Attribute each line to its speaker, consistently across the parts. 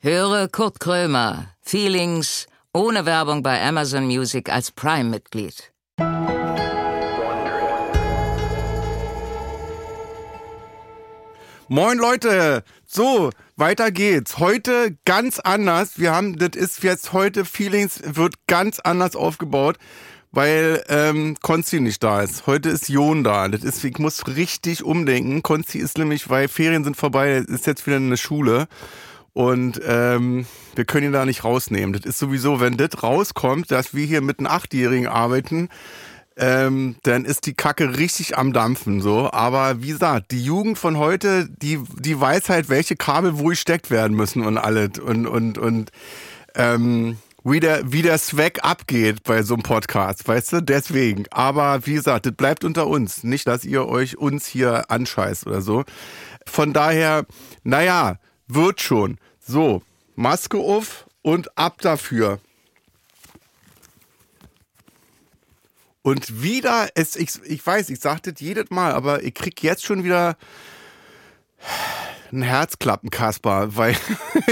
Speaker 1: Höre Kurt Krömer, Feelings, ohne Werbung bei Amazon Music als Prime-Mitglied.
Speaker 2: Moin Leute, so, weiter geht's. Heute ganz anders. Wir haben, das ist jetzt heute, Feelings wird ganz anders aufgebaut, weil ähm, Konzi nicht da ist. Heute ist Jon da. Das ist, ich muss richtig umdenken. Konzi ist nämlich, weil Ferien sind vorbei, ist jetzt wieder in der Schule. Und ähm, wir können ihn da nicht rausnehmen. Das ist sowieso, wenn das rauskommt, dass wir hier mit einem Achtjährigen arbeiten, ähm, dann ist die Kacke richtig am Dampfen. so. Aber wie gesagt, die Jugend von heute, die, die weiß halt, welche Kabel wo gesteckt werden müssen und alles. Und, und, und ähm, wie, der, wie der Swag abgeht bei so einem Podcast, weißt du? Deswegen. Aber wie gesagt, das bleibt unter uns. Nicht, dass ihr euch uns hier anscheißt oder so. Von daher, naja, wird schon. So, Maske auf und ab dafür. Und wieder, es, ich, ich weiß, ich sagte das jedes Mal, aber ich krieg jetzt schon wieder ein Herzklappen, Kaspar, weil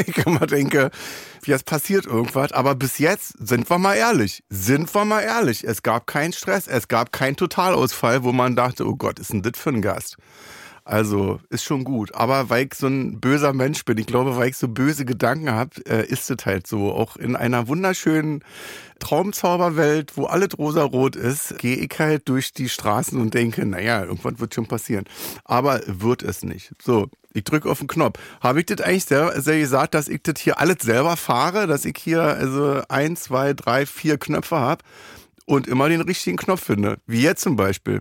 Speaker 2: ich immer denke, jetzt passiert irgendwas. Aber bis jetzt, sind wir mal ehrlich, sind wir mal ehrlich, es gab keinen Stress, es gab keinen Totalausfall, wo man dachte, oh Gott, ist denn das für ein Gast? Also, ist schon gut. Aber weil ich so ein böser Mensch bin, ich glaube, weil ich so böse Gedanken habe, äh, ist es halt so. Auch in einer wunderschönen Traumzauberwelt, wo alles rosarot ist, gehe ich halt durch die Straßen und denke, naja, irgendwann wird schon passieren. Aber wird es nicht. So, ich drücke auf den Knopf. Habe ich das eigentlich selber, sehr gesagt, dass ich das hier alles selber fahre, dass ich hier also ein, zwei, drei, vier Knöpfe habe und immer den richtigen Knopf finde? Wie jetzt zum Beispiel.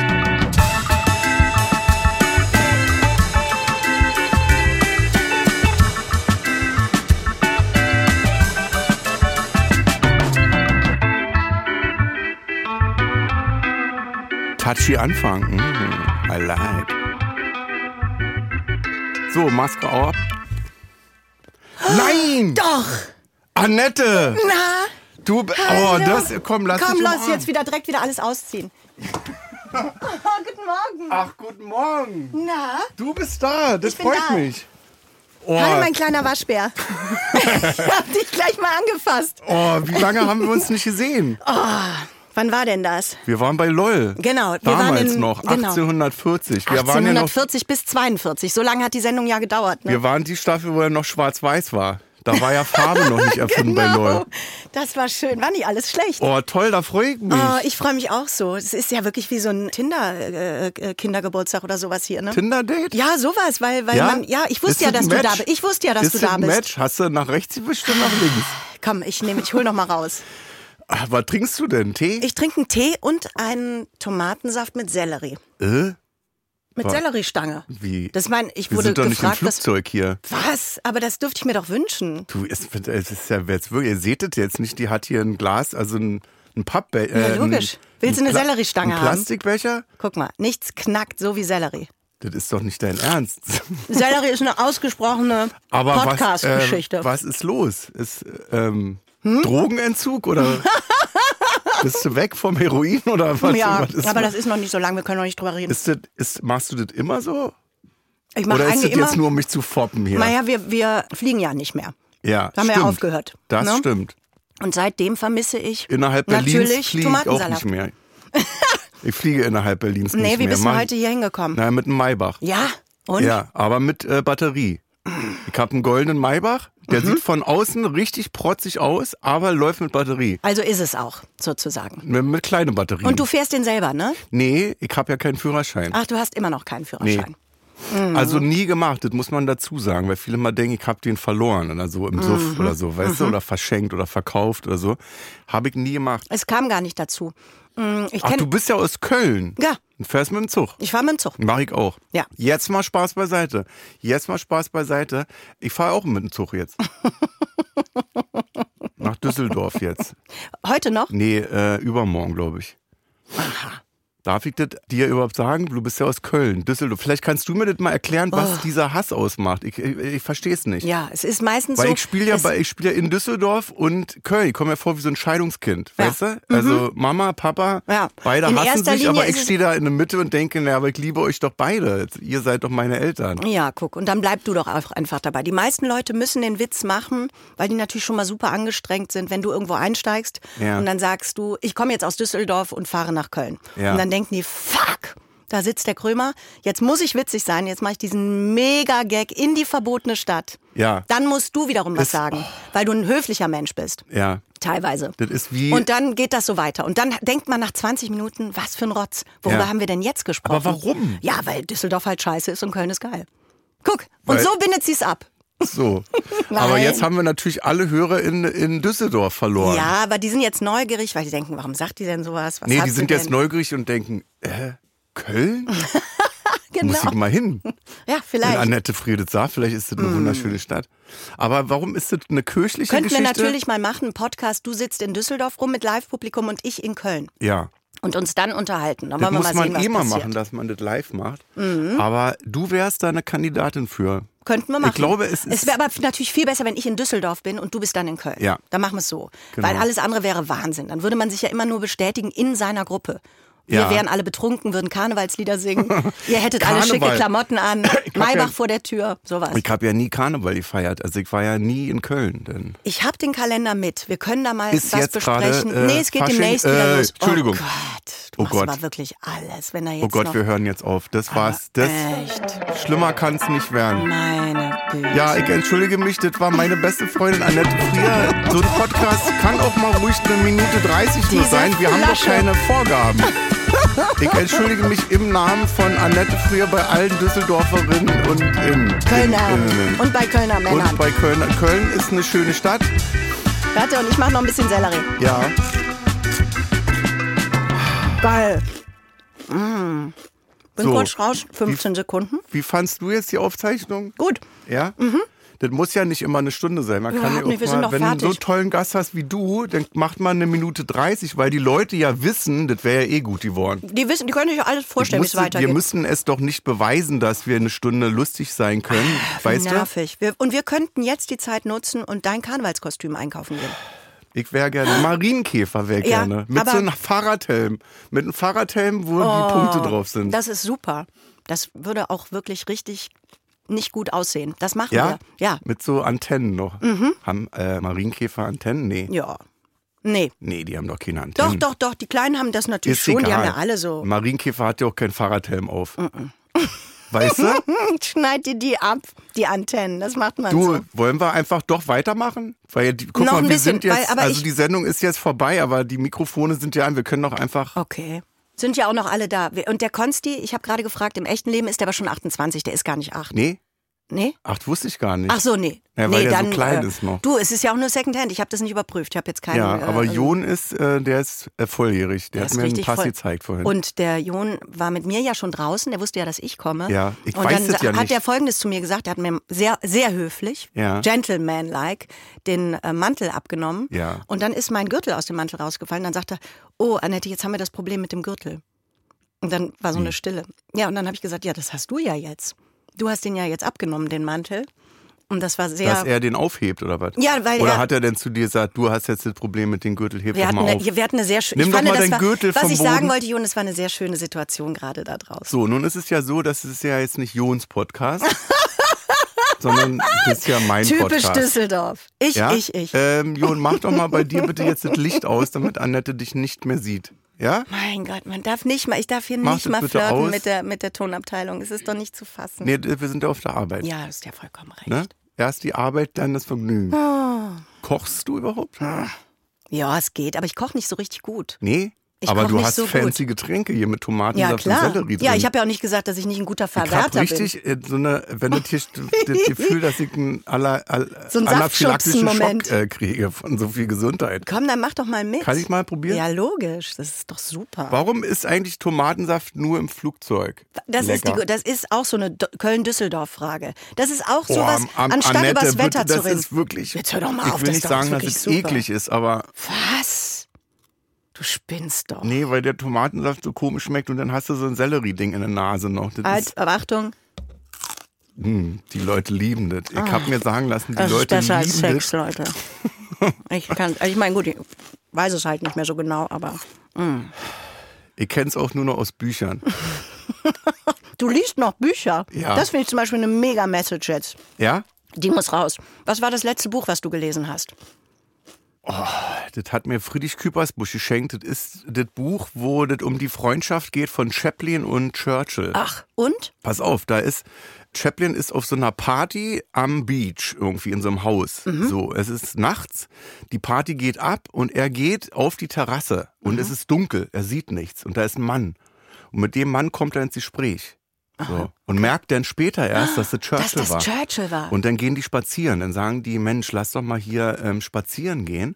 Speaker 2: Touchy Anfang. Mhm. I like. So, Maske auf. Nein!
Speaker 3: Doch!
Speaker 2: Annette!
Speaker 3: Na?
Speaker 2: Du, b- oh,
Speaker 3: Hallo.
Speaker 2: das, komm, lass
Speaker 3: Komm,
Speaker 2: dich
Speaker 3: lass
Speaker 2: umarmen.
Speaker 3: jetzt wieder direkt wieder alles ausziehen. Guten Morgen.
Speaker 2: Ach, guten Morgen.
Speaker 3: Na?
Speaker 2: Du bist da, das
Speaker 3: Ich bin
Speaker 2: freut
Speaker 3: da.
Speaker 2: mich. Oh,
Speaker 3: Hi, mein kleiner Waschbär. ich hab dich gleich mal angefasst.
Speaker 2: oh, wie lange haben wir uns nicht gesehen?
Speaker 3: Wann war denn das?
Speaker 2: Wir waren bei LOL.
Speaker 3: Genau, wir
Speaker 2: Damals
Speaker 3: waren in-
Speaker 2: noch,
Speaker 3: genau.
Speaker 2: 1840. Wir waren ja noch,
Speaker 3: 1840 bis 42. So lange hat die Sendung ja gedauert. Ne?
Speaker 2: wir waren die Staffel, wo er noch schwarz-weiß war. Da war ja Farbe noch nicht erfunden
Speaker 3: Genau.
Speaker 2: bei LOL.
Speaker 3: Das war schön. War nicht alles schlecht.
Speaker 2: Oh, toll, da freue ich mich.
Speaker 3: Oh, ich freue mich auch so. Es ist ja wirklich wie so ein Tinder-Kindergeburtstag oder sowas hier. Ne?
Speaker 2: Tinder-Date?
Speaker 3: Ja, sowas, weil, weil man. Ja, ich wusste
Speaker 2: Ist
Speaker 3: ja,
Speaker 2: das ein
Speaker 3: dass du da
Speaker 2: Match?
Speaker 3: bist. Ich wusste ja, dass
Speaker 2: ist
Speaker 3: du da
Speaker 2: das ein
Speaker 3: bist.
Speaker 2: Match? Hast du nach rechts gewischt und nach links?
Speaker 3: Komm, ich nehme, ich hol noch mal raus.
Speaker 2: Ach, was trinkst du denn? Tee?
Speaker 3: Ich trinke einen Tee und einen Tomatensaft mit Sellerie.
Speaker 2: äh?
Speaker 3: Mit
Speaker 2: Was?
Speaker 3: Selleriestange.
Speaker 2: Wie?
Speaker 3: Das mein, ich
Speaker 2: Wir
Speaker 3: wurde
Speaker 2: sind doch nicht im
Speaker 3: gefragt, dass,
Speaker 2: Flugzeug hier.
Speaker 3: was? Aber das dürfte ich mir doch wünschen.
Speaker 2: Du, es, es ist ja jetzt wirklich, ihr seht es jetzt nicht, die hat hier ein Glas, also ein, ein Pappbecher.
Speaker 3: Ja, logisch. Willst du eine Selleriestange
Speaker 2: ein
Speaker 3: haben?
Speaker 2: Plastikbecher?
Speaker 3: Guck mal, nichts knackt so wie Sellerie.
Speaker 2: Das ist doch nicht dein Ernst.
Speaker 3: Sellerie ist eine ausgesprochene
Speaker 2: Aber was, äh,
Speaker 3: Podcast-Geschichte. Hm?
Speaker 2: was ist los? Ist ähm, Drogenentzug oder bist du weg vom Heroin oder was?
Speaker 3: ja,
Speaker 2: was ist,
Speaker 3: aber das ist noch nicht so lang, wir können noch nicht drüber reden.
Speaker 2: ist das, ist, machst du das immer so?
Speaker 3: Ich mache
Speaker 2: oder ist das
Speaker 3: eigentlich
Speaker 2: jetzt
Speaker 3: immer.
Speaker 2: nur, um mich zu foppen hier?
Speaker 3: Naja, wir, wir fliegen ja nicht mehr.
Speaker 2: ja,
Speaker 3: haben wir ja
Speaker 2: stimmt.
Speaker 3: aufgehört,
Speaker 2: Das
Speaker 3: ne?
Speaker 2: stimmt.
Speaker 3: Und seitdem vermisse ich
Speaker 2: Innerhalb Berlins
Speaker 3: natürlich
Speaker 2: fliege ich auch nicht
Speaker 3: Tomatensalat.
Speaker 2: mehr. Ich fliege innerhalb Berlins
Speaker 3: nee,
Speaker 2: nicht
Speaker 3: wie
Speaker 2: mehr.
Speaker 3: bist du
Speaker 2: Mach-
Speaker 3: heute hier hingekommen?
Speaker 2: Na, mit einem Maybach.
Speaker 3: Ja, und?
Speaker 2: Ja, aber mit äh, Batterie. Ich habe einen goldenen Maybach.
Speaker 3: Mhm.
Speaker 2: Der sieht von außen richtig protzig aus, aber läuft mit Batterie.
Speaker 3: Also ist es auch, sozusagen.
Speaker 2: Mit, mit kleinen Batterien.
Speaker 3: Und du Ah. fährst den selber, ne?
Speaker 2: nee, ich habe ja keinen Führerschein.
Speaker 3: Ach, du hast immer noch keinen Führerschein.
Speaker 2: Also nie gemacht, das muss man dazu sagen, weil viele mal denken, ich habe den verloren oder so im Suff
Speaker 3: Mhm.
Speaker 2: oder so, weißt du, oder verschenkt oder verkauft oder so. Habe ich nie gemacht.
Speaker 3: Es kam gar nicht dazu. Hm, Ich
Speaker 2: Ach, du
Speaker 3: kenne.
Speaker 2: bist ja aus Köln.
Speaker 3: Ja.
Speaker 2: Und fährst mit dem Zug.
Speaker 3: Ich war mit dem Zug.
Speaker 2: Mach ich auch.
Speaker 3: Ja.
Speaker 2: Jetzt mal Spaß beiseite. Jetzt mal Spaß beiseite. Ich fahre auch mit dem Zug jetzt. Nach Düsseldorf jetzt.
Speaker 3: Heute noch?
Speaker 2: Nee, äh, übermorgen, glaube ich. Darf ich das dir überhaupt sagen? Du bist ja aus Köln, Düsseldorf. Vielleicht kannst du mir das mal erklären,
Speaker 3: Oh.
Speaker 2: was dieser Hass ausmacht. Ich, ich, ich verstehe es nicht.
Speaker 3: Ja, es ist meistens
Speaker 2: Weil
Speaker 3: so.
Speaker 2: ich spiele ja,
Speaker 3: es-
Speaker 2: bei- ich spiel ja in Düsseldorf und Köln. Ich komme ja vor wie so ein Scheidungskind,
Speaker 3: Ja. Mhm.
Speaker 2: weißt du? Also Mama, Papa,
Speaker 3: Ja.
Speaker 2: beide
Speaker 3: In
Speaker 2: hassen
Speaker 3: erster
Speaker 2: sich,
Speaker 3: Linie
Speaker 2: aber
Speaker 3: ist
Speaker 2: ich
Speaker 3: es-
Speaker 2: stehe da in der Mitte und denke, na, aber ich liebe euch doch beide. Ihr seid doch meine Eltern.
Speaker 3: Ja, guck, und dann bleib du doch einfach- einfach dabei. Die meisten Leute müssen den Witz machen, weil die natürlich schon mal super angestrengt sind, wenn du irgendwo einsteigst
Speaker 2: Ja.
Speaker 3: und dann sagst du, ich komme jetzt aus Düsseldorf und fahre nach Köln.
Speaker 2: Ja.
Speaker 3: Und dann denken die, fuck, da sitzt der Krömer, jetzt muss ich witzig sein, jetzt mache ich diesen Mega-Gag in die verbotene Stadt.
Speaker 2: Ja.
Speaker 3: Dann musst du wiederum was
Speaker 2: Das-
Speaker 3: sagen, weil du ein höflicher Mensch bist.
Speaker 2: Ja.
Speaker 3: Teilweise.
Speaker 2: Das ist wie-
Speaker 3: und dann geht das so weiter. Und dann denkt man nach 20 Minuten, was für ein Rotz. Worüber
Speaker 2: Ja.
Speaker 3: haben wir denn jetzt gesprochen?
Speaker 2: Aber warum?
Speaker 3: Ja, weil Düsseldorf halt scheiße ist und Köln ist geil. Guck, und
Speaker 2: Weil-
Speaker 3: so bindet sie es ab.
Speaker 2: So.
Speaker 3: Nein.
Speaker 2: aber jetzt haben wir natürlich alle Hörer in, in Düsseldorf verloren.
Speaker 3: Ja, aber die sind jetzt neugierig, weil die denken, warum sagt die denn sowas? Was
Speaker 2: nee,
Speaker 3: hat
Speaker 2: die
Speaker 3: sie
Speaker 2: sind jetzt
Speaker 3: denn?
Speaker 2: neugierig und denken, äh, Köln?
Speaker 3: Genau.
Speaker 2: Muss ich mal hin.
Speaker 3: Ja,
Speaker 2: In
Speaker 3: vielleicht.
Speaker 2: Annette Friedritzsaar, vielleicht ist das eine wunderschöne Stadt. Aber warum ist das eine kirchliche
Speaker 3: Mm. Könnten wir
Speaker 2: Geschichte?
Speaker 3: natürlich mal machen, einen Podcast, du sitzt in Düsseldorf rum mit Live-Publikum und ich in Köln.
Speaker 2: Ja.
Speaker 3: Und uns dann unterhalten. Dann
Speaker 2: Das
Speaker 3: wollen wir
Speaker 2: muss
Speaker 3: mal
Speaker 2: man
Speaker 3: sehen, was
Speaker 2: eh mal
Speaker 3: passiert. Mhm.
Speaker 2: machen, dass man das live macht. Aber du wärst da eine Kandidatin für.
Speaker 3: Könnten wir machen.
Speaker 2: Ich glaube, es ist.
Speaker 3: es wäre aber natürlich viel besser, wenn ich in Düsseldorf bin und du bist dann in Köln.
Speaker 2: Ja.
Speaker 3: Dann machen wir es so.
Speaker 2: Genau.
Speaker 3: Weil alles andere wäre Wahnsinn. Dann würde man sich ja immer nur bestätigen in seiner Gruppe. Wir
Speaker 2: Ja.
Speaker 3: wären alle betrunken, würden Karnevalslieder singen. Ihr hättet alle
Speaker 2: Karneval.
Speaker 3: schicke Klamotten an,
Speaker 2: Ich hab ja-
Speaker 3: Maybach vor der Tür, sowas.
Speaker 2: ich habe ja nie Karneval gefeiert. Also ich war ja nie in Köln. Denn
Speaker 3: Ich habe den Kalender mit. Wir können da mal
Speaker 2: Ist
Speaker 3: was
Speaker 2: jetzt
Speaker 3: besprechen.
Speaker 2: gerade, äh,
Speaker 3: nee, es geht
Speaker 2: Fasching?
Speaker 3: demnächst wieder
Speaker 2: Äh,
Speaker 3: los.
Speaker 2: Entschuldigung.
Speaker 3: Oh Gott, du
Speaker 2: Oh
Speaker 3: machst
Speaker 2: Gott.
Speaker 3: aber wirklich alles, wenn er jetzt
Speaker 2: oh Gott,
Speaker 3: noch... äh,
Speaker 2: wir hören jetzt auf. Das war's. Das,
Speaker 3: Echt,
Speaker 2: Schlimmer kann's nicht werden.
Speaker 3: meine Güte.
Speaker 2: Ja, ich entschuldige mich, das war meine beste Freundin Annette Frier. So ein Podcast kann auch mal ruhig eine Minute 30 nur
Speaker 3: Diese
Speaker 2: sein. Wir haben doch
Speaker 3: Flasche.
Speaker 2: keine Vorgaben. Ich entschuldige mich im Namen von Annette Frier bei allen Düsseldorferinnen und in,
Speaker 3: Kölner
Speaker 2: in,
Speaker 3: und bei Kölner
Speaker 2: Äh, und,
Speaker 3: Männern.
Speaker 2: bei Köln. Köln ist eine schöne Stadt.
Speaker 3: Warte, und ich mache noch ein bisschen Sellerie.
Speaker 2: Ja.
Speaker 3: Geil. Mmh. Bin
Speaker 2: So.
Speaker 3: kurz raus, 15 Sekunden.
Speaker 2: Wie fandst du jetzt die Aufzeichnung?
Speaker 3: Gut.
Speaker 2: Ja? Das muss ja nicht immer eine Stunde sein. Man kann ja
Speaker 3: Überhaupt
Speaker 2: auch
Speaker 3: nicht, Mhm. wir sind
Speaker 2: mal,
Speaker 3: doch
Speaker 2: wenn du so
Speaker 3: fertig.
Speaker 2: tollen Gast hast wie du, dann macht man eine Minute 30, weil die Leute ja wissen, das wäre ja eh gut geworden.
Speaker 3: Die wissen, die können sich alles vorstellen, wie es
Speaker 2: Musste- wir
Speaker 3: weitergeht.
Speaker 2: müssen es doch nicht beweisen, dass wir eine Stunde lustig sein können, weißt du?
Speaker 3: Nervig. Wir, und wir könnten jetzt die Zeit nutzen und dein Karnevalskostüm einkaufen gehen.
Speaker 2: Ich wäre gerne Marienkäfer wäre
Speaker 3: Ja,
Speaker 2: gerne mit
Speaker 3: aber- Oh,
Speaker 2: so einem Fahrradhelm, mit einem Fahrradhelm, wo die Punkte drauf sind.
Speaker 3: Das ist super. Das würde auch wirklich richtig nicht gut aussehen. Das machen
Speaker 2: ja?
Speaker 3: wir. Ja. Mhm.
Speaker 2: mit so Antennen noch. Haben äh, Marienkäfer Antennen? Nee.
Speaker 3: Ja. Nee.
Speaker 2: Nee, die haben doch keine
Speaker 3: Doch,
Speaker 2: Antennen.
Speaker 3: doch, doch. Die Kleinen haben das natürlich
Speaker 2: Ähm. Ist
Speaker 3: schon. Die haben
Speaker 2: egal.
Speaker 3: ja alle so. Mm,
Speaker 2: Marienkäfer hat ja auch keinen Fahrradhelm auf. Weißt du?
Speaker 3: Schneid dir die ab, die Antennen. Das macht man
Speaker 2: Du,
Speaker 3: so.
Speaker 2: wollen wir einfach doch weitermachen? Weil die, guck
Speaker 3: Also. Noch
Speaker 2: mal,
Speaker 3: ein
Speaker 2: wir sind
Speaker 3: bisschen, weil-
Speaker 2: jetzt,
Speaker 3: aber
Speaker 2: also
Speaker 3: ich-
Speaker 2: die Sendung ist jetzt vorbei, aber die Mikrofone sind ja an, wir können doch einfach.
Speaker 3: Okay. Sind ja auch noch alle da. Wir- Und der Konsti, ich habe gerade gefragt, im echten Leben ist der aber schon 28, der ist gar nicht 8.
Speaker 2: Nee?
Speaker 3: Nee?
Speaker 2: Ach, das wusste ich gar nicht.
Speaker 3: Ach so, nee.
Speaker 2: Ja, weil
Speaker 3: nee,
Speaker 2: der so
Speaker 3: dann
Speaker 2: klein
Speaker 3: äh,
Speaker 2: ist noch.
Speaker 3: Du, es ist ja auch nur Secondhand. Ich habe das nicht überprüft. Ich habe jetzt keinen
Speaker 2: ja,
Speaker 3: äh,
Speaker 2: aber
Speaker 3: also-
Speaker 2: Jon ist, äh, der ist äh, volljährig. Der,
Speaker 3: Der
Speaker 2: hat
Speaker 3: ist
Speaker 2: mir einen
Speaker 3: richtig
Speaker 2: Pass
Speaker 3: voll.
Speaker 2: gezeigt vorhin.
Speaker 3: Und der Jon war mit mir ja schon draußen, der wusste ja, dass ich komme.
Speaker 2: Ja, ich
Speaker 3: und
Speaker 2: weiß
Speaker 3: dann
Speaker 2: das ja
Speaker 3: hat
Speaker 2: nicht.
Speaker 3: er folgendes zu mir gesagt, er hat mir sehr, sehr höflich,
Speaker 2: Ja.
Speaker 3: gentleman-like, den äh, Mantel abgenommen.
Speaker 2: Ja.
Speaker 3: Und dann ist mein Gürtel aus dem Mantel rausgefallen. Dann sagte er, oh, Annette, jetzt haben wir das Problem mit dem Gürtel. Und dann war so
Speaker 2: Hm.
Speaker 3: eine Stille. Ja, und dann habe ich gesagt, ja, das hast du ja jetzt. Du hast den ja jetzt abgenommen, den Mantel. Und das war sehr.
Speaker 2: Dass er den aufhebt oder was?
Speaker 3: Ja, weil
Speaker 2: oder
Speaker 3: er-
Speaker 2: hat er denn zu dir gesagt, du hast jetzt das Problem mit dem Gürtel, heb
Speaker 3: wir
Speaker 2: doch
Speaker 3: hatten,
Speaker 2: mal auf.
Speaker 3: eine, wir hatten eine sehr schöne.
Speaker 2: Nimm
Speaker 3: ich
Speaker 2: doch
Speaker 3: fand,
Speaker 2: mal
Speaker 3: das
Speaker 2: deinen
Speaker 3: war,
Speaker 2: Gürtel
Speaker 3: Was
Speaker 2: vom
Speaker 3: ich sagen
Speaker 2: Boden.
Speaker 3: wollte, Jon, es war eine sehr schöne Situation gerade da draußen.
Speaker 2: So, nun ist es ja so, das ist ja jetzt nicht Jons Podcast, sondern das ist ja mein
Speaker 3: Typisch
Speaker 2: Podcast.
Speaker 3: Düsseldorf. Ich,
Speaker 2: Ja?
Speaker 3: ich, ich.
Speaker 2: Ähm, Jon, mach doch mal bei dir bitte jetzt das Licht aus, damit Annette dich nicht mehr sieht. Ja?
Speaker 3: Mein Gott, man darf nicht mal, ich darf hier
Speaker 2: Mach
Speaker 3: nicht
Speaker 2: das
Speaker 3: mal
Speaker 2: bitte
Speaker 3: flirten
Speaker 2: aus.
Speaker 3: mit der, mit der Tonabteilung. Es ist doch nicht zu fassen.
Speaker 2: Nee, wir sind ja auf der Arbeit.
Speaker 3: Ja, du hast ja vollkommen recht.
Speaker 2: Ne? Erst die Arbeit, dann das Vergnügen.
Speaker 3: Ah.
Speaker 2: Kochst du überhaupt?
Speaker 3: Ja, es geht, aber ich koche nicht so richtig gut.
Speaker 2: Nee?
Speaker 3: Ich
Speaker 2: Aber
Speaker 3: koch
Speaker 2: du
Speaker 3: nicht
Speaker 2: hast
Speaker 3: so gut.
Speaker 2: fancy Getränke hier mit
Speaker 3: Ja,
Speaker 2: Tomatensaft und
Speaker 3: klar.
Speaker 2: Sellerie drin.
Speaker 3: Ja, ich habe ja auch nicht gesagt, dass ich nicht ein guter
Speaker 2: ich hab
Speaker 3: Verwerter bin.
Speaker 2: richtig äh, so eine, wenn das hier das Gefühl, dass ich einen aller, all,
Speaker 3: So einen
Speaker 2: anaphylaktischen
Speaker 3: Saftschubsen-Moment.
Speaker 2: Schock äh, kriege von so viel Gesundheit.
Speaker 3: Komm, dann mach doch mal mit.
Speaker 2: Kann ich mal probieren?
Speaker 3: Ja, logisch. Das ist doch super.
Speaker 2: Warum ist eigentlich Tomatensaft nur im Flugzeug?
Speaker 3: Das ist, die,
Speaker 2: lecker?
Speaker 3: das ist auch so eine D- Köln-Düsseldorf-Frage. Das ist auch
Speaker 2: Boah,
Speaker 3: sowas,
Speaker 2: Oh, am- am-
Speaker 3: anstatt
Speaker 2: Annette,
Speaker 3: übers
Speaker 2: bitte,
Speaker 3: Wetter zu
Speaker 2: das
Speaker 3: reden.
Speaker 2: Ist wirklich,
Speaker 3: Jetzt hör doch mal
Speaker 2: ich
Speaker 3: auf,
Speaker 2: will
Speaker 3: das
Speaker 2: nicht
Speaker 3: ist doch
Speaker 2: sagen, dass
Speaker 3: wirklich
Speaker 2: es
Speaker 3: super.
Speaker 2: eklig ist, aber
Speaker 3: Was? Du spinnst doch.
Speaker 2: nee, weil der Tomatensaft so komisch schmeckt und dann hast du so ein Sellerie-Ding in der Nase noch. Das
Speaker 3: Alt, aber Halt, Achtung,
Speaker 2: ist, mh, die Leute lieben das. Ich habe mir sagen lassen, die
Speaker 3: das ist
Speaker 2: Leute
Speaker 3: besser als
Speaker 2: lieben
Speaker 3: Sex,
Speaker 2: das.
Speaker 3: Leute. Ich kann, also ich meine, gut, ich weiß es halt nicht mehr so genau, aber
Speaker 2: Ich kenne es auch nur noch aus Büchern.
Speaker 3: du liest noch Bücher.
Speaker 2: Ja.
Speaker 3: Das finde ich zum Beispiel eine mega Message jetzt.
Speaker 2: Ja?
Speaker 3: Die muss raus. Was war das letzte Buch, was du gelesen hast?
Speaker 2: Das hat mir Friedrich Küppersbusch geschenkt. Das ist das Buch, wo das um die Freundschaft geht von Chaplin und Churchill.
Speaker 3: Ach, und?
Speaker 2: Pass auf, da ist Chaplin ist auf so einer Party am Beach irgendwie in so einem Haus. So, es ist nachts, die Party geht ab und er geht auf die Terrasse und es ist dunkel, er sieht nichts und da ist ein Mann und mit dem Mann kommt er ins Gespräch. So. Und merkt dann später erst, dass das
Speaker 3: Dass
Speaker 2: Churchill
Speaker 3: das
Speaker 2: war.
Speaker 3: Churchill war.
Speaker 2: Und dann gehen die spazieren. Dann sagen die, Mensch, lass doch mal hier ähm, spazieren gehen.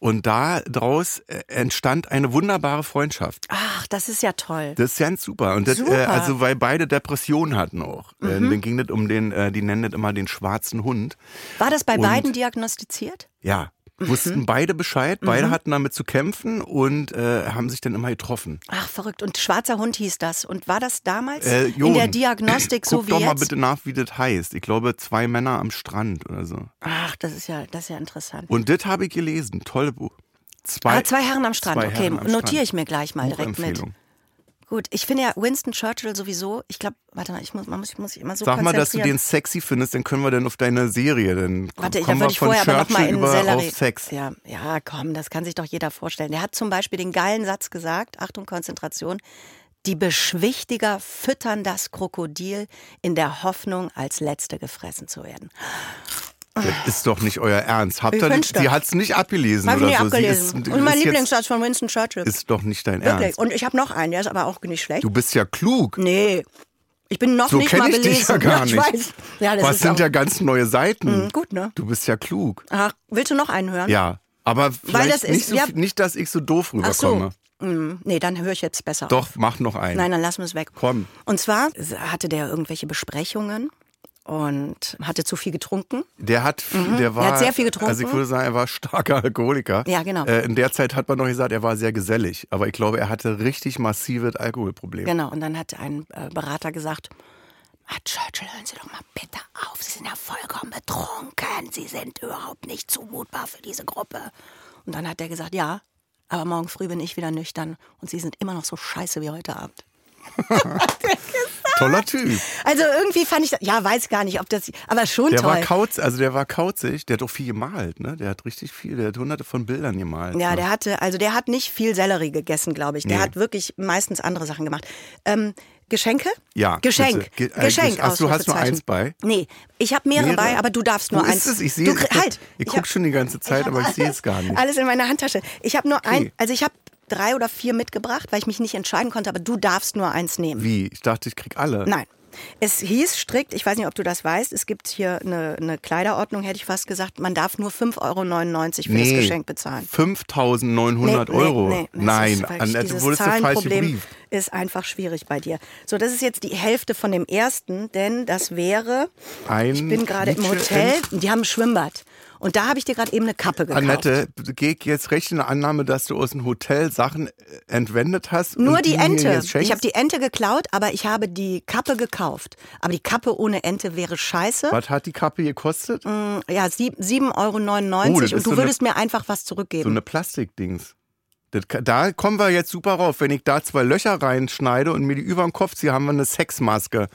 Speaker 2: Und daraus äh, entstand eine wunderbare Freundschaft.
Speaker 3: Ach, das ist ja toll.
Speaker 2: Das ist ganz super. Und das, Äh,
Speaker 3: Super. Mhm.
Speaker 2: also weil beide Depressionen hatten auch. Äh, Dann ging das um den, äh, die nennen das immer den schwarzen Hund.
Speaker 3: War das bei
Speaker 2: Und-
Speaker 3: beiden diagnostiziert?
Speaker 2: Ja.
Speaker 3: Mhm.
Speaker 2: Wussten beide Bescheid, beide hatten damit zu kämpfen und äh, haben sich dann immer getroffen.
Speaker 3: Ach, verrückt. Und schwarzer Hund hieß das. Und war das damals
Speaker 2: Äh,
Speaker 3: in
Speaker 2: Jon,
Speaker 3: der Diagnostik so
Speaker 2: Guck
Speaker 3: wie
Speaker 2: doch
Speaker 3: jetzt?
Speaker 2: mal bitte nach, wie das heißt. Ich glaube, zwei Männer am Strand oder so.
Speaker 3: Ach, das ist ja, das ist ja interessant.
Speaker 2: Und das habe ich gelesen. Tolle Buch. Zwei,
Speaker 3: Ah, zwei Herren am Strand.
Speaker 2: Zwei
Speaker 3: okay,
Speaker 2: Herren am
Speaker 3: notiere
Speaker 2: Strand.
Speaker 3: ich mir gleich mal direkt mit.
Speaker 2: Buchempfehlung.
Speaker 3: Gut, ich finde ja Winston Churchill sowieso, ich glaube, warte mal, ich muss, man muss, ich muss sich immer so
Speaker 2: Sag mal, dass du
Speaker 3: konzentrieren.
Speaker 2: den sexy findest, dann können wir dann auf deine Serie. Dann
Speaker 3: Warte, ich, da
Speaker 2: kommen wir
Speaker 3: würde ich
Speaker 2: von
Speaker 3: vorher aber noch mal
Speaker 2: Churchill
Speaker 3: in
Speaker 2: über
Speaker 3: Sellerie.
Speaker 2: auf Sex.
Speaker 3: Ja, ja, komm, das kann sich doch jeder vorstellen. Der hat zum Beispiel den geilen Satz gesagt, Achtung, Konzentration, die Beschwichtiger füttern das Krokodil in der Hoffnung, als Letzte gefressen zu werden.
Speaker 2: Das ist doch nicht euer Ernst. Habt
Speaker 3: Ich
Speaker 2: ihr nicht,
Speaker 3: wünsch doch.
Speaker 2: sie hat es nicht abgelesen
Speaker 3: Hab ich
Speaker 2: oder
Speaker 3: nie
Speaker 2: so. Sie
Speaker 3: abgelesen.
Speaker 2: ist,
Speaker 3: Und mein
Speaker 2: ist jetzt-
Speaker 3: Lieblingssatz von Winston Churchill.
Speaker 2: Ist doch nicht dein
Speaker 3: Wirklich.
Speaker 2: Ernst.
Speaker 3: Und ich habe noch einen, der ist aber auch nicht schlecht.
Speaker 2: Du bist ja klug.
Speaker 3: nee, ich bin noch
Speaker 2: So
Speaker 3: nicht
Speaker 2: kenne
Speaker 3: mal
Speaker 2: ich
Speaker 3: belesen.
Speaker 2: dich ja gar nicht.
Speaker 3: Ich weiß. Ja, das
Speaker 2: Was
Speaker 3: ist
Speaker 2: sind
Speaker 3: auch,
Speaker 2: ja ganz neue Seiten.
Speaker 3: Hm, gut, ne?
Speaker 2: Du bist ja klug.
Speaker 3: Ach, willst du noch einen hören?
Speaker 2: Ja. Aber vielleicht
Speaker 3: das ist-
Speaker 2: nicht, so,
Speaker 3: ja.
Speaker 2: nicht, dass ich so doof
Speaker 3: Ach so.
Speaker 2: rüberkomme.
Speaker 3: Hm, nee, dann höre ich jetzt besser.
Speaker 2: Doch, mach noch einen.
Speaker 3: Nein, dann lassen wir es weg.
Speaker 2: Komm.
Speaker 3: Und zwar hatte der irgendwelche Besprechungen und hatte zu viel getrunken.
Speaker 2: Der hat, viel- der war,
Speaker 3: Mhm. hat sehr viel getrunken.
Speaker 2: Also ich würde sagen, er war starker Alkoholiker.
Speaker 3: Ja, genau.
Speaker 2: Äh, in der Zeit hat man noch gesagt, er war sehr gesellig. Aber ich glaube, er hatte richtig massive Alkoholprobleme.
Speaker 3: Genau. Und dann hat ein äh, Berater gesagt, Herr Churchill, hören Sie doch mal bitte auf. Sie sind ja vollkommen betrunken. Sie sind überhaupt nicht zumutbar für diese Gruppe. Und dann hat er gesagt, ja, aber morgen früh bin ich wieder nüchtern und Sie sind immer noch so scheiße wie heute Abend.
Speaker 2: Toller Typ.
Speaker 3: Also irgendwie fand ich, das, ja, weiß gar nicht, ob das, aber schon
Speaker 2: Der war
Speaker 3: toll.
Speaker 2: kauz, also der war kauzig, der hat doch viel gemalt, ne? Der hat richtig viel, der hat hunderte von Bildern gemalt.
Speaker 3: Ja,
Speaker 2: ne?
Speaker 3: der hatte, also der hat nicht viel Sellerie gegessen, glaube ich. Der hat wirklich meistens andere Sachen gemacht. Ähm, Geschenke?
Speaker 2: Ja,
Speaker 3: Geschenk.
Speaker 2: bitte. Ge- äh,
Speaker 3: Geschenk.
Speaker 2: Ach, du hast nur
Speaker 3: Ausrufezeichen.
Speaker 2: eins bei?
Speaker 3: Nee, ich habe mehrere,
Speaker 2: Mehrere?
Speaker 3: bei, aber du darfst
Speaker 2: Wo
Speaker 3: nur
Speaker 2: ist
Speaker 3: eins.
Speaker 2: es? Ich sehe
Speaker 3: du,
Speaker 2: es.
Speaker 3: kri-
Speaker 2: Ich-
Speaker 3: Halt.
Speaker 2: ich
Speaker 3: hab-
Speaker 2: guck schon die ganze Zeit,
Speaker 3: hab
Speaker 2: aber ich sehe es
Speaker 3: alles-
Speaker 2: gar nicht.
Speaker 3: Alles in meiner Handtasche. Ich habe nur ein,
Speaker 2: Okay.
Speaker 3: also ich habe drei oder vier mitgebracht, weil ich mich nicht entscheiden konnte, aber du darfst nur eins nehmen.
Speaker 2: Wie? Ich dachte, ich krieg alle.
Speaker 3: Nein. Es hieß strikt, ich weiß nicht, ob du das weißt, es gibt hier eine, eine Kleiderordnung, hätte ich fast gesagt, man darf nur 5,99 Euro für das Geschenk bezahlen.
Speaker 2: 5.900 Euro.
Speaker 3: das
Speaker 2: Nein,
Speaker 3: ist wirklich-
Speaker 2: Annette,
Speaker 3: dieses
Speaker 2: wurdest du falsch
Speaker 3: Zahlenproblem
Speaker 2: gebrieft.
Speaker 3: ist einfach schwierig bei dir. So, das ist jetzt die Hälfte von dem ersten, denn das wäre,
Speaker 2: Ein
Speaker 3: ich bin gerade im
Speaker 2: Liedchen
Speaker 3: Hotel, die haben ein Schwimmbad. Und da habe ich dir gerade eben eine Kappe gekauft.
Speaker 2: Annette, geh jetzt recht in der Annahme, dass du aus dem Hotel Sachen äh, entwendet hast.
Speaker 3: Nur
Speaker 2: und
Speaker 3: die
Speaker 2: mir
Speaker 3: Ente.
Speaker 2: jetzt schenkst?
Speaker 3: Ich habe die Ente geklaut, aber ich habe die Kappe gekauft. Aber die Kappe ohne Ente wäre scheiße.
Speaker 2: Was hat die Kappe gekostet?
Speaker 3: Ja, sieb- 7,99
Speaker 2: Oh,
Speaker 3: Euro
Speaker 2: das ist
Speaker 3: und
Speaker 2: so
Speaker 3: du
Speaker 2: eine-
Speaker 3: würdest mir einfach was
Speaker 2: So
Speaker 3: zurückgeben.
Speaker 2: eine Plastikdings. Das, ka- da kommen wir jetzt super rauf. Wenn ich da zwei Löcher reinschneide und mir die über den Kopf ziehe, haben wir eine Sexmaske.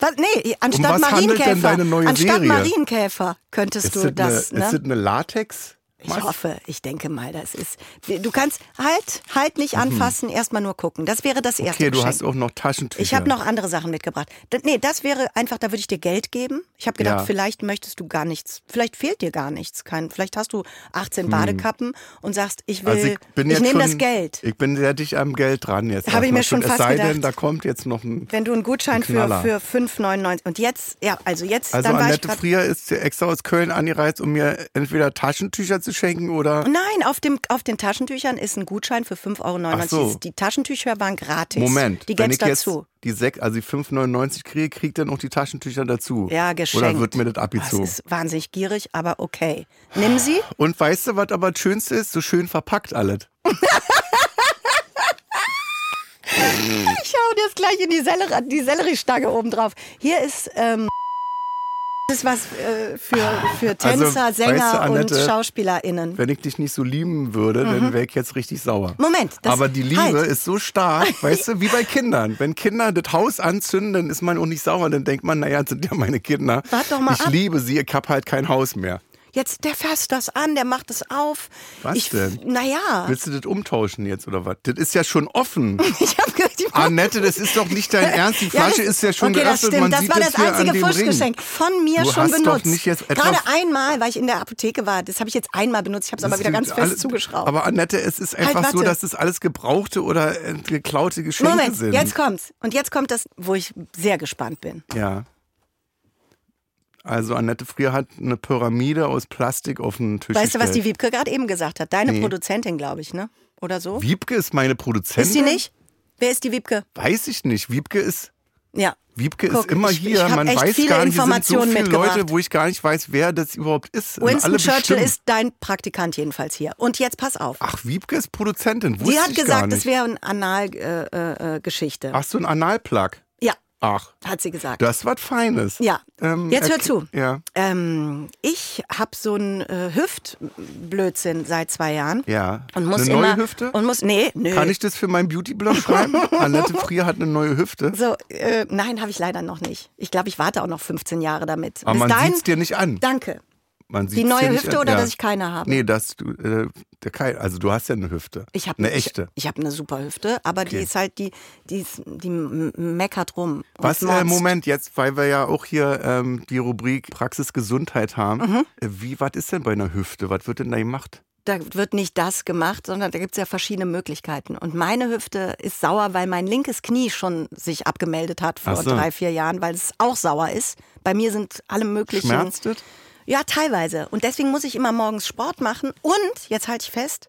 Speaker 3: was, nee, anstatt
Speaker 2: Um was handelt denn
Speaker 3: Marienkäfer.
Speaker 2: deine neue
Speaker 3: anstatt
Speaker 2: Serie?
Speaker 3: Marienkäfer könntest
Speaker 2: Ist
Speaker 3: du
Speaker 2: das
Speaker 3: das.
Speaker 2: eine,
Speaker 3: ne?
Speaker 2: ist das eine Latex?
Speaker 3: Ich hoffe, ich denke mal, das ist. Du kannst halt, halt nicht anfassen, erstmal nur gucken. Das wäre das erste.
Speaker 2: Mhm. Okay, du
Speaker 3: Geschenk.
Speaker 2: hast auch noch Taschentücher.
Speaker 3: Ich habe noch andere Sachen mitgebracht. D nee, das wäre einfach, da würde ich dir Geld geben. Ich habe gedacht,
Speaker 2: Ja.
Speaker 3: vielleicht möchtest du gar nichts. Vielleicht fehlt dir gar nichts. Kein, vielleicht hast du 18 Badekappen und sagst, äh, ich will,
Speaker 2: Hm. Also ich bin jetzt
Speaker 3: nehme
Speaker 2: schon,
Speaker 3: das Geld.
Speaker 2: Ich bin sehr dicht am Geld dran jetzt.
Speaker 3: Habe ich mir
Speaker 2: erstmal.
Speaker 3: schon
Speaker 2: es
Speaker 3: fast
Speaker 2: sei denn,
Speaker 3: gedacht.
Speaker 2: da kommt jetzt noch ein.
Speaker 3: Wenn du einen Gutschein
Speaker 2: Ein
Speaker 3: für,
Speaker 2: Knaller.
Speaker 3: für 5,99 und jetzt, ja, also jetzt,
Speaker 2: Also
Speaker 3: dann war ich
Speaker 2: Annette
Speaker 3: grad,
Speaker 2: Frier ist extra aus Köln angereist, um mir entweder Taschentücher zu schenken oder.
Speaker 3: Nein, auf, dem, auf den Taschentüchern ist ein Gutschein für 5,99 Euro.
Speaker 2: Ach so.
Speaker 3: Die Taschentücher waren gratis.
Speaker 2: Moment,
Speaker 3: Die
Speaker 2: wenn
Speaker 3: gibt's
Speaker 2: ich jetzt
Speaker 3: dazu.
Speaker 2: die 6, also die 5,99 kriege, kriegt dann auch die Taschentücher dazu.
Speaker 3: Ja, geschenkt.
Speaker 2: Oder wird mir das
Speaker 3: Oh,
Speaker 2: abgezogen?
Speaker 3: Das ist wahnsinnig gierig, aber okay. Nimm sie.
Speaker 2: Und weißt du, was aber das Schönste ist? So schön verpackt alles. Hm.
Speaker 3: Ich hau dir jetzt gleich in die, Sellerie, die Selleriestange oben drauf. Hier ist, ähm, das ist was äh, für, für
Speaker 2: Also,
Speaker 3: Tänzer,
Speaker 2: weißt du,
Speaker 3: Sänger
Speaker 2: Annette,
Speaker 3: und SchauspielerInnen.
Speaker 2: Wenn ich dich nicht so lieben würde, dann wäre ich jetzt richtig sauer.
Speaker 3: Moment, Mhm. das-
Speaker 2: Aber die Liebe
Speaker 3: halt.
Speaker 2: ist so stark, weißt du, wie bei Kindern. Wenn Kinder das Haus anzünden, dann ist man auch nicht sauer. Dann denkt man, naja, das sind ja meine Kinder.
Speaker 3: Wart doch mal
Speaker 2: ich
Speaker 3: ab.
Speaker 2: liebe sie, ich hab halt kein Haus mehr.
Speaker 3: Jetzt, der fasst das an, der macht es auf.
Speaker 2: Was
Speaker 3: ich,
Speaker 2: denn?
Speaker 3: Naja.
Speaker 2: Willst du das umtauschen jetzt oder was? Das ist ja schon offen.
Speaker 3: Ich hab gehört, die
Speaker 2: Annette, das ist doch nicht dein Ernst. Die
Speaker 3: Ja,
Speaker 2: Flasche
Speaker 3: das-
Speaker 2: ist ja schon
Speaker 3: okay,
Speaker 2: geöffnet.
Speaker 3: Das stimmt,
Speaker 2: Man
Speaker 3: das
Speaker 2: sieht
Speaker 3: war
Speaker 2: es
Speaker 3: das
Speaker 2: hier an
Speaker 3: einzige
Speaker 2: dem Ring.
Speaker 3: Fuschgeschenk von mir
Speaker 2: Du
Speaker 3: schon
Speaker 2: hast doch
Speaker 3: benutzt.
Speaker 2: nicht jetzt etwas-
Speaker 3: Gerade einmal, weil ich in der Apotheke war, das habe ich jetzt einmal benutzt, ich habe es aber
Speaker 2: Das
Speaker 3: wieder
Speaker 2: sind
Speaker 3: ganz fest
Speaker 2: alle-
Speaker 3: zugeschraubt.
Speaker 2: Aber Annette, es ist
Speaker 3: Halt,
Speaker 2: einfach so,
Speaker 3: warte.
Speaker 2: dass es alles gebrauchte oder äh, geklaute Geschenke
Speaker 3: Moment,
Speaker 2: sind.
Speaker 3: jetzt kommt's. Und jetzt kommt das, wo ich sehr gespannt bin.
Speaker 2: Ja. Also Annette Frier hat eine Pyramide aus Plastik auf den Tisch
Speaker 3: Weißt du, was die
Speaker 2: gestellt.
Speaker 3: Wiebke gerade eben gesagt hat? Deine Produzentin, glaube ich, ne? Oder so?
Speaker 2: Wiebke ist meine Produzentin?
Speaker 3: Ist sie nicht? Wer ist die Wiebke?
Speaker 2: Weiß ich nicht. Wiebke ist
Speaker 3: Ja.
Speaker 2: Wiebke
Speaker 3: Guck,
Speaker 2: ist immer
Speaker 3: ich- ich
Speaker 2: hier.
Speaker 3: hab
Speaker 2: Man
Speaker 3: echt
Speaker 2: weiß
Speaker 3: viele
Speaker 2: gar nicht, hier sind so
Speaker 3: Informationen
Speaker 2: viele
Speaker 3: mitgebracht.
Speaker 2: Leute, wo ich gar nicht weiß, wer das überhaupt ist. Und
Speaker 3: Winston
Speaker 2: alle
Speaker 3: Churchill
Speaker 2: bestimmen.
Speaker 3: ist dein Praktikant jedenfalls hier. Und jetzt pass auf.
Speaker 2: Ach, Wiebke ist Produzentin. Ah, Wusste
Speaker 3: Sie hat
Speaker 2: ich gar
Speaker 3: gesagt,
Speaker 2: nicht.
Speaker 3: es wäre eine Anal-Geschichte. Äh, äh, Geschichte.
Speaker 2: Ach, so ein Analplug.
Speaker 3: ja,
Speaker 2: Ach,
Speaker 3: hat sie gesagt.
Speaker 2: das ist was Feines.
Speaker 3: Ja. Jetzt hör
Speaker 2: erk-
Speaker 3: zu.
Speaker 2: Ja.
Speaker 3: Ähm, ich habe so einen äh, Hüftblödsinn seit zwei Jahren.
Speaker 2: Ja.
Speaker 3: Und muss
Speaker 2: eine neue
Speaker 3: immer,
Speaker 2: Hüfte?
Speaker 3: Und muss, nee, nö.
Speaker 2: Kann ich das für meinen Beauty-Blog schreiben? Annette Frier hat eine neue Hüfte.
Speaker 3: so, äh, nein, habe ich leider noch nicht. Ich glaube, ich warte auch noch 15 Jahre damit.
Speaker 2: Aber
Speaker 3: Bis
Speaker 2: man
Speaker 3: dahin,
Speaker 2: sieht's dir nicht an.
Speaker 3: Danke.
Speaker 2: Man sieht's
Speaker 3: Die neue
Speaker 2: dir nicht
Speaker 3: Hüfte
Speaker 2: an.
Speaker 3: oder
Speaker 2: ja.
Speaker 3: dass ich keine habe?
Speaker 2: Nee, dass du, äh, der Kai, also du hast ja eine Hüfte.
Speaker 3: Ich hab,
Speaker 2: eine echte.
Speaker 3: Ich, ich habe eine super Hüfte, aber die
Speaker 2: Okay.
Speaker 3: ist halt, die, die, ist, die m- meckert rum. und
Speaker 2: Was, äh,
Speaker 3: motzt.
Speaker 2: Moment, jetzt, weil wir ja auch hier ähm, die Rubrik Praxis Gesundheit haben.
Speaker 3: Mhm.
Speaker 2: Äh, Wie, was ist denn bei einer Hüfte? Was wird denn da gemacht?
Speaker 3: Da wird nicht das gemacht, sondern da gibt's ja verschiedene Möglichkeiten. Und meine Hüfte ist sauer, weil mein linkes Knie schon sich abgemeldet hat vor
Speaker 2: Ach so.
Speaker 3: drei, vier Jahren, weil es auch sauer ist. Bei mir sind alle möglichen.
Speaker 2: Schmerzt das?
Speaker 3: Ja, teilweise. Und deswegen muss ich immer morgens Sport machen. Und, jetzt halte ich fest,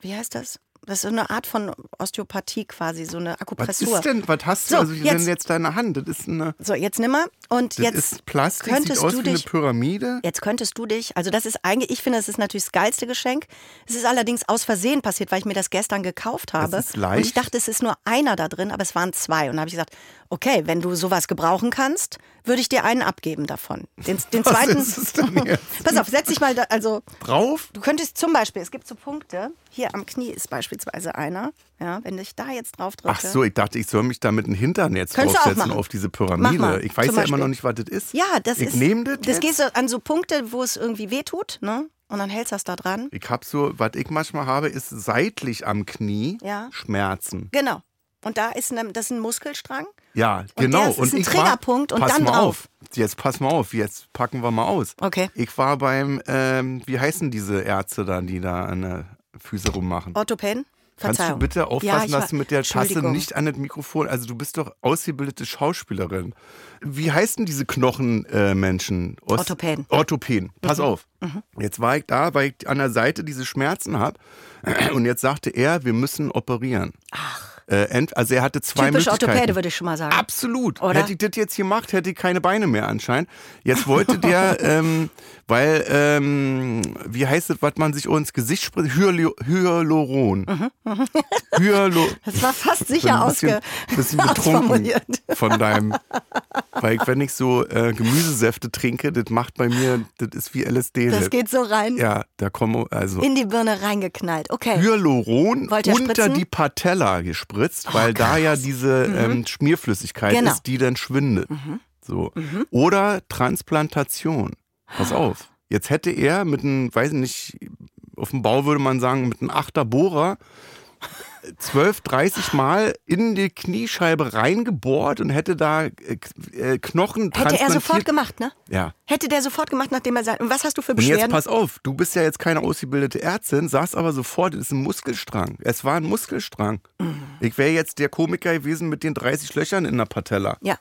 Speaker 3: wie heißt das? Das ist so eine Art von Osteopathie quasi, so eine
Speaker 2: Was
Speaker 3: Akupressur.
Speaker 2: ist denn, was hast du?
Speaker 3: So,
Speaker 2: also, wie
Speaker 3: jetzt.
Speaker 2: denn jetzt deine Hand? Das ist eine,
Speaker 3: So, jetzt nimm mal. Und
Speaker 2: das
Speaker 3: jetzt
Speaker 2: ist Plastik, sieht
Speaker 3: könntest
Speaker 2: aus
Speaker 3: du
Speaker 2: wie eine
Speaker 3: dich
Speaker 2: Pyramide.
Speaker 3: Jetzt könntest du dich, also das ist eigentlich, ich finde, das ist natürlich das geilste Geschenk. Es ist allerdings aus Versehen passiert, weil ich mir das gestern gekauft habe.
Speaker 2: ist leicht.
Speaker 3: Und ich dachte, es ist nur einer da drin, aber es waren zwei. Und da habe ich gesagt, okay, wenn du sowas gebrauchen kannst, würde ich dir einen abgeben davon. Den, den
Speaker 2: Was
Speaker 3: zweiten.
Speaker 2: ist es denn jetzt?
Speaker 3: Pass auf, setz dich mal da, also
Speaker 2: Drauf?
Speaker 3: du könntest zum Beispiel, es gibt so Punkte, hier am Knie ist beispielsweise einer. Ja, wenn ich da jetzt drauf drücke.
Speaker 2: Ach so, ich dachte, ich soll mich damit einen Hintern jetzt
Speaker 3: Könntest du auch
Speaker 2: draufsetzen
Speaker 3: machen.
Speaker 2: auf diese
Speaker 3: Mach
Speaker 2: Pyramide.
Speaker 3: mal,
Speaker 2: ich weiß
Speaker 3: zum
Speaker 2: ja immer
Speaker 3: Beispiel.
Speaker 2: noch nicht, was das ist.
Speaker 3: Ja, das
Speaker 2: ich
Speaker 3: ist.
Speaker 2: nehme das.
Speaker 3: Das
Speaker 2: jetzt?
Speaker 3: gehst du an so Punkte, wo es irgendwie wehtut, ne? Und dann hältst du das da dran.
Speaker 2: ich habe so, was ich manchmal habe, ist seitlich am Knie
Speaker 3: Ja.
Speaker 2: Schmerzen.
Speaker 3: Genau. Und da ist ein, das ist ein Muskelstrang.
Speaker 2: Ja,
Speaker 3: Und
Speaker 2: genau.
Speaker 3: der ist- ist ein
Speaker 2: ich
Speaker 3: Triggerpunkt und
Speaker 2: pass
Speaker 3: dann
Speaker 2: mal
Speaker 3: drauf.
Speaker 2: Auf. Jetzt pass mal auf, jetzt packen wir mal aus.
Speaker 3: Okay.
Speaker 2: Ich war beim, ähm, wie heißen diese Ärzte da, die da an der Füße rummachen?
Speaker 3: Orthopäden?
Speaker 2: Kannst
Speaker 3: Verzeihung.
Speaker 2: du bitte
Speaker 3: Ja,
Speaker 2: aufpassen,
Speaker 3: ich
Speaker 2: dass
Speaker 3: war-
Speaker 2: du mit der Tasse
Speaker 3: Entschuldigung.
Speaker 2: nicht an das Mikrofon, also du bist doch ausgebildete Schauspielerin. Wie heißen diese Knochenmenschen? Äh, Menschen? Ost-
Speaker 3: Orthopäden. Mhm.
Speaker 2: Orthopäden. Pass auf. Jetzt war ich da, weil ich an der Seite diese Schmerzen habe und jetzt sagte er, wir müssen operieren. Ach. Äh, ent- also er hatte zwei
Speaker 3: Typisch
Speaker 2: Möglichkeiten.
Speaker 3: Orthopäde, würde ich schon mal sagen.
Speaker 2: Absolut.
Speaker 3: Oder?
Speaker 2: Hätte ich das jetzt gemacht, hätte ich keine Beine mehr anscheinend. Jetzt wollte der, ähm, weil, ähm, wie heißt das, was man sich ins Gesicht spritzt? Hyalo- Hyaluron. Hyalo
Speaker 3: Mhm, Das war fast
Speaker 2: ich bin
Speaker 3: sicher
Speaker 2: ein bisschen,
Speaker 3: ausge
Speaker 2: bisschen betrunken
Speaker 3: ausformuliert.
Speaker 2: von deinem. Weil ich, wenn ich so äh, Gemüsesäfte trinke, das macht bei mir, das ist wie LSD.
Speaker 3: Das geht so rein.
Speaker 2: Ja, da kommen also
Speaker 3: In die Birne reingeknallt. Okay.
Speaker 2: Hyaluron
Speaker 3: Äh, Wollt ihr
Speaker 2: unter
Speaker 3: spritzen? Oh, Mhm.
Speaker 2: die Patella gespritzt, weil da ja diese ähm, Schmierflüssigkeit
Speaker 3: Genau. Mhm.
Speaker 2: ist, die dann schwindet. So. Oder Transplantation. Pass auf. Jetzt hätte er mit einem, weiß nicht, auf dem Bau würde man sagen, mit einem Achterbohrer 12, 30 Mal in die Kniescheibe reingebohrt und hätte da äh, äh, Knochen
Speaker 3: Hätte er
Speaker 2: transplantiert.
Speaker 3: sofort gemacht, ne?
Speaker 2: Ja.
Speaker 3: Hätte der sofort gemacht, nachdem er sagt, und was hast du für
Speaker 2: Und jetzt
Speaker 3: Beschwerden?
Speaker 2: pass auf, du bist ja jetzt keine ausgebildete Ärztin, sagst aber sofort, es ist ein Muskelstrang. Es war ein Muskelstrang.
Speaker 3: Mhm.
Speaker 2: Ich wäre jetzt der Komiker gewesen mit den 30 Löchern in der Patella.
Speaker 3: Ja.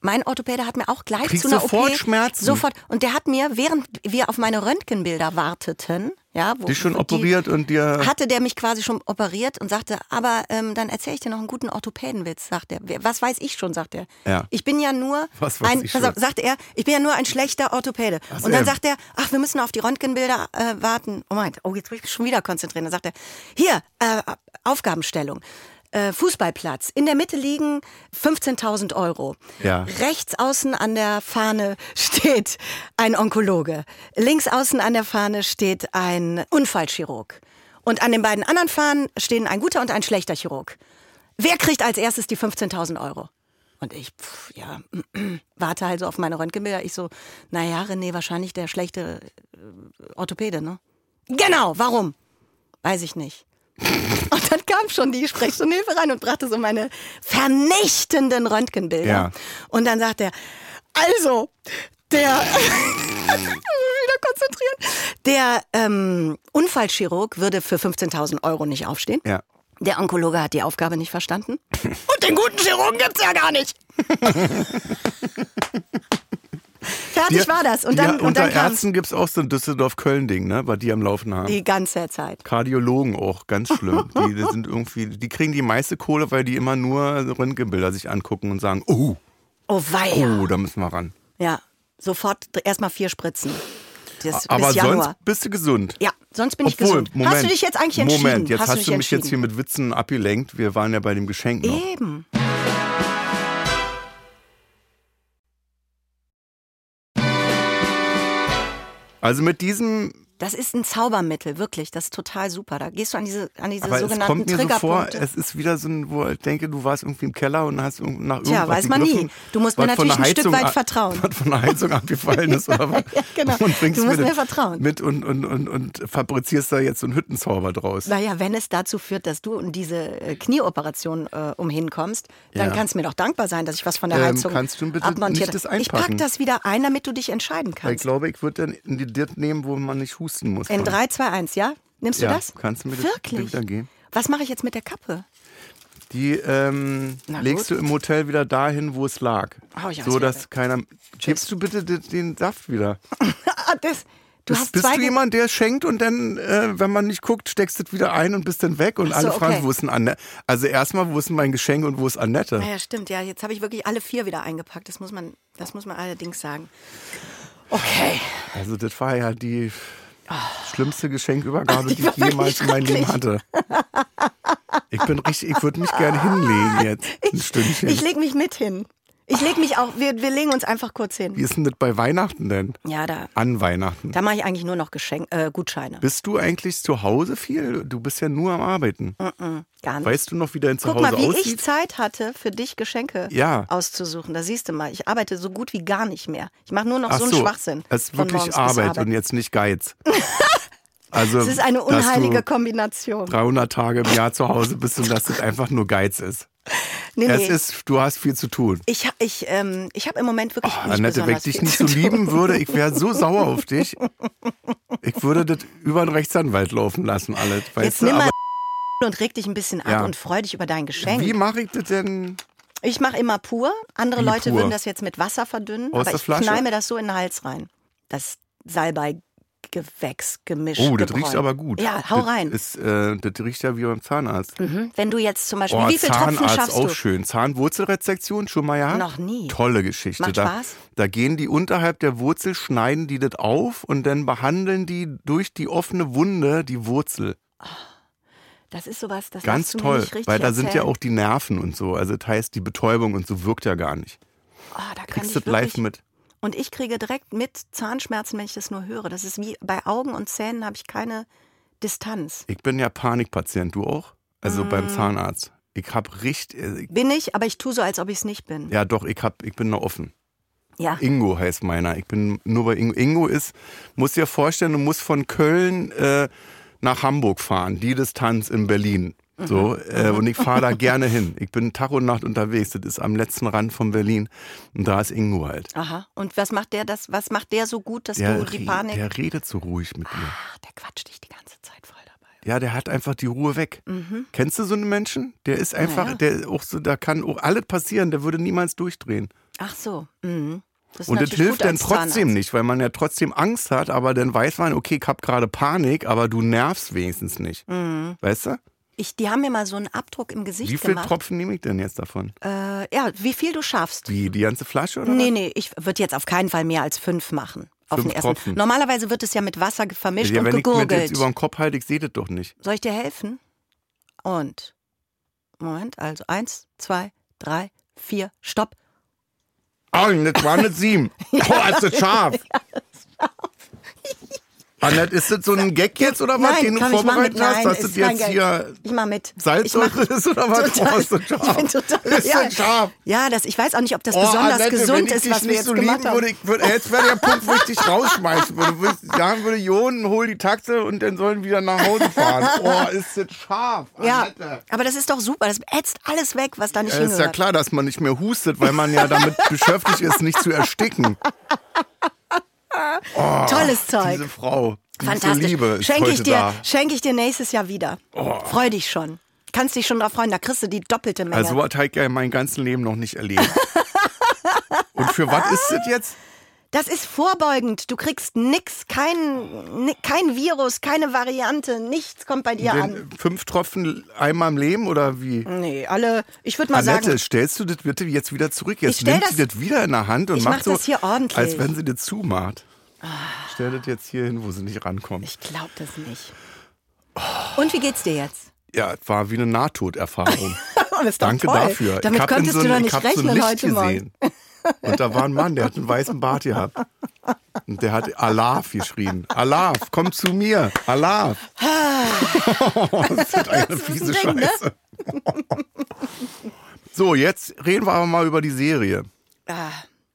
Speaker 3: Mein Orthopäde hat mir auch gleich
Speaker 2: Kriegst
Speaker 3: zu einer
Speaker 2: sofort
Speaker 3: OP
Speaker 2: Schmerzen.
Speaker 3: sofort und der hat mir während wir auf meine Röntgenbilder warteten, ja, wo
Speaker 2: Dich schon
Speaker 3: wo
Speaker 2: operiert und dir.
Speaker 3: hatte der mich quasi schon operiert und sagte, aber ähm, dann erzähle ich dir noch einen guten Orthopädenwitz, sagt er. Wer- Was weiß ich schon, sagt er.
Speaker 2: Ja.
Speaker 3: Ich bin ja nur
Speaker 2: Was weiß
Speaker 3: ein,
Speaker 2: ich
Speaker 3: pass auf,
Speaker 2: schon.
Speaker 3: sagt er, ich bin ja nur ein schlechter Orthopäde.
Speaker 2: Was
Speaker 3: und dann
Speaker 2: denn?
Speaker 3: sagt er, ach, wir müssen auf die Röntgenbilder äh, warten. Oh mein, oh, jetzt muss ich mich schon wieder konzentrieren. Dann sagt er, hier, äh, Aufgabenstellung. Äh, Fußballplatz. In der Mitte liegen 15.000 Euro.
Speaker 2: Ja.
Speaker 3: Rechts außen an der Fahne steht ein Onkologe. Links außen an der Fahne steht ein Unfallchirurg. Und an den beiden anderen Fahnen stehen ein guter und ein schlechter Chirurg. Wer kriegt als erstes die 15.000 Euro? Und ich, pff, ja, warte halt so auf meine Röntgenbilder. Ich so, naja, René, wahrscheinlich der schlechte äh, Orthopäde, ne? Genau, warum? Weiß ich nicht. Und dann kam schon die Sprechstundenhilfe rein und brachte so meine vernichtenden Röntgenbilder.
Speaker 2: Ja.
Speaker 3: Und dann sagt er, also, der, wieder konzentrieren, der ähm, Unfallchirurg würde für 15.000 Euro nicht aufstehen.
Speaker 2: Ja.
Speaker 3: Der Onkologe hat die Aufgabe nicht verstanden. Und den guten Chirurgen gibt's ja gar nicht. Fertig
Speaker 2: Dir-
Speaker 3: war das. Und
Speaker 2: dir-
Speaker 3: dann, und
Speaker 2: unter
Speaker 3: dann kam
Speaker 2: Ärzten gibt es auch so ein Düsseldorf-Köln-Ding, ne? Was die am Laufen haben.
Speaker 3: die ganze Zeit.
Speaker 2: Kardiologen auch, ganz schlimm. Die, die sind irgendwie, die kriegen die meiste Kohle, weil die immer nur Röntgenbilder sich angucken und sagen, oh,
Speaker 3: Oh
Speaker 2: oh,
Speaker 3: weia.
Speaker 2: da müssen wir ran.
Speaker 3: Ja, sofort erstmal vier Spritzen. Das,
Speaker 2: Aber
Speaker 3: bis Januar.
Speaker 2: sonst bist du gesund.
Speaker 3: ja, sonst bin ich
Speaker 2: Obwohl,
Speaker 3: gesund.
Speaker 2: Moment,
Speaker 3: hast du dich jetzt eigentlich entschieden?
Speaker 2: Moment, jetzt hast,
Speaker 3: dich
Speaker 2: du mich jetzt hier
Speaker 3: entschieden? Eh?
Speaker 2: mit Witzen abgelenkt. Wir waren ja bei dem Geschenk noch.
Speaker 3: Eben.
Speaker 2: Also mit diesem,
Speaker 3: Das ist ein Zaubermittel, wirklich. Das ist total super. Da gehst du an diese, an diese
Speaker 2: aber es
Speaker 3: sogenannten
Speaker 2: kommt mir so vor,
Speaker 3: Triggerpunkte.
Speaker 2: es ist wieder so ein, wo ich denke, du warst irgendwie im Keller und hast irgend- nach
Speaker 3: Tja,
Speaker 2: irgendwas
Speaker 3: weiß man
Speaker 2: gegriffen,
Speaker 3: nie. Du musst mir
Speaker 2: was von
Speaker 3: natürlich
Speaker 2: der
Speaker 3: ein Stück
Speaker 2: Heizung
Speaker 3: weit
Speaker 2: ab-
Speaker 3: vertrauen.
Speaker 2: Was von der Heizung abgefallen ist oder was.
Speaker 3: Ja, genau.
Speaker 2: Und bringst
Speaker 3: Du musst
Speaker 2: das
Speaker 3: mir vertrauen.
Speaker 2: Mit und, und, und, und fabrizierst da jetzt so einen Hüttenzauber draus.
Speaker 3: Naja, wenn es dazu führt, dass du um diese äh, Knieoperation äh, umhin kommst, dann
Speaker 2: Ja.
Speaker 3: kannst du mir doch dankbar sein, dass ich was von der
Speaker 2: Ähm,
Speaker 3: Heizung
Speaker 2: kannst du bitte
Speaker 3: abmontiert
Speaker 2: nicht das
Speaker 3: habe. Ich
Speaker 2: einpacken?
Speaker 3: pack das wieder ein, damit du dich entscheiden
Speaker 2: Weil ich
Speaker 3: kannst.
Speaker 2: glaube, ich würde dann in die Dirt nehmen, wo man nicht husten muss.
Speaker 3: In 3, 2, 1, ja? Nimmst
Speaker 2: Ja,
Speaker 3: du das?
Speaker 2: kannst du mir das bitte
Speaker 3: Wirklich?
Speaker 2: wieder geben?
Speaker 3: Was mache ich jetzt mit der Kappe?
Speaker 2: Die ähm,
Speaker 3: Na
Speaker 2: legst
Speaker 3: gut.
Speaker 2: du im Hotel wieder dahin, wo es lag.
Speaker 3: Hau ich aus
Speaker 2: so
Speaker 3: wieder
Speaker 2: dass
Speaker 3: weg.
Speaker 2: keiner. Gibst du bitte den, den Saft wieder?
Speaker 3: Ah, das, du
Speaker 2: bist
Speaker 3: hast
Speaker 2: bist
Speaker 3: zwei
Speaker 2: du
Speaker 3: Ge-
Speaker 2: jemand, der schenkt und dann, äh, wenn man nicht guckt, steckst du es wieder ein und bist dann weg und
Speaker 3: Ach so,
Speaker 2: alle fragen,
Speaker 3: okay.
Speaker 2: wo ist denn Annette? Also erstmal, wo ist denn mein Geschenk und wo ist Annette?
Speaker 3: Naja, stimmt. Ja, jetzt habe ich wirklich alle vier wieder eingepackt. Das muss man, das muss man allerdings sagen. Okay.
Speaker 2: Also das war ja die schlimmste Geschenkübergabe,
Speaker 3: Die
Speaker 2: die,
Speaker 3: Oh. war
Speaker 2: ich jemals in meinem Leben hatte. Ich bin richtig, ich würde mich gerne hinlegen jetzt. Ein Stündchen.
Speaker 3: Ich leg mich mit hin. Ich leg mich auch, wir, wir legen uns einfach kurz hin.
Speaker 2: Wie ist denn das bei Weihnachten denn?
Speaker 3: Ja, da,
Speaker 2: An Weihnachten.
Speaker 3: da mache ich eigentlich nur noch Geschenk, äh, Gutscheine.
Speaker 2: Bist du eigentlich zu Hause viel? Du bist ja nur am Arbeiten.
Speaker 3: Mm, Gar nicht.
Speaker 2: Weißt du noch, wie dein
Speaker 3: Hm. Guck
Speaker 2: Zuhause
Speaker 3: mal, wie ich
Speaker 2: aussieht?
Speaker 3: Zeit hatte, für dich Geschenke
Speaker 2: Ja.
Speaker 3: auszusuchen. Da siehst du mal, ich arbeite so gut wie gar nicht mehr. Ich mache nur noch
Speaker 2: Ach
Speaker 3: so einen
Speaker 2: so,
Speaker 3: Schwachsinn.
Speaker 2: Es ist
Speaker 3: von
Speaker 2: wirklich
Speaker 3: morgens bis
Speaker 2: Arbeit
Speaker 3: abends.
Speaker 2: und jetzt nicht Geiz. Also,
Speaker 3: Es ist eine
Speaker 2: dass
Speaker 3: unheilige
Speaker 2: du
Speaker 3: Kombination.
Speaker 2: 300 Tage im Jahr zu Hause bist und dass das einfach nur Geiz ist.
Speaker 3: Nee,
Speaker 2: Es
Speaker 3: nee.
Speaker 2: ist, du hast viel zu tun.
Speaker 3: ich ha- ich, ähm, ich habe im Moment wirklich. nicht
Speaker 2: Ah, Annette, wenn ich
Speaker 3: besonders
Speaker 2: dich
Speaker 3: viel
Speaker 2: nicht
Speaker 3: zu
Speaker 2: so
Speaker 3: tun.
Speaker 2: lieben würde, ich wäre so sauer auf dich. Ich würde das über einen Rechtsanwalt laufen lassen, alles. Weißt
Speaker 3: Jetzt
Speaker 2: du?
Speaker 3: nimm mal
Speaker 2: Aber
Speaker 3: und reg dich ein bisschen ab
Speaker 2: Ja.
Speaker 3: und freu dich über dein Geschenk.
Speaker 2: wie mache ich das denn?
Speaker 3: Ich mache immer pur. Andere
Speaker 2: Wie
Speaker 3: Leute
Speaker 2: pur?
Speaker 3: würden das jetzt mit Wasser verdünnen,
Speaker 2: Aus der
Speaker 3: aber ich
Speaker 2: Flasche?
Speaker 3: knall mir das so in den Hals rein. Das Salbei-Gewächs gemischt.
Speaker 2: Oh, das
Speaker 3: gebräunt.
Speaker 2: riecht aber gut.
Speaker 3: Ja, hau
Speaker 2: das
Speaker 3: rein.
Speaker 2: Ist, äh, das riecht ja wie beim Zahnarzt.
Speaker 3: Mhm. Wenn du jetzt zum Beispiel,
Speaker 2: Oh,
Speaker 3: wie viel Tropfen
Speaker 2: Zahnarzt
Speaker 3: schaffst
Speaker 2: auch
Speaker 3: du?
Speaker 2: schön. Zahnwurzelresektion schon mal ja?
Speaker 3: Noch nie.
Speaker 2: Tolle Geschichte.
Speaker 3: Macht
Speaker 2: da,
Speaker 3: Spaß?
Speaker 2: da gehen die unterhalb der Wurzel, schneiden die das auf und dann behandeln die durch die offene Wunde die Wurzel.
Speaker 3: Das ist sowas, das
Speaker 2: Ganz
Speaker 3: darfst du mir
Speaker 2: toll,
Speaker 3: nicht richtig
Speaker 2: weil da
Speaker 3: erzählen.
Speaker 2: sind ja auch die Nerven und so. Also das heißt, die Betäubung und so wirkt ja gar nicht.
Speaker 3: oh, da kann
Speaker 2: Kriegst
Speaker 3: ich
Speaker 2: du das
Speaker 3: wirklich,
Speaker 2: live mit?
Speaker 3: Und ich kriege direkt mit Zahnschmerzen, wenn ich das nur höre. Das ist wie bei Augen und Zähnen habe ich keine Distanz.
Speaker 2: Ich bin ja Panikpatient, du auch? Also
Speaker 3: Ah.
Speaker 2: beim Zahnarzt. Ich hab äh, richtig,
Speaker 3: Bin ich, aber ich tue so, als ob ich es nicht bin.
Speaker 2: ja doch, ich hab, ich bin da offen.
Speaker 3: Ja.
Speaker 2: Ingo heißt meiner. Ich bin nur bei Ingo. Ingo ist, muss dir vorstellen, du musst von Köln äh, nach Hamburg fahren, die Distanz in Berlin. So, äh,
Speaker 3: Mhm.
Speaker 2: und ich fahre da gerne hin. Ich bin Tag und Nacht unterwegs. Das ist am letzten Rand von Berlin. Und da ist Ingo halt.
Speaker 3: Aha. Und was macht der das? Was macht der so gut, dass
Speaker 2: Der,
Speaker 3: du die
Speaker 2: re-
Speaker 3: Panik?
Speaker 2: der redet so ruhig mit mir.
Speaker 3: ah, der quatscht dich die ganze Zeit voll dabei.
Speaker 2: Ja, der hat einfach die Ruhe weg. Kennst du so einen Menschen? Der ist einfach,
Speaker 3: Mhm. ja.
Speaker 2: der auch so, da kann auch alles passieren, der würde niemals durchdrehen.
Speaker 3: Ach so. Mhm. Das ist
Speaker 2: Und das
Speaker 3: natürlich gut
Speaker 2: hilft dann
Speaker 3: als
Speaker 2: trotzdem
Speaker 3: Zahnarzt.
Speaker 2: nicht, weil man ja trotzdem Angst hat, aber dann weiß man, okay, ich hab gerade Panik, aber du nervst wenigstens nicht. Weißt du?
Speaker 3: Ich, die haben mir mal so einen Abdruck im Gesicht
Speaker 2: Wie viel
Speaker 3: Mhm. gemacht.
Speaker 2: Tropfen nehme ich denn jetzt davon?
Speaker 3: äh, ja, wie viel du schaffst.
Speaker 2: Wie, die ganze Flasche oder
Speaker 3: Nee,
Speaker 2: was?
Speaker 3: nee, ich würde jetzt auf keinen Fall mehr als fünf machen. Auf
Speaker 2: Fünf
Speaker 3: den ersten.
Speaker 2: Tropfen.
Speaker 3: Normalerweise wird es ja mit Wasser vermischt
Speaker 2: ja,
Speaker 3: und
Speaker 2: wenn ich mir das
Speaker 3: gegurgelt.
Speaker 2: jetzt über den Kopf halte, ich sehe das doch nicht.
Speaker 3: Soll ich dir helfen? Und. Moment, also eins, zwei, drei, vier, stopp.
Speaker 2: Ah, das waren nicht sieben. Oh, ist das scharf. Annette, ist das so ein Gag jetzt oder was, den du
Speaker 3: komm, ich mach
Speaker 2: vorbereitet hast?
Speaker 3: Nein,
Speaker 2: Dass
Speaker 3: ist
Speaker 2: das jetzt
Speaker 3: kein Geld.
Speaker 2: hier
Speaker 3: Ich mach mit.
Speaker 2: Salzsäure
Speaker 3: Ich mach-
Speaker 2: ist oder was?
Speaker 3: Total,
Speaker 2: Oh, ist das
Speaker 3: Ich
Speaker 2: scharf.
Speaker 3: bin total.
Speaker 2: Ist das
Speaker 3: ja.
Speaker 2: scharf. Oh,
Speaker 3: Ja, das, ich weiß auch nicht, ob das besonders
Speaker 2: Annette, wenn
Speaker 3: gesund
Speaker 2: ich
Speaker 3: ist,
Speaker 2: dich
Speaker 3: was wir
Speaker 2: nicht
Speaker 3: jetzt
Speaker 2: so
Speaker 3: gemacht
Speaker 2: lieben
Speaker 3: haben.
Speaker 2: würde, ich würde, jetzt wäre der Punkt, wo ich dich rausschmeißen würde. Wo ich sagen würde, Jon, hol die Taxe und dann sollen wir wieder nach Hause fahren. Oh, ist das scharf,
Speaker 3: ja,
Speaker 2: Annette.
Speaker 3: aber das ist doch super. Das ätzt alles weg, was da nicht
Speaker 2: Ja, ist
Speaker 3: hingehört.
Speaker 2: ja klar, dass man nicht mehr hustet, weil man ja damit beschäftigt ist, nicht zu ersticken.
Speaker 3: Tolles Zeug.
Speaker 2: Diese Frau, diese
Speaker 3: Fantastisch.
Speaker 2: Liebe ist
Speaker 3: schenke
Speaker 2: heute
Speaker 3: ich dir,
Speaker 2: da. Oh.
Speaker 3: schenke ich dir nächstes Jahr wieder. Freu dich schon. Kannst dich schon drauf freuen, da kriegst du die doppelte Menge.
Speaker 2: Also was habe ich ja in meinem ganzen Leben noch nicht erlebt. Und für was ist das jetzt?
Speaker 3: das ist vorbeugend. Du kriegst nix, kein, ni- kein Virus, keine Variante, nichts kommt bei dir an.
Speaker 2: Den fünf Tropfen einmal im Leben oder wie?
Speaker 3: Nee, alle, ich würde mal
Speaker 2: Annette,
Speaker 3: sagen,
Speaker 2: stellst du das bitte jetzt wieder zurück?
Speaker 3: Ich
Speaker 2: Jetzt
Speaker 3: stell
Speaker 2: nimmt
Speaker 3: das-
Speaker 2: sie das wieder in der Hand und
Speaker 3: Ich mach
Speaker 2: macht so,
Speaker 3: das hier ordentlich. Ah.
Speaker 2: als wenn sie das zumacht. Stell das jetzt hier hin, wo sie nicht rankommt.
Speaker 3: ich glaube das nicht. Und wie geht's dir jetzt?
Speaker 2: Ja, es war wie eine Nahtoderfahrung.
Speaker 3: Das ist doch
Speaker 2: Danke
Speaker 3: toll.
Speaker 2: dafür.
Speaker 3: Damit
Speaker 2: ich hab in
Speaker 3: konntest
Speaker 2: so
Speaker 3: du
Speaker 2: ein-
Speaker 3: doch
Speaker 2: ich
Speaker 3: nicht
Speaker 2: hab so ein
Speaker 3: rechnen
Speaker 2: Licht
Speaker 3: heute Morgen.
Speaker 2: gesehen. Und da war ein Mann, der hat einen weißen Bart gehabt. Und der hat Alaf geschrien. Alaf, komm zu mir. Alaf. das ist eine fiese
Speaker 3: Ah. ein Ding, ne?
Speaker 2: Scheiße. so, jetzt reden wir aber mal über die Serie.
Speaker 3: Ah,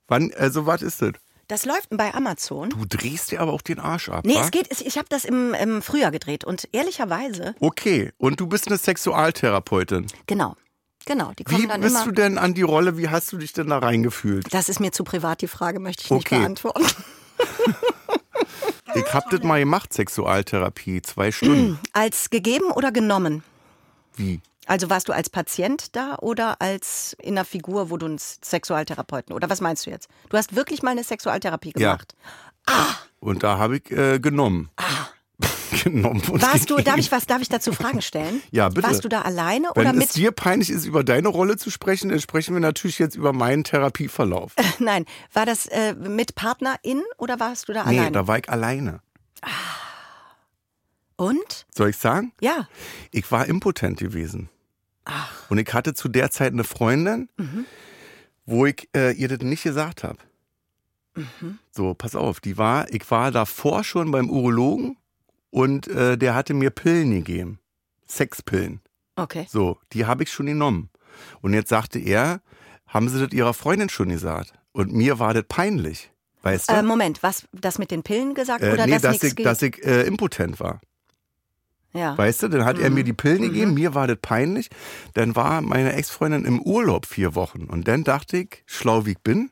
Speaker 2: Wann, also, was ist das?
Speaker 3: Das läuft bei Amazon.
Speaker 2: Du drehst dir aber auch den Arsch ab.
Speaker 3: Nee,
Speaker 2: wa?
Speaker 3: es geht, es- ich habe das im, im Frühjahr gedreht und ehrlicherweise,
Speaker 2: Okay, und du bist eine Sexualtherapeutin.
Speaker 3: genau, genau, die kommen
Speaker 2: Wie
Speaker 3: dann
Speaker 2: bist
Speaker 3: immer.
Speaker 2: du denn an die Rolle, wie hast du dich denn da reingefühlt?
Speaker 3: Das ist mir zu privat, die Frage möchte ich nicht
Speaker 2: Okay.
Speaker 3: beantworten.
Speaker 2: Ich hab das mal gemacht, Sexualtherapie, zwei Stunden.
Speaker 3: Mm. Als gegeben oder genommen?
Speaker 2: Wie?
Speaker 3: Also warst du als Patient da oder als in einer Figur, wo du einen Sexualtherapeuten oder was meinst du jetzt? Du hast wirklich mal eine Sexualtherapie
Speaker 2: Ja.
Speaker 3: gemacht.
Speaker 2: Und da habe ich äh, genommen. genommen. und
Speaker 3: Ah. Warst du,
Speaker 2: gegeben.
Speaker 3: darf ich was, darf ich dazu Fragen stellen?
Speaker 2: Ja, bitte.
Speaker 3: Warst du da alleine
Speaker 2: Wenn
Speaker 3: oder
Speaker 2: es
Speaker 3: mit?
Speaker 2: dir peinlich ist, über deine Rolle zu sprechen, dann sprechen wir natürlich jetzt über meinen Therapieverlauf.
Speaker 3: Nein, war das äh, mit Partnerin oder warst du da
Speaker 2: nee,
Speaker 3: alleine?
Speaker 2: da war ich alleine.
Speaker 3: Und?
Speaker 2: Soll ich sagen?
Speaker 3: Ja.
Speaker 2: Ich war impotent gewesen. Und ich hatte zu der Zeit eine Freundin,
Speaker 3: Mhm.
Speaker 2: wo ich äh, ihr das nicht gesagt habe.
Speaker 3: Mhm.
Speaker 2: So, pass auf, die war, ich war davor schon beim Urologen und äh, der hatte mir Pillen gegeben. Sexpillen.
Speaker 3: Okay.
Speaker 2: So, die habe ich schon genommen. Und jetzt sagte er, haben sie das ihrer Freundin schon gesagt? Und mir war das peinlich. Weißt du?
Speaker 3: Äh, Moment, was das mit den Pillen gesagt
Speaker 2: Äh,
Speaker 3: oder
Speaker 2: nee,
Speaker 3: das
Speaker 2: dass
Speaker 3: nichts
Speaker 2: ich,
Speaker 3: ging?
Speaker 2: dass ich äh, impotent war.
Speaker 3: ja. Mhm.
Speaker 2: Weißt du, dann hat er mir die Pillen gegeben, mir war das peinlich. Dann war meine Ex-Freundin im Urlaub vier Wochen und dann dachte ich, schlau wie ich bin,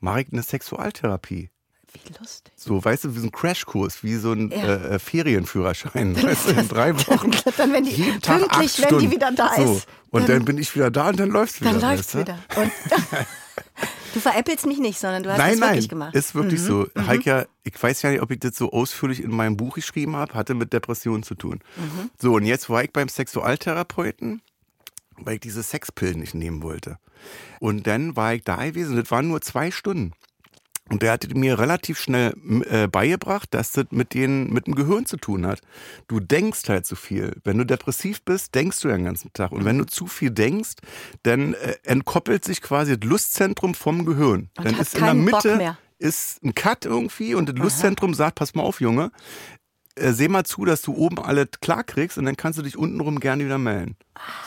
Speaker 2: mache ich eine Sexualtherapie.
Speaker 3: Wie lustig.
Speaker 2: So, weißt du, wie so ein Crashkurs, wie so ein
Speaker 3: Ja.
Speaker 2: äh, äh, Ferienführerschein. Weißt du, in drei Wochen.
Speaker 3: Dann, wenn die
Speaker 2: Jeden Tag acht
Speaker 3: pünktlich, wenn
Speaker 2: Stunden.
Speaker 3: die wieder da ist,
Speaker 2: So. Und dann, bin ich wieder da und dann läuft's wieder.
Speaker 3: Dann läuft's
Speaker 2: weißt du?
Speaker 3: wieder. Und du veräppelst mich nicht, sondern du hast
Speaker 2: nein,
Speaker 3: es
Speaker 2: nein,
Speaker 3: wirklich gemacht. Mhm.
Speaker 2: ist wirklich so. Heike, ja, ich weiß ja nicht, ob ich das so ausführlich in meinem Buch geschrieben habe, hatte mit Depressionen zu tun.
Speaker 3: Mhm.
Speaker 2: So, und jetzt war ich beim Sexualtherapeuten, weil ich diese Sexpillen nicht nehmen wollte. Und dann war ich da gewesen, das waren nur zwei Stunden. Und der hatte mir relativ schnell m, äh, beigebracht, dass das mit, den, mit dem Gehirn zu tun hat. Du denkst halt zu viel. Wenn du depressiv bist, denkst du den ganzen Tag. Und wenn du zu viel denkst, dann äh, entkoppelt sich quasi das Lustzentrum vom Gehirn.
Speaker 3: Und
Speaker 2: dann
Speaker 3: hat
Speaker 2: ist in der
Speaker 3: keinen Bock
Speaker 2: Mitte
Speaker 3: mehr.
Speaker 2: ist ein Cut irgendwie und das Lustzentrum sagt, pass mal auf, Junge, äh, seh mal zu, dass du oben alle klar kriegst und dann kannst du dich untenrum gerne wieder melden.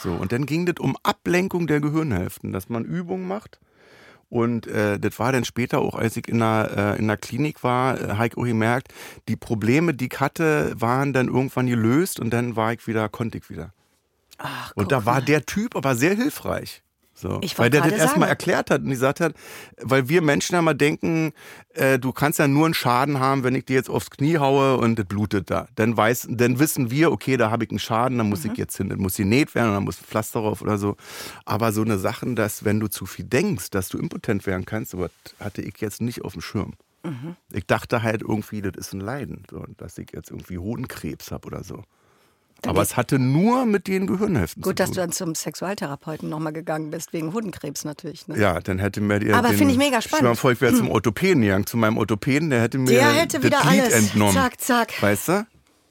Speaker 2: So, und dann ging das um Ablenkung der Gehirnhälften, dass man Übungen macht Und äh, das war dann später auch, als ich in der, äh, in der Klinik war, äh, habe ich auch gemerkt, die Probleme, die ich hatte, waren dann irgendwann gelöst und dann war ich wieder, konnte ich wieder.
Speaker 3: Ach,
Speaker 2: Und
Speaker 3: guck
Speaker 2: da war
Speaker 3: mal.
Speaker 2: der Typ aber sehr hilfreich. So.
Speaker 3: Ich wollt
Speaker 2: weil der
Speaker 3: gerade
Speaker 2: das erstmal
Speaker 3: sagen.
Speaker 2: erklärt hat und gesagt hat, weil wir Menschen ja mal denken, äh, du kannst ja nur einen Schaden haben, wenn ich dir jetzt aufs Knie haue und das blutet da. Dann, weiß, dann wissen wir, okay, da habe ich einen Schaden, da
Speaker 3: Mhm.
Speaker 2: muss ich jetzt hin, dann muss genäht werden, dann muss ein Pflaster drauf oder so. Aber so eine Sachen, dass wenn du zu viel denkst, dass du impotent werden kannst, aber das hatte ich jetzt nicht auf dem Schirm.
Speaker 3: Mhm.
Speaker 2: Ich dachte halt irgendwie, das ist ein Leiden, so, dass ich jetzt irgendwie Hodenkrebs habe oder so. Aber es hatte nur mit den Gehirnhälften
Speaker 3: Gut,
Speaker 2: zu
Speaker 3: dass
Speaker 2: tun.
Speaker 3: du dann zum Sexualtherapeuten nochmal gegangen bist, wegen Hodenkrebs natürlich. Ne?
Speaker 2: Ja, dann hätte mir die.
Speaker 3: Aber
Speaker 2: den
Speaker 3: finde ich mega spannend. Hm.
Speaker 2: Schwarmvolk wäre zum Orthopäden gegangen, zu meinem Orthopäden, der hätte mir
Speaker 3: Der hätte
Speaker 2: das
Speaker 3: wieder
Speaker 2: Glied
Speaker 3: alles.
Speaker 2: entnommen.
Speaker 3: Zack, zack.
Speaker 2: Weißt du?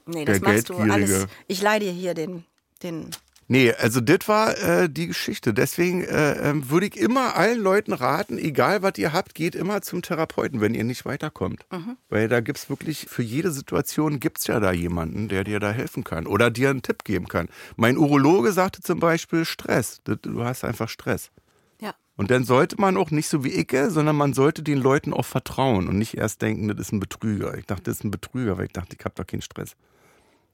Speaker 3: Nee, das
Speaker 2: Der
Speaker 3: machst du alles.
Speaker 2: Geldgierige.
Speaker 3: Ich leide dir hier den, den
Speaker 2: Nee, also das war äh, die Geschichte. Deswegen äh, ähm, würde ich immer allen Leuten raten, egal was ihr habt, geht immer zum Therapeuten, wenn ihr nicht weiterkommt.
Speaker 3: Mhm.
Speaker 2: Weil da gibt's wirklich, für jede Situation gibt's ja da jemanden, der dir da helfen kann oder dir einen Tipp geben kann. Mein Urologe sagte zum Beispiel Stress. Das- Du hast einfach Stress.
Speaker 3: ja.
Speaker 2: Und dann sollte man auch nicht so wie ich, sondern man sollte den Leuten auch vertrauen und nicht erst denken, das ist ein Betrüger. Ich dachte, das ist ein Betrüger, weil ich dachte, ich habe doch keinen Stress.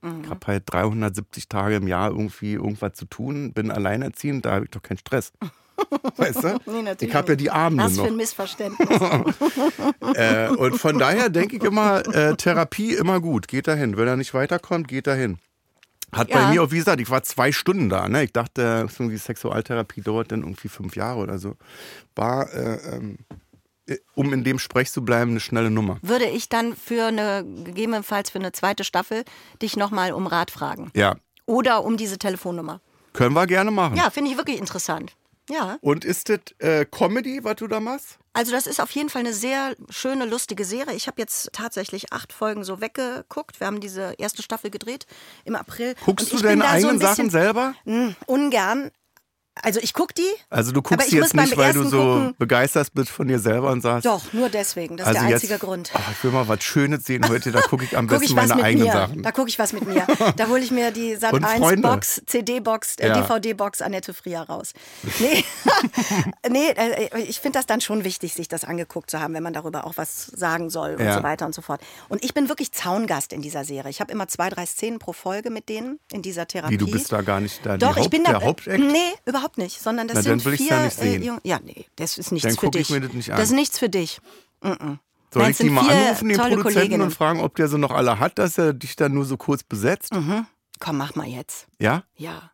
Speaker 3: Mhm.
Speaker 2: Ich habe halt 370 Tage im Jahr irgendwie irgendwas zu tun, bin alleinerziehend, da habe ich doch keinen Stress. Weißt du?
Speaker 3: Nee, natürlich
Speaker 2: ich habe ja die Arme
Speaker 3: Was
Speaker 2: noch.
Speaker 3: für ein Missverständnis.
Speaker 2: Äh, und von daher denke ich immer, äh, Therapie immer gut. Geht dahin. Wenn er nicht weiterkommt, geht dahin. Hat
Speaker 3: Ja.
Speaker 2: bei mir auch, wie gesagt, ich war zwei Stunden da. Ne? Ich dachte, irgendwie Sexualtherapie dauert dann irgendwie fünf Jahre oder so. War, äh, ähm, äh, um in dem Sprech zu bleiben, eine schnelle Nummer.
Speaker 3: Würde ich dann für eine, gegebenenfalls für eine zweite Staffel, dich nochmal um Rat fragen.
Speaker 2: Ja,
Speaker 3: Oder um diese Telefonnummer.
Speaker 2: können wir gerne machen.
Speaker 3: Ja, finde ich wirklich interessant. Ja.
Speaker 2: Und ist das äh, Comedy, was du da machst?
Speaker 3: Also das ist auf jeden Fall eine sehr schöne, lustige Serie. Ich habe jetzt tatsächlich acht Folgen so weggeguckt. Wir haben diese erste Staffel gedreht im April.
Speaker 2: Guckst
Speaker 3: Und ich
Speaker 2: du deine
Speaker 3: bin da so
Speaker 2: eigenen
Speaker 3: ein bisschen-
Speaker 2: Sachen selber?
Speaker 3: Mh, Ungern. Also ich gucke die.
Speaker 2: Also du
Speaker 3: aber
Speaker 2: guckst
Speaker 3: ich
Speaker 2: die
Speaker 3: muss
Speaker 2: jetzt
Speaker 3: beim
Speaker 2: nicht, weil du
Speaker 3: ersten
Speaker 2: so
Speaker 3: gucken,
Speaker 2: begeistert bist von dir selber und sagst,
Speaker 3: Doch, nur deswegen. Das ist
Speaker 2: Also
Speaker 3: der einzige Grund.
Speaker 2: Ach, ich will mal was Schönes sehen heute, da gucke ich am
Speaker 3: Guck
Speaker 2: besten
Speaker 3: ich was
Speaker 2: meine
Speaker 3: mit
Speaker 2: eigenen
Speaker 3: mir.
Speaker 2: Sachen.
Speaker 3: Da gucke ich was mit mir. Da hole ich mir die Sat
Speaker 2: Und
Speaker 3: 1
Speaker 2: Freunde.
Speaker 3: Box, CD-Box, äh,
Speaker 2: Ja.
Speaker 3: DVD-Box Annette Frier raus. Nee, nee äh, ich finde das dann schon wichtig, sich das angeguckt zu haben, wenn man darüber auch was sagen soll und
Speaker 2: Ja.
Speaker 3: so weiter und so fort. Und ich bin wirklich Zaungast in dieser Serie. Ich habe immer zwei, drei Szenen pro Folge mit denen in dieser Therapie.
Speaker 2: Wie, du bist da gar nicht da die
Speaker 3: Doch, ich
Speaker 2: Haupt-
Speaker 3: bin da.
Speaker 2: der Hauptact?
Speaker 3: Nee, überhaupt nicht. Sondern das
Speaker 2: Na, dann
Speaker 3: sind
Speaker 2: will ich's
Speaker 3: vier
Speaker 2: ja nicht
Speaker 3: äh,
Speaker 2: sehen.
Speaker 3: Jung- ja, nee, das ist nichts
Speaker 2: Dann
Speaker 3: für
Speaker 2: guck
Speaker 3: dich.
Speaker 2: ich mir das nicht an.
Speaker 3: Das ist nichts für dich.
Speaker 2: Soll
Speaker 3: Nein,
Speaker 2: ich
Speaker 3: es
Speaker 2: die
Speaker 3: sind
Speaker 2: mal
Speaker 3: vier
Speaker 2: anrufen, den
Speaker 3: tolle
Speaker 2: Produzenten,
Speaker 3: Kolleginnen.
Speaker 2: und fragen, ob der so noch alle hat, dass er dich dann nur so kurz besetzt?
Speaker 3: Mhm. Komm, mach mal jetzt.
Speaker 2: Ja?
Speaker 3: Ja.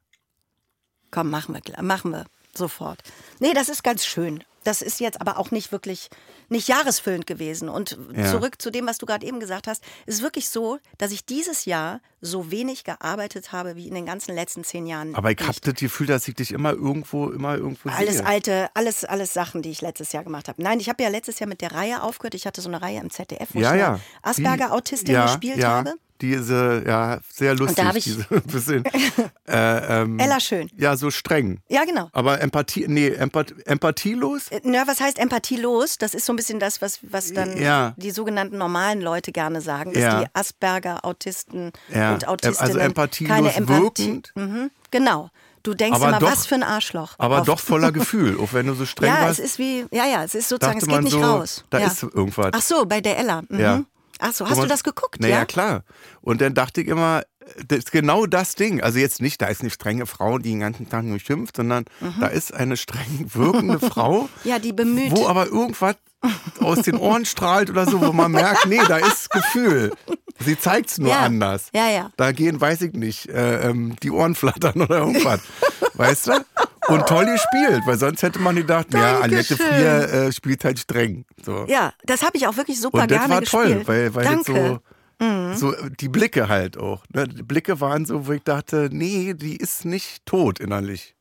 Speaker 3: Komm, machen wir, gl- machen wir sofort. Nee, das ist ganz schön. Das ist jetzt aber auch nicht wirklich, nicht jahresfüllend gewesen. Und
Speaker 2: Ja.
Speaker 3: zurück zu dem, was du gerade eben gesagt hast, ist wirklich so, dass ich dieses Jahr so wenig gearbeitet habe wie in den ganzen letzten zehn Jahren.
Speaker 2: Aber ich
Speaker 3: nicht.
Speaker 2: hab das Gefühl, dass ich dich immer irgendwo, immer irgendwo
Speaker 3: Alles
Speaker 2: sehe.
Speaker 3: alte, alles, alles Sachen, die ich letztes Jahr gemacht habe. Nein, ich habe ja letztes Jahr mit der Reihe aufgehört. Ich hatte so eine Reihe im ZDF, wo
Speaker 2: ja,
Speaker 3: ich
Speaker 2: ja.
Speaker 3: eine Asperger-Autistin
Speaker 2: Die- ja,
Speaker 3: gespielt
Speaker 2: ja,
Speaker 3: habe.
Speaker 2: Diese, ja, sehr lustig.
Speaker 3: da hab ich-
Speaker 2: diese, bisschen, Mhm.
Speaker 3: Ella Schön.
Speaker 2: ja, so streng.
Speaker 3: Ja, genau.
Speaker 2: Aber Empathie, nee, Empath, empathielos?
Speaker 3: Äh, Na, was heißt empathielos? Das ist so ein bisschen das, was, was dann
Speaker 2: Ja.
Speaker 3: die sogenannten normalen Leute gerne sagen, dass
Speaker 2: Ja.
Speaker 3: die Asperger, Autisten
Speaker 2: Ja.
Speaker 3: und Autistinnen
Speaker 2: Also empathielos
Speaker 3: keine Empathie.
Speaker 2: wirkend.
Speaker 3: Mhm. Genau. Du denkst
Speaker 2: Aber
Speaker 3: immer,
Speaker 2: doch-
Speaker 3: was für ein Arschloch.
Speaker 2: Aber
Speaker 3: Oft.
Speaker 2: doch voller Gefühl, auch wenn du so streng
Speaker 3: Ja, es
Speaker 2: warst.
Speaker 3: ist wie, ja, ja, es ist sozusagen, es
Speaker 2: dachte
Speaker 3: geht
Speaker 2: man
Speaker 3: nicht
Speaker 2: so,
Speaker 3: raus.
Speaker 2: da
Speaker 3: ja.
Speaker 2: ist irgendwas.
Speaker 3: Ach so, bei der Ella. Mhm.
Speaker 2: Ja.
Speaker 3: Ach so, hast
Speaker 2: Wo
Speaker 3: du
Speaker 2: man-
Speaker 3: das geguckt?
Speaker 2: Naja,
Speaker 3: ja?
Speaker 2: klar. Und dann dachte ich immer, das ist genau das Ding. Also jetzt nicht, da ist eine strenge Frau, die den ganzen Tag nur schimpft, sondern da ist eine streng wirkende Frau.
Speaker 3: Mhm. Ja, die bemüht.
Speaker 2: Wo aber irgendwas aus den Ohren strahlt oder so, wo man merkt, nee, da ist Gefühl. Sie zeigt es nur
Speaker 3: Ja.
Speaker 2: anders.
Speaker 3: Ja, ja.
Speaker 2: Da gehen, weiß ich nicht, äh, ähm, die Ohren flattern oder irgendwas. weißt du? Und toll gespielt, weil sonst hätte man gedacht, ja, Annette
Speaker 3: Dankeschön.
Speaker 2: Frier äh, spielt halt streng. So.
Speaker 3: Ja, das habe ich auch wirklich super
Speaker 2: Und das
Speaker 3: gerne
Speaker 2: war
Speaker 3: gespielt.
Speaker 2: toll, weil, weil das
Speaker 3: Danke. Mhm.
Speaker 2: so, so die Blicke halt auch. Ne? Die Blicke waren so, wo ich dachte, nee, die ist nicht tot innerlich.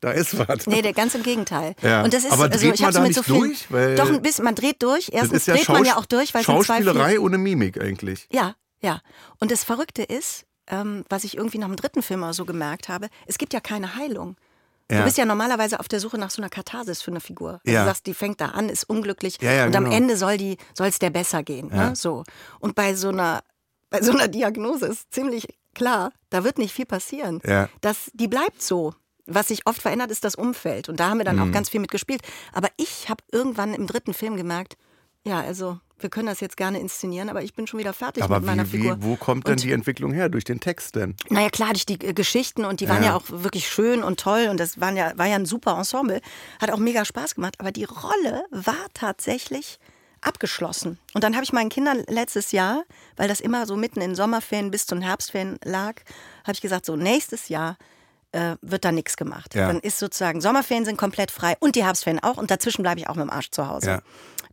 Speaker 2: Da ist was.
Speaker 3: Nee, der, ganz im Gegenteil.
Speaker 2: Ja.
Speaker 3: Und das ist,
Speaker 2: Aber
Speaker 3: also,
Speaker 2: dreht
Speaker 3: ich
Speaker 2: man
Speaker 3: hab's
Speaker 2: da
Speaker 3: mit
Speaker 2: nicht
Speaker 3: so vielen-
Speaker 2: durch? Weil-
Speaker 3: Doch, ein bisschen, man dreht durch.
Speaker 2: das
Speaker 3: Erstens
Speaker 2: ist ja
Speaker 3: dreht man ja
Speaker 2: Schaus-
Speaker 3: auch durch, weil es sind zwei
Speaker 2: Schauspielerei
Speaker 3: Fliegen.
Speaker 2: ohne Mimik eigentlich.
Speaker 3: Ja, ja. Und das Verrückte ist, ähm, was ich irgendwie nach dem dritten Film oder so gemerkt habe, es gibt ja keine Heilung. Du
Speaker 2: Ja.
Speaker 3: bist ja normalerweise auf der Suche nach so einer Katharsis für eine Figur.
Speaker 2: Ja.
Speaker 3: Du sagst, die fängt da an, ist unglücklich
Speaker 2: Ja, ja,
Speaker 3: und am
Speaker 2: genau.
Speaker 3: Ende soll die soll es der besser gehen, ne? so. Und bei so einer bei so einer Diagnose ist ziemlich klar, da wird nicht viel passieren.
Speaker 2: Ja.
Speaker 3: Das, die bleibt so. Was sich oft verändert, ist das Umfeld. Und da haben wir dann
Speaker 2: Mhm.
Speaker 3: auch ganz viel mitgespielt. Aber ich habe irgendwann im dritten Film gemerkt, ja, also wir können das jetzt gerne inszenieren, aber ich bin schon wieder fertig
Speaker 2: Aber
Speaker 3: mit meiner
Speaker 2: wie,
Speaker 3: Figur.
Speaker 2: wie, wo kommt denn die Entwicklung her? Durch den Text denn?
Speaker 3: Naja, klar, durch die äh, Geschichten und die waren ja.
Speaker 2: Ja.
Speaker 3: auch wirklich schön und toll und das waren ja, war ja ein super Ensemble. Hat auch mega Spaß gemacht, aber die Rolle war tatsächlich abgeschlossen. Und dann habe ich meinen Kindern letztes Jahr, weil das immer so mitten in Sommerferien bis zum Herbstferien lag, habe ich gesagt, so nächstes Jahr äh, wird da nichts gemacht.
Speaker 2: Ja.
Speaker 3: Dann ist sozusagen, Sommerferien sind komplett frei und die Herbstferien auch und dazwischen bleibe ich auch mit dem Arsch zu Hause.
Speaker 2: Ja.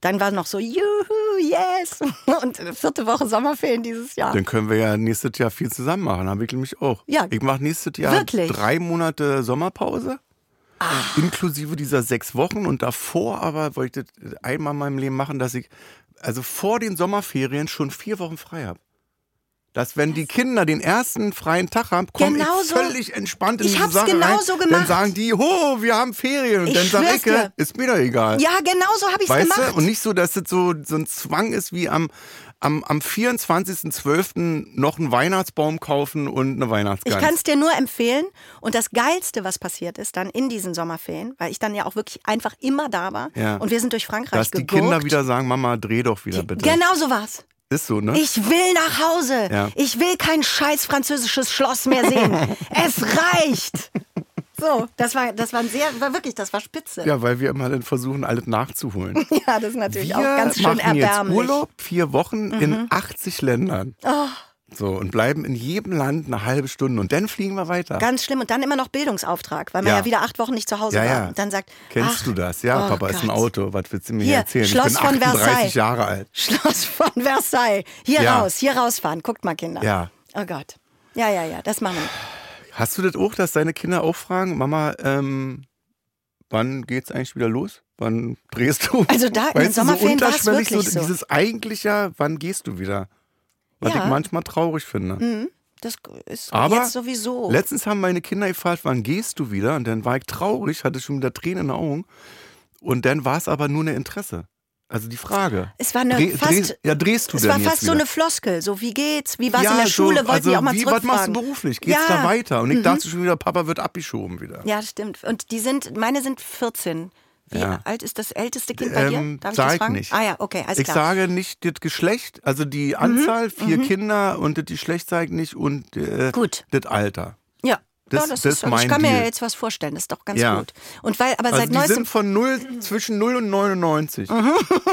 Speaker 3: Dann war noch so, juhu, yes! Und äh, vierte Woche Sommerferien dieses Jahr.
Speaker 2: Dann können wir ja nächstes Jahr viel zusammen machen. Dann wickle mich auch.
Speaker 3: Ja.
Speaker 2: Ich mache nächstes Jahr
Speaker 3: Wirklich? Ah.
Speaker 2: drei Monate Sommerpause. Inklusive dieser sechs Wochen. Und davor aber wollte ich das einmal in meinem Leben machen, dass ich also vor den Sommerferien schon vier Wochen frei habe. Dass wenn die Kinder den ersten freien Tag haben, kommen
Speaker 3: Genau
Speaker 2: ich
Speaker 3: so.
Speaker 2: völlig entspannt in
Speaker 3: Ich
Speaker 2: diese
Speaker 3: hab's
Speaker 2: Sache
Speaker 3: genau
Speaker 2: rein.
Speaker 3: so
Speaker 2: Dann
Speaker 3: gemacht.
Speaker 2: sagen die, ho, wir haben Ferien. Und
Speaker 3: Ich
Speaker 2: dann sag
Speaker 3: schwör's
Speaker 2: ich,
Speaker 3: dir.
Speaker 2: ist mir doch egal.
Speaker 3: Ja, genau so habe ich es
Speaker 2: Weißt
Speaker 3: gemacht.
Speaker 2: du? Und nicht so, dass das so, so ein Zwang ist wie am, am, am 24.12. noch einen Weihnachtsbaum kaufen und eine Weihnachtsgans.
Speaker 3: Ich kann es dir nur empfehlen. Und das Geilste, was passiert ist, dann in diesen Sommerferien, weil ich dann ja auch wirklich einfach immer da war.
Speaker 2: Ja.
Speaker 3: Und wir sind durch Frankreich
Speaker 2: dass die
Speaker 3: gegurkt.
Speaker 2: Kinder wieder sagen, Mama, dreh doch wieder bitte.
Speaker 3: Genau so war's.
Speaker 2: Ist so, ne?
Speaker 3: Ich will nach Hause.
Speaker 2: Ja.
Speaker 3: Ich will kein scheiß französisches Schloss mehr sehen. es reicht. So, das war, das war ein sehr, war wirklich, das war spitze.
Speaker 2: ja, weil wir immer dann versuchen, alles nachzuholen.
Speaker 3: Ja, das ist natürlich
Speaker 2: Wir
Speaker 3: auch ganz schön
Speaker 2: machen jetzt
Speaker 3: erbärmlich. Mhm. Oh.
Speaker 2: Urlaub, vier Wochen in 80 Ländern. So, und bleiben in jedem Land eine halbe Stunde und dann fliegen wir weiter.
Speaker 3: Ganz schlimm und dann immer noch Bildungsauftrag, weil man ja,
Speaker 2: Ja.
Speaker 3: wieder acht Wochen nicht zu Hause
Speaker 2: Ja,
Speaker 3: war.
Speaker 2: ja.
Speaker 3: Und dann sagt,
Speaker 2: Kennst
Speaker 3: ach,
Speaker 2: du das? Ja,
Speaker 3: oh
Speaker 2: Papa ist ein
Speaker 3: Gott.
Speaker 2: Auto. Was willst du mir
Speaker 3: Hier,
Speaker 2: erzählen?
Speaker 3: Schloss
Speaker 2: ich
Speaker 3: von
Speaker 2: bin 38
Speaker 3: Versailles.
Speaker 2: Jahre alt.
Speaker 3: Schloss von Versailles. Hier
Speaker 2: Ja.
Speaker 3: raus, hier rausfahren. Guckt mal, Kinder.
Speaker 2: Ja.
Speaker 3: Oh Gott. Ja, ja, ja, das machen wir. nicht.
Speaker 2: Hast du das auch, dass deine Kinder auch fragen, Mama, ähm, wann geht's eigentlich wieder los? Wann drehst du?
Speaker 3: Also da in den
Speaker 2: Weißt du,
Speaker 3: Sommerferien war's
Speaker 2: unterschwellig
Speaker 3: wirklich so.
Speaker 2: Dieses eigentliche, wann gehst du wieder? Was
Speaker 3: Ja. Mhm.
Speaker 2: ich manchmal traurig finde.
Speaker 3: Das ist
Speaker 2: Aber
Speaker 3: jetzt sowieso.
Speaker 2: Letztens haben meine Kinder gefragt, wann gehst du wieder? Und dann war ich traurig, hatte schon wieder Tränen in den Augen. Und dann war es aber nur eine Interesse. Also die Frage.
Speaker 3: Es war eine fast-
Speaker 2: drehst, ja, drehst du
Speaker 3: es
Speaker 2: denn
Speaker 3: war
Speaker 2: jetzt
Speaker 3: fast so
Speaker 2: wieder?
Speaker 3: eine Floskel. So, wie geht's? Wie war's
Speaker 2: ja,
Speaker 3: in der
Speaker 2: so,
Speaker 3: Schule? Wollten
Speaker 2: also
Speaker 3: die auch mal
Speaker 2: wie, Was
Speaker 3: zurückfragen.
Speaker 2: machst du beruflich? Geht's
Speaker 3: ja. Mhm.
Speaker 2: da weiter? Und ich dachte schon wieder, Papa wird abgeschoben wieder.
Speaker 3: Ja, stimmt. Und die sind, meine sind 14. Wie
Speaker 2: Ja.
Speaker 3: alt ist das älteste Kind bei dir?
Speaker 2: Ähm,
Speaker 3: Darf ich
Speaker 2: sag
Speaker 3: das
Speaker 2: ich
Speaker 3: fragen?
Speaker 2: nicht.
Speaker 3: Ah ja, okay, alles
Speaker 2: ich
Speaker 3: klar. Mhm.
Speaker 2: sage nicht das Geschlecht, also die Anzahl, vier Kinder und das Geschlecht sage ich nicht und äh,
Speaker 3: Gut.
Speaker 2: das Alter.
Speaker 3: ja.
Speaker 2: das-
Speaker 3: ja, das,
Speaker 2: das
Speaker 3: ist,
Speaker 2: mein
Speaker 3: ich kann mir
Speaker 2: Deal.
Speaker 3: ja jetzt was vorstellen, das ist doch ganz
Speaker 2: Ja.
Speaker 3: gut. Und weil, aber
Speaker 2: Also
Speaker 3: seit
Speaker 2: die
Speaker 3: neuestem Mhm.
Speaker 2: sind von 0, zwischen 0 und 99.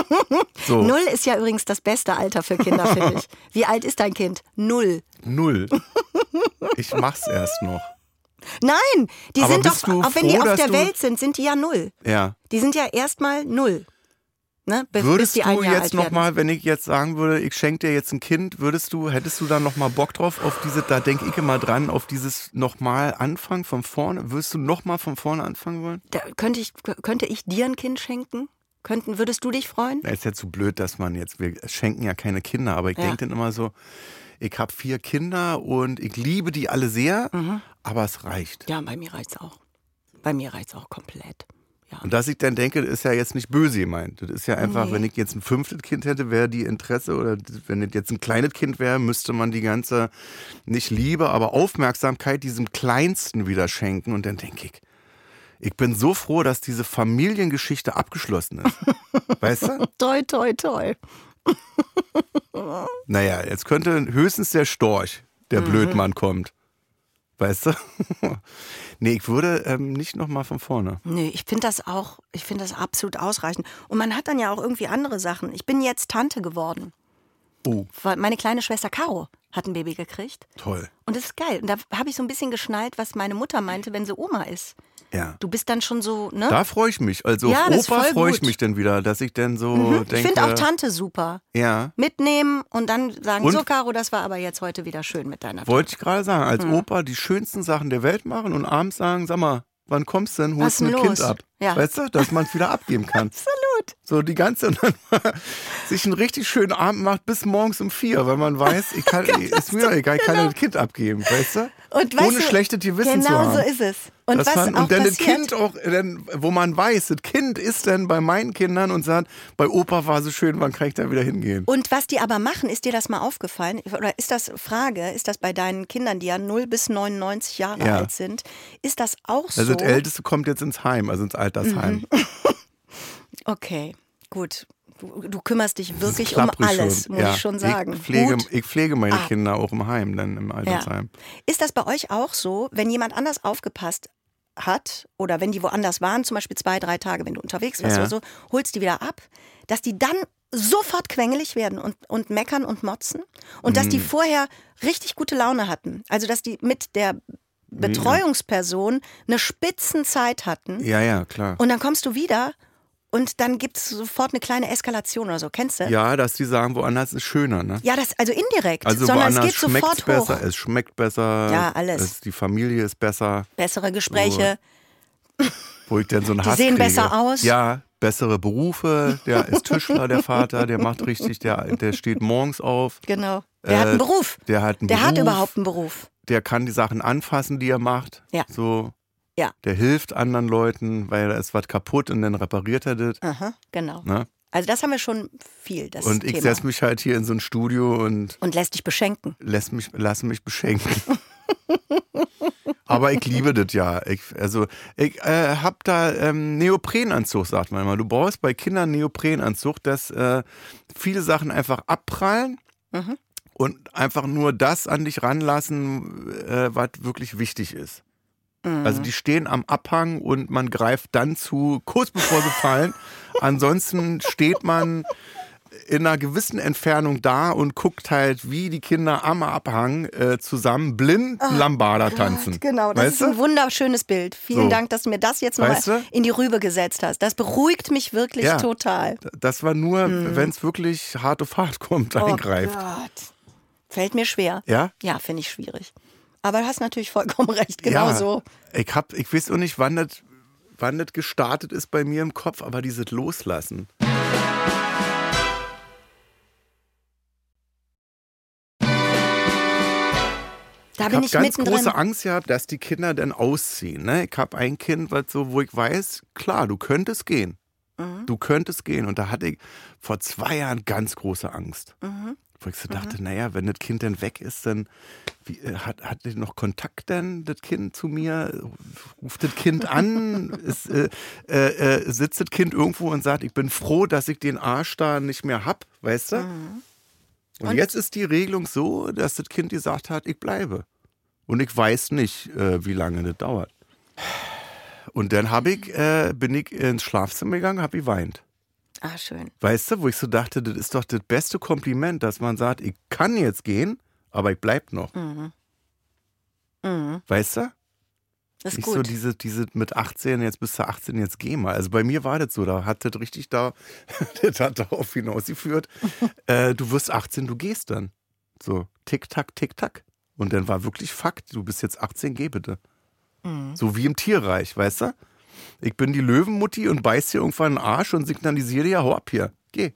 Speaker 2: So,
Speaker 3: Null ist ja übrigens das beste Alter für Kinder, finde ich. Wie alt ist dein Kind? Null.
Speaker 2: null. Ich mach's erst noch.
Speaker 3: Nein, die
Speaker 2: Aber
Speaker 3: sind doch,
Speaker 2: bist du
Speaker 3: auch wenn die
Speaker 2: froh,
Speaker 3: auf
Speaker 2: dass
Speaker 3: der
Speaker 2: du-
Speaker 3: Welt sind, sind die ja null.
Speaker 2: Ja.
Speaker 3: Die sind ja erstmal null. Ne? Bis, bis
Speaker 2: Würdest
Speaker 3: die ein
Speaker 2: du
Speaker 3: Jahr
Speaker 2: jetzt
Speaker 3: alt werden.
Speaker 2: nochmal, wenn ich jetzt sagen würde, ich schenke dir jetzt ein Kind, würdest du, hättest du da nochmal Bock drauf, auf diese, da denke ich immer dran, auf dieses nochmal anfangen von vorne, würdest du nochmal von vorne anfangen wollen?
Speaker 3: Da, könnte, ich, könnte ich dir ein Kind schenken? Könnten, würdest du dich freuen?
Speaker 2: Na, ist ja zu blöd, dass man jetzt, wir schenken ja keine Kinder, aber ich
Speaker 3: Ja.
Speaker 2: denke dann immer so, ich habe vier Kinder und ich liebe die alle sehr, aber es reicht.
Speaker 3: Ja, bei mir reicht's auch. Bei mir reicht's auch komplett. Ja.
Speaker 2: Und dass ich dann denke, das ist ja jetzt nicht böse gemeint. Das ist ja einfach, wenn ich jetzt ein fünftes Kind hätte, wäre die Interesse oder wenn das jetzt ein kleines Kind wäre, müsste man die ganze, nicht Liebe, aber Aufmerksamkeit diesem Kleinsten wieder schenken. Und dann denke ich, ich bin so froh, dass diese Familiengeschichte abgeschlossen ist. weißt du?
Speaker 3: Toi, toi, toi.
Speaker 2: Naja, jetzt könnte höchstens der Storch, der
Speaker 3: Mhm.
Speaker 2: Blödmann kommt. Weißt du? nee, ich würde ähm, nicht nochmal von vorne.
Speaker 3: Nee, ich finde das auch, ich finde das absolut ausreichend. Und man hat dann ja auch irgendwie andere Sachen. Ich bin jetzt Tante geworden.
Speaker 2: Oh,
Speaker 3: Weil meine kleine Schwester Caro hat ein Baby gekriegt.
Speaker 2: toll.
Speaker 3: Und das ist geil. Und da habe ich so ein bisschen geschnallt, was meine Mutter meinte, wenn sie Oma ist.
Speaker 2: Ja.
Speaker 3: Du bist dann schon so, ne?
Speaker 2: Da freue ich mich. Also
Speaker 3: Ja,
Speaker 2: auf
Speaker 3: das ist
Speaker 2: Opa
Speaker 3: voll
Speaker 2: freue ich
Speaker 3: gut.
Speaker 2: mich dann wieder, dass ich dann so Oh, denke.
Speaker 3: Mhm. ich finde auch Tante super.
Speaker 2: Ja.
Speaker 3: Mitnehmen und dann sagen,
Speaker 2: Und?
Speaker 3: so Caro, das war aber jetzt heute wieder schön mit deiner Frau.
Speaker 2: Wollte ich gerade sagen, als
Speaker 3: Hm.
Speaker 2: Opa die schönsten Sachen der Welt machen und abends sagen, sag mal, wann kommst du denn, holst
Speaker 3: Was
Speaker 2: du ein
Speaker 3: denn
Speaker 2: Kind
Speaker 3: los?
Speaker 2: ab?
Speaker 3: Ja.
Speaker 2: Weißt du, dass man es wieder abgeben kann.
Speaker 3: Absolut.
Speaker 2: So die ganze und dann sich einen richtig schönen Abend macht bis morgens um vier, weil man weiß, ich kann, ist mir egal, ich kann das Kind abgeben, weißt du?
Speaker 3: genau Und
Speaker 2: Ohne schlechte Gewissen
Speaker 3: genau
Speaker 2: zu haben.
Speaker 3: so ist es. Und
Speaker 2: das
Speaker 3: was
Speaker 2: fand-
Speaker 3: auch
Speaker 2: und dann das
Speaker 3: passiert,
Speaker 2: Kind auch, dann, wo man weiß, das Kind ist dann bei meinen Kindern und sagt, bei Opa war so schön, wann kann ich da wieder hingehen?
Speaker 3: Und was die aber machen, ist dir das mal aufgefallen? Oder ist das Frage, ist das bei deinen Kindern, die ja 0 bis 99 Jahre
Speaker 2: Ja.
Speaker 3: alt sind, ist das auch Oh, so? Mhm.
Speaker 2: Also das Älteste kommt jetzt ins Heim, also ins Altersheim.
Speaker 3: okay, gut. Du, du kümmerst dich wirklich um
Speaker 2: Klapprig
Speaker 3: alles, muss
Speaker 2: Ja.
Speaker 3: ich schon sagen.
Speaker 2: Ich pflege,
Speaker 3: Gut.
Speaker 2: ich pflege meine
Speaker 3: Ah.
Speaker 2: Kinder auch im Heim, dann im
Speaker 3: Ja.
Speaker 2: Altersheim.
Speaker 3: Ist das bei euch auch so, wenn jemand anders aufgepasst hat oder wenn die woanders waren, zum Beispiel zwei, drei Tage, wenn du unterwegs warst
Speaker 2: Ja.
Speaker 3: oder so, holst die wieder ab, dass die dann sofort quengelig werden und, und meckern und motzen und dass die
Speaker 2: Mhm.
Speaker 3: vorher richtig gute Laune hatten. Also, dass die mit der Betreuungsperson eine Spitzenzeit hatten
Speaker 2: Ja, ja, klar.
Speaker 3: und dann kommst du wieder und dann gibt es sofort eine kleine Eskalation oder so. Kennst du?
Speaker 2: ja, dass die sagen, woanders ist schöner, ne?
Speaker 3: äh, Ja, das also indirekt,
Speaker 2: Also
Speaker 3: sondern es
Speaker 2: woanders
Speaker 3: geht
Speaker 2: schmeckt
Speaker 3: sofort
Speaker 2: es besser,
Speaker 3: hoch.
Speaker 2: es schmeckt besser.
Speaker 3: Ja, alles.
Speaker 2: Es, die Familie ist besser.
Speaker 3: Bessere Gespräche.
Speaker 2: Wo ich denn so einen
Speaker 3: Die
Speaker 2: Hass
Speaker 3: sehen
Speaker 2: kriege.
Speaker 3: besser aus.
Speaker 2: Ja, bessere Berufe. Der ist Tischler, der Vater, der macht richtig, der, der steht morgens auf.
Speaker 3: Genau. Der hat
Speaker 2: Äh,
Speaker 3: einen Beruf.
Speaker 2: Der hat einen
Speaker 3: Der
Speaker 2: Beruf.
Speaker 3: hat überhaupt einen Beruf.
Speaker 2: Der kann die Sachen anfassen, die er macht.
Speaker 3: Ja.
Speaker 2: So.
Speaker 3: Ja.
Speaker 2: Der hilft anderen Leuten, weil da ist was kaputt und dann repariert er das.
Speaker 3: Aha, genau.
Speaker 2: Ne?
Speaker 3: Also das haben wir schon viel, das
Speaker 2: Und ich
Speaker 3: Thema.
Speaker 2: setze mich halt hier in so ein Studio und
Speaker 3: Und lässt dich beschenken.
Speaker 2: lass mich, lass mich beschenken. Aber ich liebe das ja. Ich, also ich äh, hab da ähm, Neoprenanzug, sagt man immer. Du brauchst bei Kindern Neoprenanzug, dass äh, viele Sachen einfach abprallen und einfach nur das an dich ranlassen, äh, was wirklich wichtig ist. Also die stehen am Abhang und man greift dann zu, kurz bevor sie fallen. Ansonsten steht man in einer gewissen Entfernung da und guckt halt, wie die Kinder am Abhang äh, zusammen blind Lambada tanzen.
Speaker 3: Genau, das
Speaker 2: weißt
Speaker 3: ist ein
Speaker 2: du?
Speaker 3: wunderschönes Bild. Vielen
Speaker 2: So.
Speaker 3: Dank, dass du mir das jetzt nochmal
Speaker 2: Weißt du?
Speaker 3: in die Rübe gesetzt hast. Das beruhigt mich wirklich
Speaker 2: Ja.
Speaker 3: total.
Speaker 2: Das war nur,
Speaker 3: Mhm.
Speaker 2: wenn es wirklich hart auf hart kommt, eingreift.
Speaker 3: Gott. Fällt mir schwer.
Speaker 2: Ja?
Speaker 3: Oh, Ja, finde ich schwierig. Aber du hast natürlich vollkommen recht, genau
Speaker 2: ja,
Speaker 3: so.
Speaker 2: Ich, hab, ich weiß auch nicht, wann das wann das gestartet ist bei mir im Kopf, aber dieses Loslassen.
Speaker 3: Da
Speaker 2: ich
Speaker 3: bin
Speaker 2: habe
Speaker 3: ich
Speaker 2: ganz
Speaker 3: mittendrin.
Speaker 2: große Angst gehabt, dass die Kinder dann ausziehen. Ne? Ich habe ein Kind, was so, wo ich weiß, klar, du könntest gehen.
Speaker 3: Mhm.
Speaker 2: Du könntest gehen. Und da hatte ich vor zwei Jahren ganz große Angst.
Speaker 3: Mhm.
Speaker 2: Wo ich so dachte, naja, wenn das Kind dann weg ist, dann wie, äh, hat, hat das noch Kontakt denn, das Kind zu mir? Ruft das Kind an? ist, äh, äh, äh, sitzt das Kind irgendwo und sagt, ich bin froh, dass ich den Arsch da nicht mehr hab, weißt du?
Speaker 3: Mhm.
Speaker 2: Und, jetzt ist die Regelung so, dass das Kind gesagt hat, ich bleibe. Und ich weiß nicht, äh, wie lange das dauert. Und dann hab ich, äh, bin ich ins Schlafzimmer gegangen, habe geweint.
Speaker 3: Ah, schön.
Speaker 2: Weißt du, wo ich so dachte, das ist doch das beste Kompliment, dass man sagt, ich kann jetzt gehen, aber ich bleib noch. Weißt du?
Speaker 3: Das ist
Speaker 2: Nicht so
Speaker 3: gut.
Speaker 2: diese, diese mit 18, jetzt bis zu 18, jetzt geh mal. Also bei mir war das so, da hat das richtig da, das hat darauf hinausgeführt, äh, du wirst 18, du gehst dann. So, tick, tack, tick, tack. Und dann war wirklich Fakt, du bist jetzt 18, geh bitte.
Speaker 3: Mhm.
Speaker 2: So wie im Tierreich, weißt du? Ich bin die Löwenmutti und beiß dir irgendwann in den Arsch und signalisiere dir, ja, hau ab hier, geh.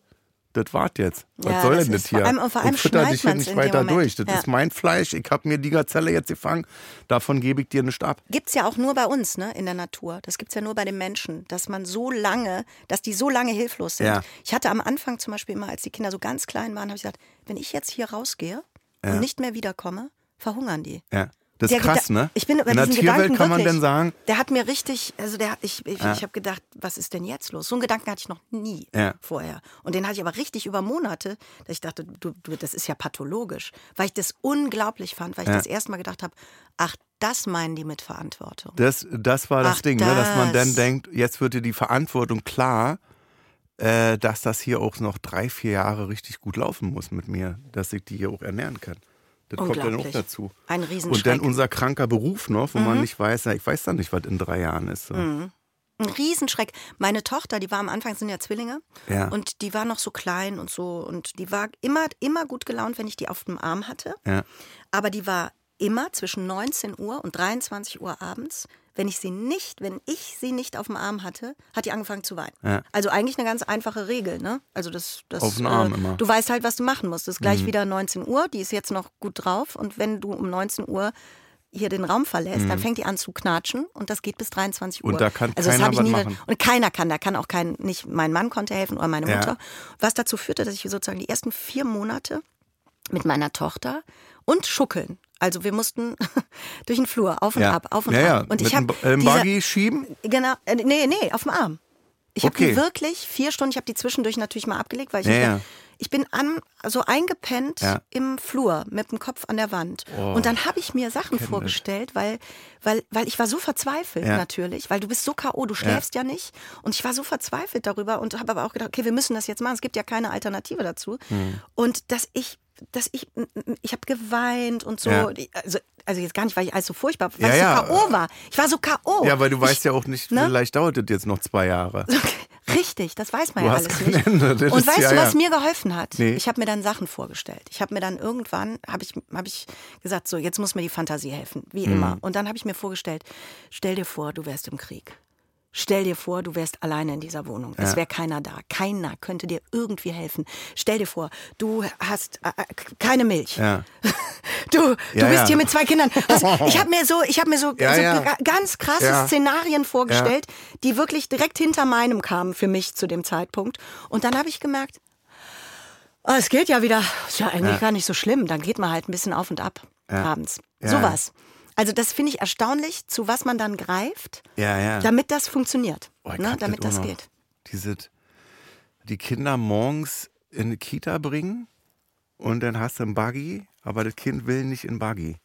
Speaker 2: Das wart jetzt. Was
Speaker 3: Ja,
Speaker 2: soll
Speaker 3: das
Speaker 2: denn das
Speaker 3: ist vor
Speaker 2: hier?
Speaker 3: allem- und vor allem
Speaker 2: und fütter
Speaker 3: schnallt
Speaker 2: dich hier
Speaker 3: man's
Speaker 2: nicht
Speaker 3: in dem
Speaker 2: weiter
Speaker 3: Moment.
Speaker 2: durch. Das
Speaker 3: Ja.
Speaker 2: ist mein Fleisch. Ich habe mir die Gazelle jetzt gefangen. Davon gebe ich dir nicht ab.
Speaker 3: Gibt's ja auch nur bei uns, ne, in der Natur. Das gibt's ja nur bei den Menschen, dass man so lange, dass die so lange hilflos sind.
Speaker 2: Ja.
Speaker 3: Ich hatte am Anfang zum Beispiel immer, als die Kinder so ganz klein waren, habe ich gesagt, wenn ich jetzt hier rausgehe und nicht mehr wiederkomme, verhungern die.
Speaker 2: Ja. Das
Speaker 3: Der
Speaker 2: ist krass,
Speaker 3: Geda-
Speaker 2: ne?
Speaker 3: Ich bin über
Speaker 2: In der
Speaker 3: diesen
Speaker 2: Tierwelt
Speaker 3: Gedanken
Speaker 2: kann man
Speaker 3: wirklich,
Speaker 2: denn sagen,
Speaker 3: Der hat mir richtig, also der, ich, ich, ich habe gedacht, was ist denn jetzt los? So einen Gedanken hatte ich noch nie
Speaker 2: Ja.
Speaker 3: vorher. Und den hatte ich aber richtig über Monate, dass ich dachte, du, du, das ist ja pathologisch, weil ich das unglaublich fand, weil ich
Speaker 2: Ja.
Speaker 3: das erste Mal gedacht habe, ach, das meinen die mit Verantwortung.
Speaker 2: das, das war das
Speaker 3: Ach,
Speaker 2: Ding, Ne? dass man
Speaker 3: das.
Speaker 2: dann denkt, jetzt wird dir die Verantwortung klar, äh, dass das hier auch noch drei, vier Jahre richtig gut laufen muss mit mir, dass ich die hier auch ernähren kann. Das kommt dann auch
Speaker 3: Unglaublich.
Speaker 2: dazu.
Speaker 3: Ein
Speaker 2: Und dann
Speaker 3: Riesenschreck. Mhm.
Speaker 2: unser kranker Beruf noch, wo man nicht weiß, ja, ich weiß dann nicht, was in drei Jahren ist. So.
Speaker 3: Ein Riesenschreck. Meine Tochter, die war am Anfang, sind ja Zwillinge.
Speaker 2: Ja.
Speaker 3: Und die war noch so klein und so. Und die war immer, immer gut gelaunt, wenn ich die auf dem Arm hatte.
Speaker 2: Ja.
Speaker 3: Aber die war immer zwischen 19 Uhr und 23 Uhr abends. Wenn ich sie nicht, wenn ich sie nicht auf dem Arm hatte, hat die angefangen zu weinen.
Speaker 2: Ja.
Speaker 3: Also eigentlich eine ganz einfache Regel, ne? Also das, das
Speaker 2: Auf den Arm immer. Mhm.
Speaker 3: Du weißt halt, was du machen musst. Das ist gleich wieder 19 Uhr, die ist jetzt noch gut drauf und wenn du um 19 Uhr hier den Raum verlässt, dann fängt die an zu knatschen und das geht bis 23 Uhr.
Speaker 2: Mhm. Und da kann
Speaker 3: also das
Speaker 2: keiner
Speaker 3: hab ich
Speaker 2: was
Speaker 3: nie,
Speaker 2: machen.
Speaker 3: Und keiner kann, da kann auch kein, nicht mein Mann konnte helfen oder meine
Speaker 2: Ja.
Speaker 3: Mutter. Was dazu führte, dass ich sozusagen die ersten vier Monate mit meiner Tochter und schuckeln. Also wir mussten durch den Flur, auf und
Speaker 2: Ja.
Speaker 3: ab, auf und
Speaker 2: ja, ja.
Speaker 3: ab.
Speaker 2: Mit
Speaker 3: Und ich
Speaker 2: dem
Speaker 3: habe
Speaker 2: B- äh, dem Buggy schieben?
Speaker 3: Genau, äh, nee, nee, auf dem Arm. Ich habe
Speaker 2: Okay.
Speaker 3: die wirklich vier Stunden, ich habe die zwischendurch natürlich mal abgelegt, weil ich,
Speaker 2: Ja,
Speaker 3: nicht-
Speaker 2: ja.
Speaker 3: ich bin an, so eingepennt
Speaker 2: Ja. Oh.
Speaker 3: im Flur mit dem Kopf an der Wand. Und dann habe ich mir Sachen vorgestellt, weil, weil, weil ich war so verzweifelt
Speaker 2: Ja.
Speaker 3: natürlich, weil du bist so K.O., du schläfst ja. nicht. Und ich war so verzweifelt darüber und habe aber auch gedacht, okay, wir müssen das jetzt machen, es gibt ja keine Alternative dazu.
Speaker 2: Hm.
Speaker 3: Und dass ich, dass ich, ich habe geweint und so,
Speaker 2: Ja.
Speaker 3: also, also jetzt gar nicht, weil ich alles so furchtbar,
Speaker 2: Ja,
Speaker 3: weil ich so
Speaker 2: ja.
Speaker 3: K.O. war. Ich war so K.O.
Speaker 2: Ja, weil du
Speaker 3: Oh, Ich-
Speaker 2: weißt ja auch nicht,
Speaker 3: ne?
Speaker 2: vielleicht dauert das jetzt noch zwei Jahre.
Speaker 3: Richtig, das weiß man
Speaker 2: Du
Speaker 3: ja
Speaker 2: hast
Speaker 3: alles
Speaker 2: kein
Speaker 3: nicht.
Speaker 2: Ende, das
Speaker 3: Und
Speaker 2: ist-
Speaker 3: weißt
Speaker 2: ja,
Speaker 3: du, was
Speaker 2: ja.
Speaker 3: mir geholfen hat?
Speaker 2: Nee.
Speaker 3: Ich habe mir dann Sachen vorgestellt. Ich habe mir dann irgendwann, habe ich, hab ich gesagt, so, jetzt muss mir die Fantasie helfen, wie
Speaker 2: Mhm.
Speaker 3: immer. Und dann habe ich mir vorgestellt, stell dir vor, du wärst im Krieg. Stell dir vor, du wärst alleine in dieser Wohnung. Es wäre keiner da. Keiner könnte dir irgendwie helfen. Stell dir vor, du hast äh, äh, keine Milch.
Speaker 2: Ja.
Speaker 3: Du, du
Speaker 2: Ja,
Speaker 3: bist
Speaker 2: ja.
Speaker 3: hier mit zwei Kindern. Also, ich habe mir so, ich habe mir so,
Speaker 2: Ja,
Speaker 3: so
Speaker 2: ja.
Speaker 3: ga- ganz krasse
Speaker 2: Ja.
Speaker 3: Szenarien vorgestellt, die wirklich direkt hinter meinem kamen für mich zu dem Zeitpunkt. Und dann habe ich gemerkt, oh, es geht ja wieder. Ist ja eigentlich gar nicht so schlimm. Dann geht man halt ein bisschen auf und ab abends.
Speaker 2: Ja.
Speaker 3: Sowas. Also das finde ich erstaunlich, zu was man dann greift,
Speaker 2: Ja, ja.
Speaker 3: damit das funktioniert,
Speaker 2: Oh, ich
Speaker 3: ne?
Speaker 2: hab
Speaker 3: damit
Speaker 2: auch
Speaker 3: das
Speaker 2: noch.
Speaker 3: geht.
Speaker 2: Diese, die Kinder morgens in die Kita bringen und dann hast du einen Buggy, aber das Kind will nicht in den Buggy.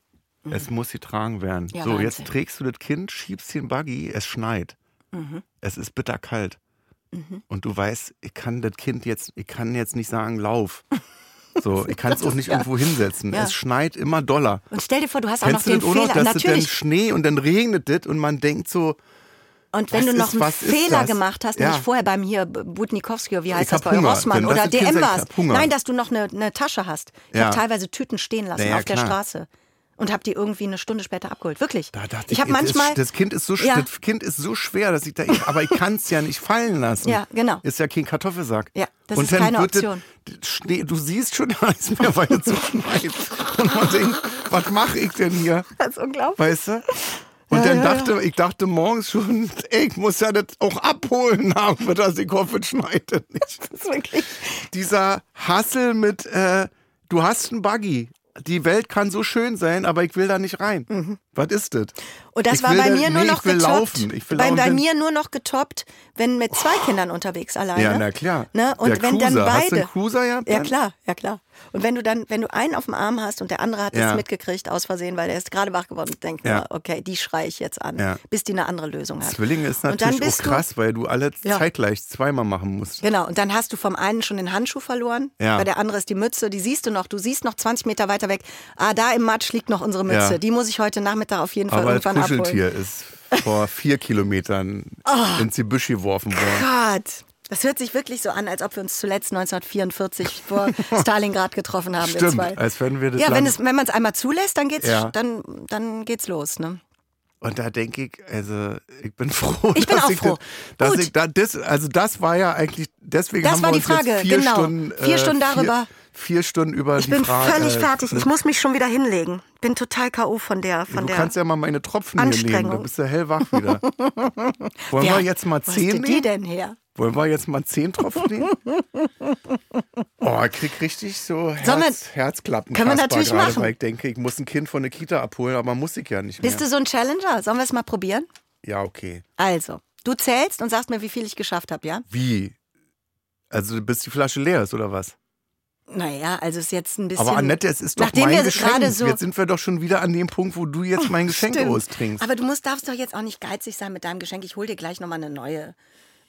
Speaker 2: Es muss getragen werden.
Speaker 3: Mhm. Ja,
Speaker 2: so,
Speaker 3: Wahnsinn.
Speaker 2: jetzt trägst du das Kind, schiebst den Buggy, es schneit.
Speaker 3: Mhm.
Speaker 2: Es ist bitterkalt. Und du weißt, ich kann das Kind jetzt, ich kann jetzt nicht sagen, lauf. So, ich kann es auch nicht irgendwo hinsetzen.
Speaker 3: Ja.
Speaker 2: Es schneit immer doller.
Speaker 3: Und stell dir vor, du hast auch noch
Speaker 2: Kennst du
Speaker 3: den
Speaker 2: das auch noch,
Speaker 3: Fehler.
Speaker 2: dass es dann
Speaker 3: Natürlich.
Speaker 2: Schnee und dann regnet das und man denkt so,
Speaker 3: Und wenn
Speaker 2: Was
Speaker 3: du noch
Speaker 2: ist-
Speaker 3: einen
Speaker 2: was ist
Speaker 3: Fehler
Speaker 2: das?
Speaker 3: gemacht hast,
Speaker 2: Ja.
Speaker 3: nämlich vorher beim hier B- Butnikowski, oder wie heißt
Speaker 2: Ich
Speaker 3: das
Speaker 2: hab
Speaker 3: bei euch,
Speaker 2: Hunger.
Speaker 3: Rossmann
Speaker 2: Wenn das
Speaker 3: oder
Speaker 2: das Kind
Speaker 3: DM
Speaker 2: sagt, ich
Speaker 3: warst.
Speaker 2: hab Hunger.
Speaker 3: Nein, dass du noch eine, eine Tasche hast. Ich
Speaker 2: Ja.
Speaker 3: habe teilweise Tüten stehen lassen
Speaker 2: Naja,
Speaker 3: auf der
Speaker 2: klar.
Speaker 3: Straße und habe die irgendwie eine Stunde später abgeholt. Wirklich.
Speaker 2: Da dachte ich,
Speaker 3: ich habe
Speaker 2: jetzt
Speaker 3: manchmal
Speaker 2: ist, das Kind ist so sch-
Speaker 3: Ja.
Speaker 2: das Kind ist so schwer, dass ich da ich, aber ich kann es ja nicht fallen lassen.
Speaker 3: Ja, genau.
Speaker 2: Ist ja kein Kartoffelsack.
Speaker 3: Ja, das
Speaker 2: und
Speaker 3: ist
Speaker 2: dann
Speaker 3: keine
Speaker 2: wird das-
Speaker 3: Option.
Speaker 2: das Schnee, du siehst schon gar nichts mehr, weil es so schneit. Und man denkt, was mache ich denn hier?
Speaker 3: das ist unglaublich.
Speaker 2: Weißt du? Und dann dachte ich dachte morgens schon, ey, ich muss ja das auch abholen haben, dass ich hoffe, es schneit das nicht.
Speaker 3: Das ist wirklich.
Speaker 2: Dieser Hassel mit, äh, du hast einen Buggy. Die Welt kann so schön sein, aber ich will da nicht rein. Was ist das?
Speaker 3: Mhm. Und das
Speaker 2: Ich
Speaker 3: war
Speaker 2: will
Speaker 3: bei
Speaker 2: da-
Speaker 3: mir nur
Speaker 2: nee,
Speaker 3: noch
Speaker 2: ich will
Speaker 3: getoppt.
Speaker 2: laufen. Ich will
Speaker 3: bei,
Speaker 2: laufen. Oh.
Speaker 3: bei mir nur noch getoppt, wenn mit zwei Kindern unterwegs alleine.
Speaker 2: Ja, na klar.
Speaker 3: Ne? Und
Speaker 2: Der
Speaker 3: wenn dann
Speaker 2: Cruiser.
Speaker 3: beide.
Speaker 2: Hast du einen Cruiser gehabt
Speaker 3: ja
Speaker 2: dann?
Speaker 3: klar, ja klar. Und wenn du dann, wenn du einen auf dem Arm hast und der andere hat
Speaker 2: Ja.
Speaker 3: das mitgekriegt aus Versehen, weil der ist gerade wach geworden und denkt,
Speaker 2: Ja.
Speaker 3: na, okay, die schreie ich jetzt an,
Speaker 2: Ja.
Speaker 3: bis die eine andere Lösung hat.
Speaker 2: Zwillinge ist
Speaker 3: Und dann
Speaker 2: natürlich auch
Speaker 3: bist du-
Speaker 2: krass, weil du alle
Speaker 3: Ja.
Speaker 2: zeitgleich zweimal machen musst.
Speaker 3: Genau, und dann hast du vom einen schon den Handschuh verloren,
Speaker 2: Ja.
Speaker 3: bei der anderen ist die Mütze, die siehst du noch, du siehst noch 20 Meter weiter weg, ah, da im Matsch liegt noch unsere Mütze,
Speaker 2: Ja.
Speaker 3: die muss ich heute Nachmittag auf jeden Fall
Speaker 2: Aber das
Speaker 3: irgendwann abholen. Ah.
Speaker 2: Kuscheltier ist vor vier Kilometern ins Gebüsch geworfen worden.
Speaker 3: Gott. Das hört sich wirklich so an, als ob wir uns zuletzt 1944 vor Stalingrad getroffen haben. wir
Speaker 2: Stimmt,
Speaker 3: zwei.
Speaker 2: als wenn wir das
Speaker 3: ja, wenn,
Speaker 2: Land-
Speaker 3: es, wenn man es einmal zulässt, dann geht's,
Speaker 2: Ja.
Speaker 3: dann, dann geht's los. Ne?
Speaker 2: Und da denke ich, also ich bin froh,
Speaker 3: Ich bin
Speaker 2: dass
Speaker 3: auch
Speaker 2: ich,
Speaker 3: froh.
Speaker 2: Das, dass
Speaker 3: Gut.
Speaker 2: ich da, das, also das war ja eigentlich, deswegen
Speaker 3: Das
Speaker 2: haben
Speaker 3: war
Speaker 2: wir
Speaker 3: die
Speaker 2: uns jetzt
Speaker 3: Frage,
Speaker 2: vier
Speaker 3: genau.
Speaker 2: Stunden, äh,
Speaker 3: Vier Stunden darüber.
Speaker 2: Vier, vier Stunden über
Speaker 3: Ich
Speaker 2: die
Speaker 3: bin
Speaker 2: Frage.
Speaker 3: völlig
Speaker 2: äh,
Speaker 3: fertig. Ich muss mich schon wieder hinlegen. Bin total K.O. von der. Von
Speaker 2: Du
Speaker 3: der
Speaker 2: kannst ja mal meine Tropfen hier nehmen, da
Speaker 3: Anstrengung.
Speaker 2: bist du hellwach wieder. Wollen
Speaker 3: Ja,
Speaker 2: wir jetzt mal
Speaker 3: Wo
Speaker 2: zehn
Speaker 3: hast du die
Speaker 2: nehmen?
Speaker 3: denn her?
Speaker 2: Wollen wir jetzt mal zehn Tropfen nehmen? Oh, ich krieg richtig so
Speaker 3: Sollen wir-
Speaker 2: Herz, Herzklappen.
Speaker 3: Können wir
Speaker 2: Kasper
Speaker 3: natürlich
Speaker 2: gerade,
Speaker 3: machen.
Speaker 2: Weil ich denke, ich muss ein Kind von der Kita abholen, aber muss ich ja nicht mehr.
Speaker 3: Bist du so ein Challenger? Sollen wir es mal probieren?
Speaker 2: ja, okay.
Speaker 3: Also, du zählst und sagst mir, wie viel ich geschafft habe, ja?
Speaker 2: Wie? Also bis die Flasche leer ist, oder was?
Speaker 3: Naja, also ist jetzt ein bisschen.
Speaker 2: Aber Annette, es ist doch
Speaker 3: nachdem
Speaker 2: mein
Speaker 3: wir
Speaker 2: Geschenk.
Speaker 3: gerade so.
Speaker 2: jetzt sind wir doch schon wieder an dem Punkt, wo du jetzt mein Geschenk
Speaker 3: Stimmt.
Speaker 2: austrinkst.
Speaker 3: Aber du musst, darfst doch jetzt auch nicht geizig sein mit deinem Geschenk. Ich hol dir gleich nochmal eine neue.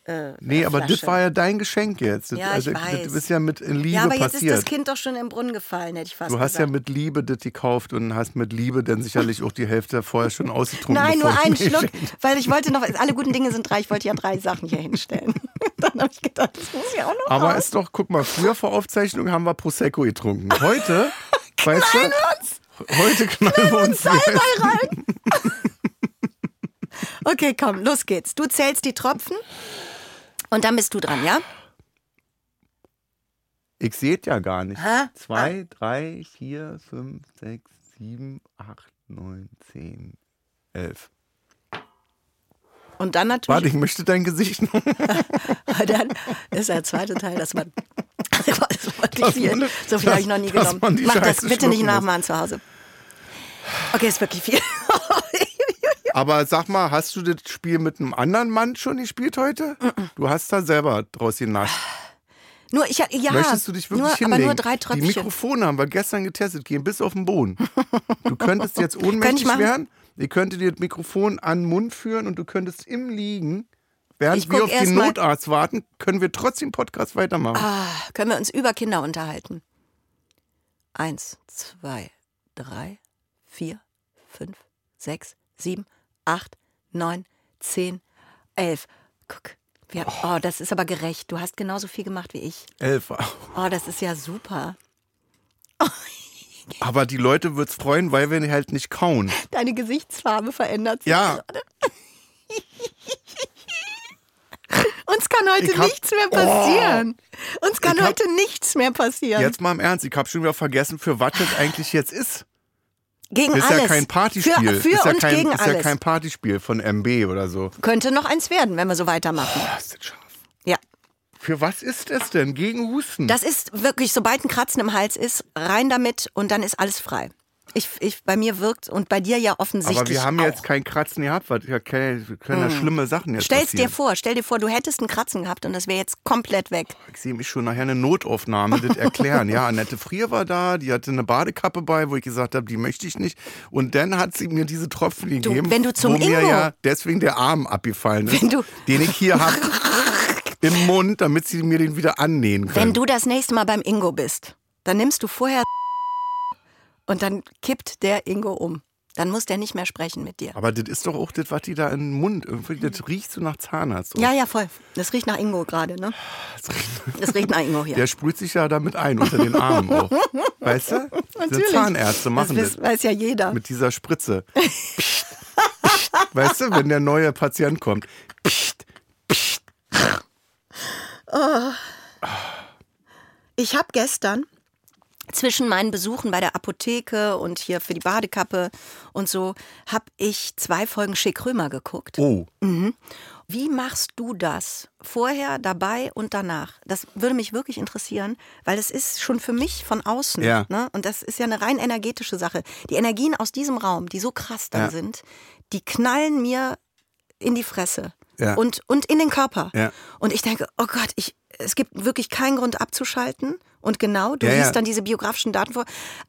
Speaker 3: Äh,
Speaker 2: nee, aber das
Speaker 3: Flasche.
Speaker 2: war ja dein Geschenk jetzt. Das,
Speaker 3: Ja, ich
Speaker 2: also,
Speaker 3: weiß.
Speaker 2: das ist ja mit Liebe
Speaker 3: Ja, aber jetzt
Speaker 2: passiert.
Speaker 3: ist das Kind doch schon im Brunnen gefallen, hätte ich fast
Speaker 2: Du hast ja
Speaker 3: gesagt.
Speaker 2: mit Liebe das gekauft und hast mit Liebe dann sicherlich auch die Hälfte vorher schon ausgetrunken.
Speaker 3: Nein, nur
Speaker 2: bevor du
Speaker 3: einen
Speaker 2: mir
Speaker 3: Schluck,
Speaker 2: schenkst.
Speaker 3: weil ich wollte noch, alle guten Dinge sind drei, ich wollte ja drei Sachen hier hinstellen. Dann habe ich gedacht, das muss ja auch noch
Speaker 2: Aber
Speaker 3: raus.
Speaker 2: ist doch, guck mal, früher vor Aufzeichnung haben wir Prosecco getrunken. Heute, weißt du, heute knallen wir uns.
Speaker 3: Salbei rein! okay, komm, los geht's. Du zählst die Tropfen und dann bist du dran, ja?
Speaker 2: Ich sehe ja gar nicht.
Speaker 3: Hä? Ah.
Speaker 2: Zwei, drei, vier, fünf, sechs, sieben, acht, neun, zehn, elf.
Speaker 3: Und dann
Speaker 2: Warte,
Speaker 3: natürlich,
Speaker 2: ich möchte dein Gesicht noch.
Speaker 3: dann ist der zweite Teil, dass man. das wollte ich
Speaker 2: Dass
Speaker 3: viel.
Speaker 2: man-
Speaker 3: so viel habe ich
Speaker 2: dass-
Speaker 3: noch nie
Speaker 2: dass
Speaker 3: genommen.
Speaker 2: man die
Speaker 3: Mach das
Speaker 2: Scheiße
Speaker 3: bitte nicht
Speaker 2: schlucken muss.
Speaker 3: nachmachen zu Hause. Okay, ist wirklich viel.
Speaker 2: Aber sag mal, hast du das Spiel mit einem anderen Mann schon gespielt heute? Du hast da selber draus genascht.
Speaker 3: Nur ich, ja,
Speaker 2: Möchtest du dich wirklich
Speaker 3: nur,
Speaker 2: hinlegen?
Speaker 3: aber nur drei
Speaker 2: Die
Speaker 3: Tröpfchen.
Speaker 2: Mikrofone haben wir gestern getestet, gehen bis auf den Boden. Du könntest jetzt ohnmächtig
Speaker 3: machen?
Speaker 2: werden. Ich könnte dir das Mikrofon an den Mund führen und du könntest im Liegen, während
Speaker 3: Ich
Speaker 2: wir
Speaker 3: guck
Speaker 2: auf
Speaker 3: erst
Speaker 2: den
Speaker 3: mal.
Speaker 2: Notarzt warten, können wir trotzdem Podcast weitermachen.
Speaker 3: Ah, können wir uns über Kinder unterhalten? Eins, zwei, drei, vier, fünf, sechs, sieben, acht, neun, zehn, elf. Guck, wir, oh, das ist aber gerecht. Du hast genauso viel gemacht wie ich.
Speaker 2: Elf.
Speaker 3: Oh, das ist ja super.
Speaker 2: Aber die Leute würden es freuen, weil wir halt nicht kauen.
Speaker 3: Deine Gesichtsfarbe verändert sich.
Speaker 2: Ja.
Speaker 3: Uns kann heute
Speaker 2: Ich hab- Oh.
Speaker 3: nichts mehr passieren. Uns kann
Speaker 2: Ich hab-
Speaker 3: heute nichts mehr passieren.
Speaker 2: Jetzt mal im Ernst, ich habe schon wieder vergessen, für was das eigentlich jetzt ist.
Speaker 3: gegen
Speaker 2: Ist
Speaker 3: alles.
Speaker 2: ja kein Partyspiel.
Speaker 3: Für, für
Speaker 2: ist ja
Speaker 3: und
Speaker 2: kein,
Speaker 3: gegen
Speaker 2: ist
Speaker 3: alles.
Speaker 2: ja kein Partyspiel von MB oder so.
Speaker 3: Könnte noch eins werden, wenn wir so weitermachen.
Speaker 2: Boah, ist das scharf.
Speaker 3: Ja.
Speaker 2: Für was ist es denn? Gegen Husten?
Speaker 3: Das ist wirklich, sobald ein Kratzen im Hals ist, rein damit und dann ist alles frei. Ich, ich, bei mir wirkt und bei dir ja offensichtlich.
Speaker 2: Aber wir haben
Speaker 3: auch. Hm.
Speaker 2: jetzt kein Kratzen gehabt. was- Wir können wir können ja schlimme Sachen jetzt
Speaker 3: Stell's dir
Speaker 2: passieren.
Speaker 3: vor, stell dir vor, du hättest einen Kratzen gehabt und das wäre jetzt komplett weg.
Speaker 2: Ich sehe mich schon nachher eine Notaufnahme das erklären. Ja, Annette Frier war da, die hatte eine Badekappe bei, wo ich gesagt habe, die möchte ich nicht. Und dann hat sie mir diese Tropfen gegeben,
Speaker 3: wenn du zum
Speaker 2: wo mir
Speaker 3: Ingo-
Speaker 2: ja deswegen der Arm abgefallen ist,
Speaker 3: Wenn du-
Speaker 2: den ich hier habe im Mund, damit sie mir den wieder annähen können.
Speaker 3: Wenn du das nächste Mal beim Ingo bist, dann nimmst du vorher und dann kippt der Ingo um. Dann muss der nicht mehr sprechen mit dir.
Speaker 2: Aber das ist doch auch das, was die da in den Mund, irgendwie, das riecht so nach Zahnarzt.
Speaker 3: Ja, ja, voll. Das riecht nach Ingo gerade, ne?
Speaker 2: Das riecht-
Speaker 3: Das riecht nach Ingo hier.
Speaker 2: Der sprüht sich ja damit ein, unter den Armen auch. Weißt du? Diese Zahnärzte machen
Speaker 3: das.
Speaker 2: das.
Speaker 3: wiss- weiß ja jeder.
Speaker 2: Mit dieser Spritze. Psst, psst. weißt du, wenn der neue Patient kommt. Psst.
Speaker 3: Ich habe gestern zwischen meinen Besuchen bei der Apotheke und hier für die Badekappe und so, habe ich zwei Folgen Schick Krömer geguckt.
Speaker 2: Oh,
Speaker 3: Wie machst du das? Vorher, dabei und danach? Das würde mich wirklich interessieren, weil es ist schon für mich von außen.
Speaker 2: Ja.
Speaker 3: Ne? Und das ist ja eine rein energetische Sache. Die Energien aus diesem Raum, die so krass dann
Speaker 2: Ja.
Speaker 3: sind, die knallen mir in die Fresse
Speaker 2: Ja.
Speaker 3: und, und in den Körper.
Speaker 2: Ja.
Speaker 3: Und ich denke, oh Gott, ich, es gibt wirklich keinen Grund abzuschalten. Und genau, du
Speaker 2: Ja,
Speaker 3: liest
Speaker 2: ja.
Speaker 3: dann diese biografischen Daten vor.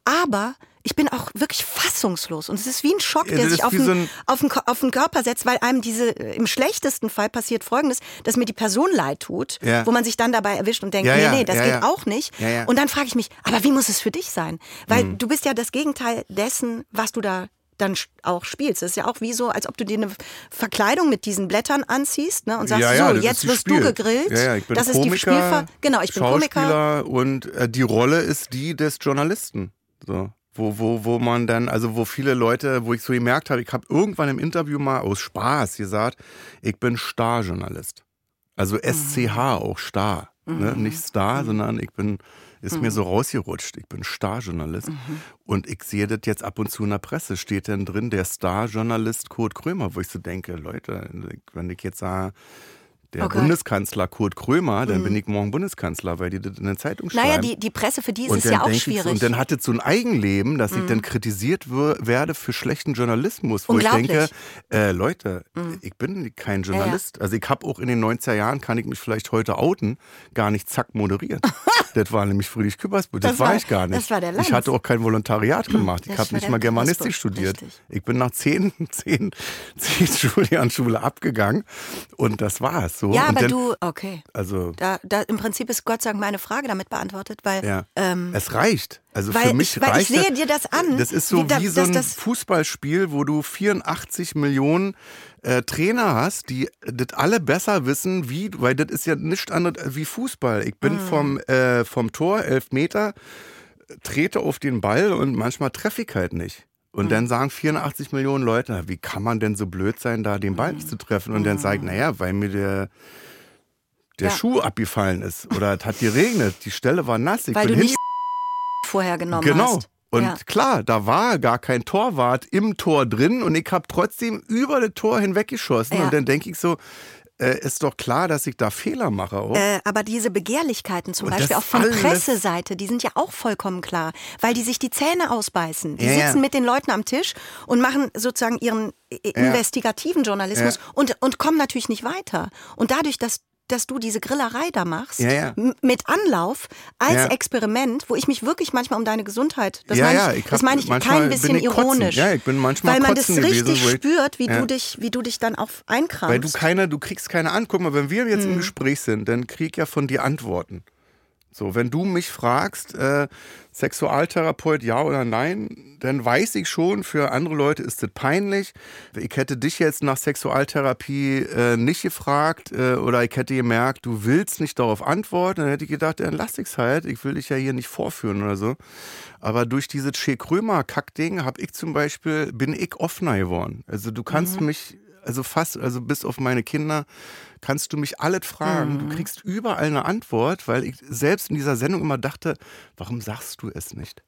Speaker 3: Aber ich bin auch wirklich fassungslos. Und es ist wie ein Schock,
Speaker 2: Ja,
Speaker 3: der
Speaker 2: das
Speaker 3: sich
Speaker 2: ist
Speaker 3: auf
Speaker 2: wie
Speaker 3: den,
Speaker 2: so ein-
Speaker 3: auf den, Ko- auf den Körper setzt, weil einem diese, äh, im schlechtesten Fall passiert Folgendes, dass mir die Person leid tut,
Speaker 2: Ja.
Speaker 3: wo man sich dann dabei erwischt und denkt,
Speaker 2: Ja,
Speaker 3: nee,
Speaker 2: ja,
Speaker 3: nee, das
Speaker 2: ja, ja.
Speaker 3: geht auch nicht.
Speaker 2: Ja, Mhm. ja.
Speaker 3: Und dann frage ich mich, aber wie muss es für dich sein? Weil du bist ja das Gegenteil dessen, was du da dann sch- auch spielst. Das ist ja auch wie so, als ob du dir eine Verkleidung mit diesen Blättern anziehst ne, und sagst,
Speaker 2: ja, ja,
Speaker 3: so,
Speaker 2: das
Speaker 3: jetzt
Speaker 2: ist
Speaker 3: wirst
Speaker 2: Spiel.
Speaker 3: du gegrillt.
Speaker 2: Ja, ja, ich bin
Speaker 3: das ist
Speaker 2: Komiker,
Speaker 3: die Spielver Genau, ich bin Komiker.
Speaker 2: Schauspieler und äh, die Rolle ist die des Journalisten. So. Wo, wo, wo man dann, also wo viele Leute, wo ich so gemerkt habe, ich habe irgendwann im Interview mal aus Spaß gesagt, ich bin Starjournalist. Also
Speaker 3: Mhm.
Speaker 2: SCH auch Star. Ne? Nicht Star, sondern ich bin, ist
Speaker 3: Mhm.
Speaker 2: mir so rausgerutscht, ich bin Starjournalist. Und ich sehe das jetzt ab und zu in der Presse, steht denn drin der Starjournalist Kurt Krömer, wo ich so denke, Leute, wenn ich jetzt sage, der
Speaker 3: Oh Gott. Mhm.
Speaker 2: Bundeskanzler Kurt Krömer, dann bin ich morgen Bundeskanzler, weil die das in der Zeitung schreiben.
Speaker 3: Naja, die, die Presse für die ist
Speaker 2: und
Speaker 3: es
Speaker 2: dann
Speaker 3: ja auch
Speaker 2: denk ich,
Speaker 3: schwierig. Mhm.
Speaker 2: Und dann hat es so ein Eigenleben, dass ich dann kritisiert wür- werde für schlechten Journalismus, wo ich
Speaker 3: Unglaublich. Mhm.
Speaker 2: denke, äh, Leute, ich bin kein Journalist. Also ich habe auch in den 90er Jahren, kann ich mich vielleicht heute outen, gar nicht zack moderiert. das war nämlich Friedrich Küppersburg, das,
Speaker 3: Das
Speaker 2: war
Speaker 3: war-
Speaker 2: ich gar nicht.
Speaker 3: das war der Lanz. Mhm.
Speaker 2: ich hatte auch kein Volontariat gemacht, ich
Speaker 3: Das
Speaker 2: habe
Speaker 3: war
Speaker 2: nicht
Speaker 3: der
Speaker 2: mal Germanistik
Speaker 3: Küppersburg,
Speaker 2: studiert.
Speaker 3: richtig.
Speaker 2: Ich bin nach zehn, zehn, zehn Schuljahren Schule abgegangen und das war's. So.
Speaker 3: ja,
Speaker 2: und
Speaker 3: aber
Speaker 2: dann,
Speaker 3: du, okay.
Speaker 2: Also,
Speaker 3: Da, da, Im Prinzip ist Gott sei Dank meine Frage damit beantwortet, weil
Speaker 2: ja.
Speaker 3: ähm,
Speaker 2: es reicht. Also
Speaker 3: weil
Speaker 2: für mich
Speaker 3: ich- weil ich
Speaker 2: reicht
Speaker 3: sehe dir das an,
Speaker 2: Das ist so
Speaker 3: wie
Speaker 2: wie,
Speaker 3: da-
Speaker 2: so
Speaker 3: dass
Speaker 2: ein
Speaker 3: das-
Speaker 2: Fußballspiel, wo du 84 Millionen äh, Trainer hast, die das alle besser wissen, wie, weil das ist ja nichts anderes wie Fußball. Ich
Speaker 3: Ah.
Speaker 2: bin vom, äh, vom Tor, elf Meter, trete auf den Ball und manchmal treffe ich halt nicht.
Speaker 3: Hm.
Speaker 2: Und dann sagen 84 Millionen Leute, "Na, wie kann man denn so blöd sein, da den Ball
Speaker 3: Hm.
Speaker 2: nicht zu treffen? Und dann sage ich, naja, weil mir der, der
Speaker 3: Ah. Ja.
Speaker 2: Schuh abgefallen ist oder es hat geregnet, die Stelle war nass. Ich
Speaker 3: weil du
Speaker 2: bin hin
Speaker 3: nicht vorher genommen
Speaker 2: Genau.
Speaker 3: hast.
Speaker 2: Und
Speaker 3: Ja.
Speaker 2: klar, da war gar kein Torwart im Tor drin und ich habe trotzdem über das Tor hinweggeschossen.
Speaker 3: Ja.
Speaker 2: Und dann denke ich so, äh, ist doch klar, dass ich da Fehler mache. Auch.
Speaker 3: Äh, aber diese Begehrlichkeiten zum
Speaker 2: Oh. Und
Speaker 3: Beispiel
Speaker 2: das
Speaker 3: auch von
Speaker 2: alles-
Speaker 3: Presseseite, die sind ja auch vollkommen klar, weil die sich die Zähne ausbeißen. Die
Speaker 2: Ja, ja.
Speaker 3: sitzen mit den Leuten am Tisch und machen sozusagen ihren äh, investigativen Journalismus
Speaker 2: Ja.
Speaker 3: und, und kommen natürlich nicht weiter. Und dadurch, dass dass du diese Grillerei da machst,
Speaker 2: Ja, ja.
Speaker 3: m- mit Anlauf als
Speaker 2: Ja.
Speaker 3: Experiment, wo ich mich wirklich manchmal um deine Gesundheit, das
Speaker 2: Ja,
Speaker 3: meine
Speaker 2: ja,
Speaker 3: ich,
Speaker 2: ich hab-
Speaker 3: das meine ich
Speaker 2: manchmal
Speaker 3: kein
Speaker 2: bin
Speaker 3: bisschen
Speaker 2: ich kotzen.
Speaker 3: ironisch,
Speaker 2: Ja, ich bin manchmal
Speaker 3: weil man das
Speaker 2: kotzen gewesen,
Speaker 3: richtig
Speaker 2: wo ich-
Speaker 3: spürt, wie
Speaker 2: Ja.
Speaker 3: du dich, wie du dich dann auch
Speaker 2: Weil du
Speaker 3: einkrampfst.
Speaker 2: keiner, du kriegst keine Antwort. Guck mal, wenn wir jetzt im Gespräch sind, dann krieg ich ja von dir Antworten. So, wenn du mich fragst, äh, Sexualtherapeut ja oder nein, dann weiß ich schon, für andere Leute ist das peinlich. Ich hätte dich jetzt nach Sexualtherapie äh, nicht gefragt äh, oder ich hätte gemerkt, du willst nicht darauf antworten, dann hätte ich gedacht, dann lass ich's halt, ich will dich ja hier nicht vorführen oder so. Aber durch dieses Che Krömer Kackding habe ich zum Beispiel, bin ich offener geworden. Also du kannst mich, also fast, also bis auf meine Kinder, kannst du mich alles fragen. Du kriegst überall eine Antwort, weil ich selbst in dieser Sendung immer dachte, warum sagst du es nicht?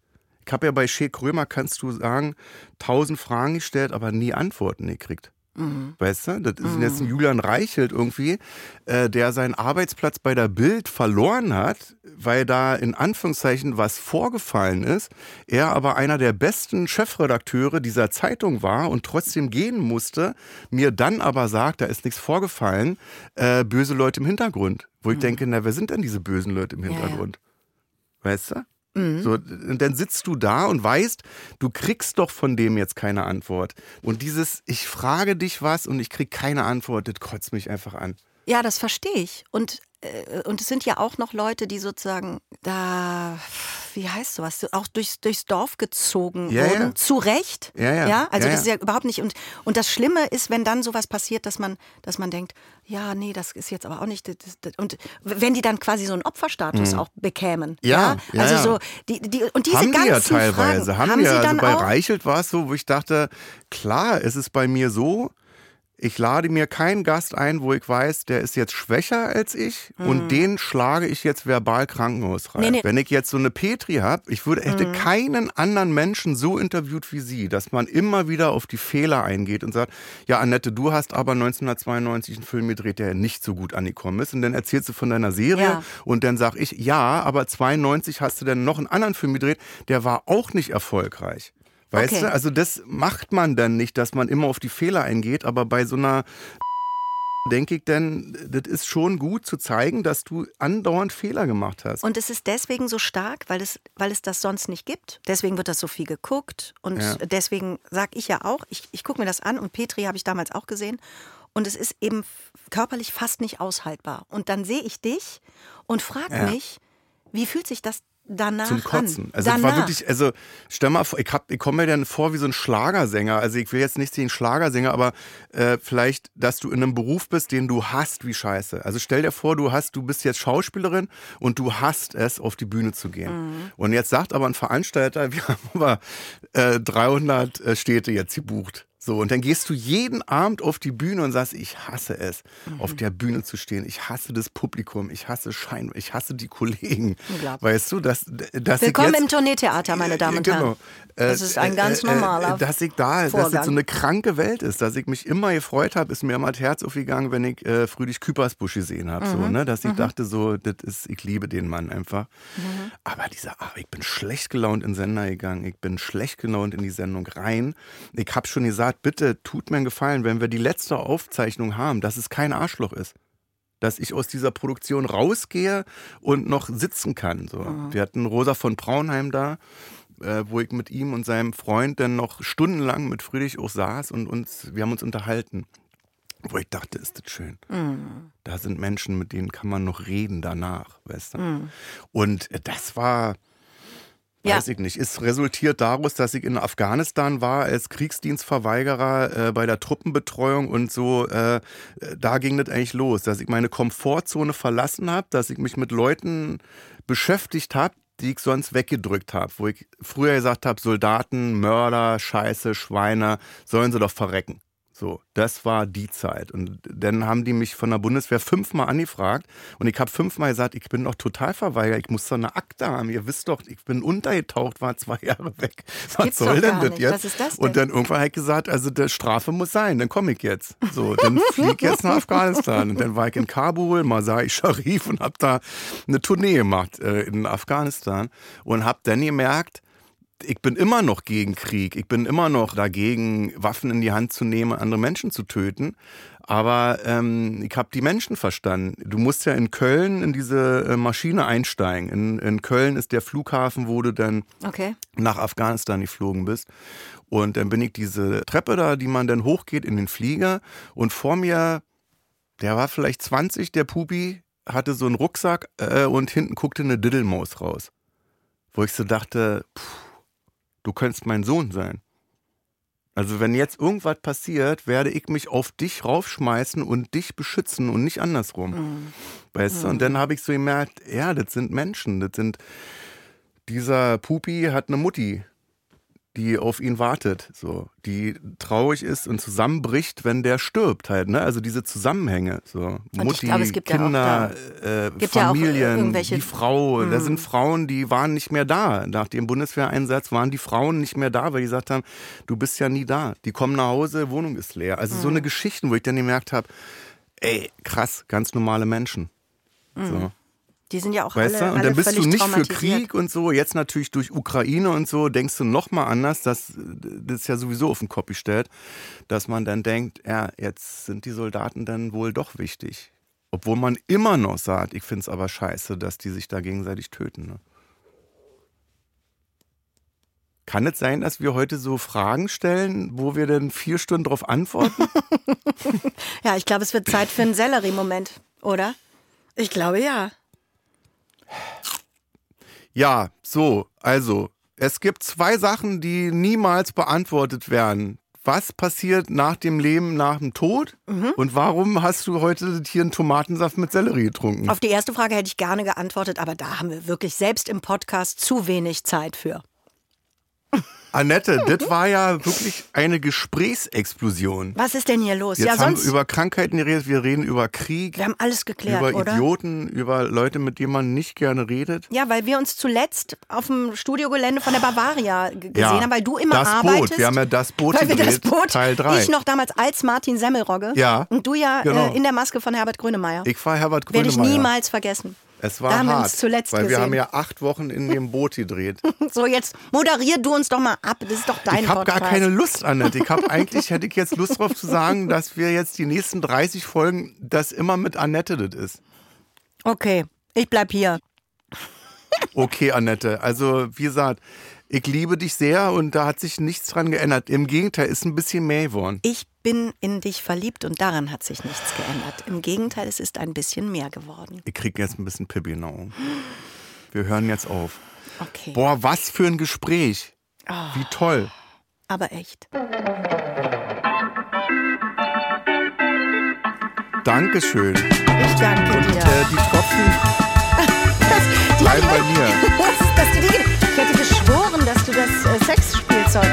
Speaker 2: Ich habe ja bei Che Krömer, kannst du sagen, tausend Fragen gestellt, aber nie Antworten gekriegt.
Speaker 3: Mhm.
Speaker 2: Weißt du, das ist jetzt ein Julian Reichelt irgendwie, äh, der seinen Arbeitsplatz bei der Bild verloren hat, weil da in Anführungszeichen was vorgefallen ist. Er aber einer der besten Chefredakteure dieser Zeitung war und trotzdem gehen musste, mir dann aber sagt, da ist nichts vorgefallen, äh, böse Leute im Hintergrund. Wo ich denke, na, wer sind denn diese bösen Leute im
Speaker 3: Mhm. ja.
Speaker 2: Hintergrund? Weißt du? So, und dann sitzt du da und weißt, du kriegst doch von dem jetzt keine Antwort. Und dieses, ich frage dich was und ich krieg keine Antwort, das kotzt mich einfach an.
Speaker 3: Ja, das verstehe ich. Und, äh, und es sind ja auch noch Leute, die sozusagen da, wie heißt sowas, auch durchs, durchs Dorf gezogen
Speaker 2: Ja,
Speaker 3: wurden.
Speaker 2: ja.
Speaker 3: Zu Recht.
Speaker 2: Ja, ja.
Speaker 3: also
Speaker 2: Ja,
Speaker 3: das ist
Speaker 2: ja.
Speaker 3: ja überhaupt nicht. Und, und das Schlimme ist, wenn dann sowas passiert, dass man, dass man denkt, ja, nee, das ist jetzt aber auch nicht. Das, das, und wenn die dann quasi so einen Opferstatus auch bekämen.
Speaker 2: Mhm. Ja, ja,
Speaker 3: Also
Speaker 2: ja.
Speaker 3: so, die, die, und diese
Speaker 2: haben
Speaker 3: ganzen
Speaker 2: die ja teilweise.
Speaker 3: Fragen,
Speaker 2: haben, die
Speaker 3: sie
Speaker 2: ja.
Speaker 3: dann
Speaker 2: also bei
Speaker 3: auch?
Speaker 2: Reichelt war es so, wo ich dachte, klar, es ist bei mir so, ich lade mir keinen Gast ein, wo ich weiß, der ist jetzt schwächer als ich und den schlage ich jetzt verbal Krankenhaus rein.
Speaker 3: Hm. Nee, Hm. nee.
Speaker 2: Wenn ich jetzt so eine Petri habe, ich würde, hätte keinen anderen Menschen so interviewt wie sie, dass man immer wieder auf die Fehler eingeht und sagt, ja Annette, du hast aber 1992 einen Film gedreht, der nicht so gut angekommen ist und dann erzählst du von deiner Serie
Speaker 3: Ja.
Speaker 2: und dann sag ich, ja, aber 92 hast du dann noch einen anderen Film gedreht, der war auch nicht erfolgreich. Weißt
Speaker 3: Okay.
Speaker 2: du, also das macht man dann nicht, dass man immer auf die Fehler eingeht, aber bei so einer denke ich denn, das ist schon gut zu zeigen, dass du andauernd Fehler gemacht hast.
Speaker 3: Und es ist deswegen so stark, weil es, weil es das sonst nicht gibt. Deswegen wird das so viel geguckt. Und
Speaker 2: Ja.
Speaker 3: deswegen sage ich ja auch, ich, ich gucke mir das an und Petri habe ich damals auch gesehen. Und es ist eben f- körperlich fast nicht aushaltbar. Und dann sehe ich dich und frage mich, wie fühlt sich das danach
Speaker 2: zum Kotzen.
Speaker 3: an?
Speaker 2: Also es war
Speaker 3: Danach.
Speaker 2: wirklich, also stell mal vor, ich, hab- ich komme mir dann vor wie so ein Schlagersänger. Also ich will jetzt nicht den Schlagersänger, aber äh, vielleicht, dass du in einem Beruf bist, den du hast wie Scheiße. Also stell dir vor, du hast, du bist jetzt Schauspielerin und du hast es, auf die Bühne zu gehen.
Speaker 3: Mhm.
Speaker 2: Und jetzt sagt aber ein Veranstalter, wir haben aber äh, 300 äh, Städte jetzt gebucht. So, und dann gehst du jeden Abend auf die Bühne und sagst, ich hasse es,
Speaker 3: Mhm.
Speaker 2: auf der Bühne zu stehen. Ich hasse das Publikum, ich hasse Schein, ich hasse die Kollegen.
Speaker 3: Unglaublich.
Speaker 2: Weißt du, dass, dass
Speaker 3: Willkommen
Speaker 2: ich
Speaker 3: im
Speaker 2: jetzt,
Speaker 3: Tourneetheater, meine Damen und Herren.
Speaker 2: Genau. Äh,
Speaker 3: Das ist ein ganz
Speaker 2: äh, äh,
Speaker 3: normaler
Speaker 2: Dass ich da, dass
Speaker 3: Vorgang.
Speaker 2: das so eine kranke Welt ist, dass ich mich immer gefreut habe, ist mir immer das Herz aufgegangen, wenn ich äh, Friedrich Küppersbusch gesehen habe.
Speaker 3: Mhm.
Speaker 2: So, ne? Dass ich dachte, so, das ist, ich liebe den Mann einfach.
Speaker 3: Mhm.
Speaker 2: Aber dieser, ah, ich bin schlecht gelaunt in den Sender gegangen, ich bin schlecht gelaunt in die Sendung rein. Ich habe schon gesagt, bitte tut mir einen Gefallen, wenn wir die letzte Aufzeichnung haben, dass es kein Arschloch ist dass ich aus dieser Produktion rausgehe und noch sitzen kann. So.
Speaker 3: Mhm.
Speaker 2: Wir hatten Rosa von Braunheim da, äh, wo ich mit ihm und seinem Freund dann noch stundenlang mit Friedrich auch saß und uns, wir haben uns unterhalten. Wo ich dachte, ist das schön. Da sind Menschen, mit denen kann man noch reden danach, weißt du? Und äh, das war,
Speaker 3: Ja.
Speaker 2: Weiß ich nicht. Es resultiert daraus, dass ich in Afghanistan war als Kriegsdienstverweigerer äh, bei der Truppenbetreuung und so. Äh, da ging das eigentlich los, dass ich meine Komfortzone verlassen habe, dass ich mich mit Leuten beschäftigt habe, die ich sonst weggedrückt habe. Wo ich früher gesagt habe, Soldaten, Mörder, Scheiße, Schweine, sollen sie doch verrecken. So, das war die Zeit. Und dann haben die mich von der Bundeswehr fünfmal angefragt. Und ich habe fünfmal gesagt, ich bin doch total verweigert. Ich muss doch eine Akte haben. Ihr wisst doch, ich bin untergetaucht, war zwei Jahre weg. Was
Speaker 3: gibt's
Speaker 2: soll
Speaker 3: doch
Speaker 2: denn
Speaker 3: gar
Speaker 2: das
Speaker 3: nicht.
Speaker 2: jetzt?
Speaker 3: Was ist das
Speaker 2: Und dann irgendwann habe ich gesagt, also der Strafe muss sein. Dann komme ich jetzt. So, dann fliege ich jetzt nach Afghanistan. Und dann war ich in Kabul, Masai Sharif und habe da eine Tournee gemacht äh, in Afghanistan. Und habe dann gemerkt, ich bin immer noch gegen Krieg. Ich bin immer noch dagegen, Waffen in die Hand zu nehmen und andere Menschen zu töten. Aber ähm, ich habe die Menschen verstanden. Du musst ja in Köln in diese äh, Maschine einsteigen. In, in Köln ist der Flughafen, wo du dann
Speaker 3: Mm, Okay.
Speaker 2: nach Afghanistan geflogen bist. Und dann bin ich diese Treppe da, die man dann hochgeht in den Flieger. Und vor mir, der war vielleicht 20, der Pupi, hatte so einen Rucksack äh, und hinten guckte eine Diddlemaus raus. Wo ich so dachte, puh, du könntest mein Sohn sein. Also wenn jetzt irgendwas passiert, werde ich mich auf dich raufschmeißen und dich beschützen und nicht andersrum.
Speaker 3: Mhm.
Speaker 2: Weißt du? Und dann habe ich so gemerkt, ja, das sind Menschen, das sind dieser Pupi hat eine Mutti, die auf ihn wartet, so, die traurig ist und zusammenbricht, wenn der stirbt halt, ne? Also diese Zusammenhänge, so
Speaker 3: ich
Speaker 2: Mutti,
Speaker 3: glaube, es gibt ja auch
Speaker 2: Kinder, äh,
Speaker 3: gibt ja auch
Speaker 2: Familien,
Speaker 3: irgendwelche- Hm.
Speaker 2: die Frau, da sind Frauen, die waren nicht mehr da. Nach dem Bundeswehreinsatz waren die Frauen nicht mehr da, weil die gesagt haben, du bist ja nie da. Die kommen nach Hause, Wohnung ist leer. Also
Speaker 3: Hm.
Speaker 2: so eine Geschichten, wo ich dann gemerkt habe, ey, krass, ganz normale Menschen.
Speaker 3: Hm.
Speaker 2: So.
Speaker 3: Die sind ja auch
Speaker 2: Weißt
Speaker 3: alle,
Speaker 2: du?
Speaker 3: alle
Speaker 2: Und dann bist
Speaker 3: völlig
Speaker 2: du nicht für
Speaker 3: traumatisiert.
Speaker 2: Krieg und so. Jetzt natürlich durch Ukraine und so denkst du nochmal anders, dass das ist ja sowieso auf den Kopf gestellt, dass man dann denkt, ja, jetzt sind die Soldaten dann wohl doch wichtig. Obwohl man immer noch sagt, ich finde es aber scheiße, dass die sich da gegenseitig töten. Ne? Kann es sein, dass wir heute so Fragen stellen, wo wir dann vier Stunden drauf antworten?
Speaker 3: Ja, ich glaube, es wird Zeit für einen Sellerie-Moment, oder? Ich glaube ja.
Speaker 2: Ja, so, also, es gibt zwei Sachen, die niemals beantwortet werden. Was passiert nach dem Leben, nach dem Tod?
Speaker 3: Mhm.
Speaker 2: Und warum hast du heute hier einen Tomatensaft mit Sellerie getrunken?
Speaker 3: Auf die erste Frage hätte ich gerne geantwortet, aber da haben wir wirklich selbst im Podcast zu wenig Zeit für.
Speaker 2: Annette,
Speaker 3: Oh.
Speaker 2: das war ja wirklich eine Gesprächsexplosion.
Speaker 3: Was ist denn hier los?
Speaker 2: Jetzt
Speaker 3: ja,
Speaker 2: haben
Speaker 3: sonst.
Speaker 2: wir über Krankheiten geredet, wir reden über Krieg,
Speaker 3: wir haben alles geklärt,
Speaker 2: über
Speaker 3: oder?
Speaker 2: Idioten, über Leute, mit denen man nicht gerne redet.
Speaker 3: Ja, weil wir uns zuletzt auf dem Studiogelände von der Bavaria g- gesehen
Speaker 2: Ja,
Speaker 3: haben, weil du immer
Speaker 2: das Boot.
Speaker 3: arbeitest.
Speaker 2: Wir haben ja das Boot
Speaker 3: Weil wir das
Speaker 2: gedreht,
Speaker 3: Boot,
Speaker 2: Teil drei.
Speaker 3: ich noch damals als Martin Semmelrogge
Speaker 2: Ja,
Speaker 3: und du ja
Speaker 2: genau.
Speaker 3: äh, in der Maske von Herbert Grönemeyer.
Speaker 2: Ich war Herbert
Speaker 3: Werde ich
Speaker 2: Grönemeyer.
Speaker 3: niemals vergessen.
Speaker 2: es war
Speaker 3: da haben wir
Speaker 2: hart,
Speaker 3: uns zuletzt
Speaker 2: weil
Speaker 3: gesehen.
Speaker 2: wir haben ja acht Wochen in dem Boot gedreht.
Speaker 3: so, jetzt moderier du uns doch mal ab. Das ist doch dein
Speaker 2: Ich habe
Speaker 3: Podcast.
Speaker 2: gar keine Lust, Annette. Ich habe eigentlich, hätte ich jetzt Lust drauf zu sagen, dass wir jetzt die nächsten 30 Folgen, das immer mit Annette das ist.
Speaker 3: Okay, ich bleib hier.
Speaker 2: Okay, Annette. Also, wie gesagt, ich liebe dich sehr und da hat sich nichts dran geändert. Im Gegenteil, ist ein bisschen mehr geworden.
Speaker 3: Ich bin in dich verliebt und daran hat sich nichts geändert. Im Gegenteil, es ist ein bisschen mehr geworden.
Speaker 2: Ich kriege jetzt ein bisschen Pippi in den Augen. Wir hören jetzt auf.
Speaker 3: Okay.
Speaker 2: Boah, was für ein Gespräch.
Speaker 3: Ah.
Speaker 2: Wie toll.
Speaker 3: Aber echt.
Speaker 2: Dankeschön. Und
Speaker 3: Ich danke
Speaker 2: äh,
Speaker 3: dir.
Speaker 2: die Tropfen
Speaker 3: Die
Speaker 2: bleiben bei
Speaker 3: haben-
Speaker 2: mir.
Speaker 3: Was? Dass du die, ich hätte geschworen, dass du das äh, Sexspielzeug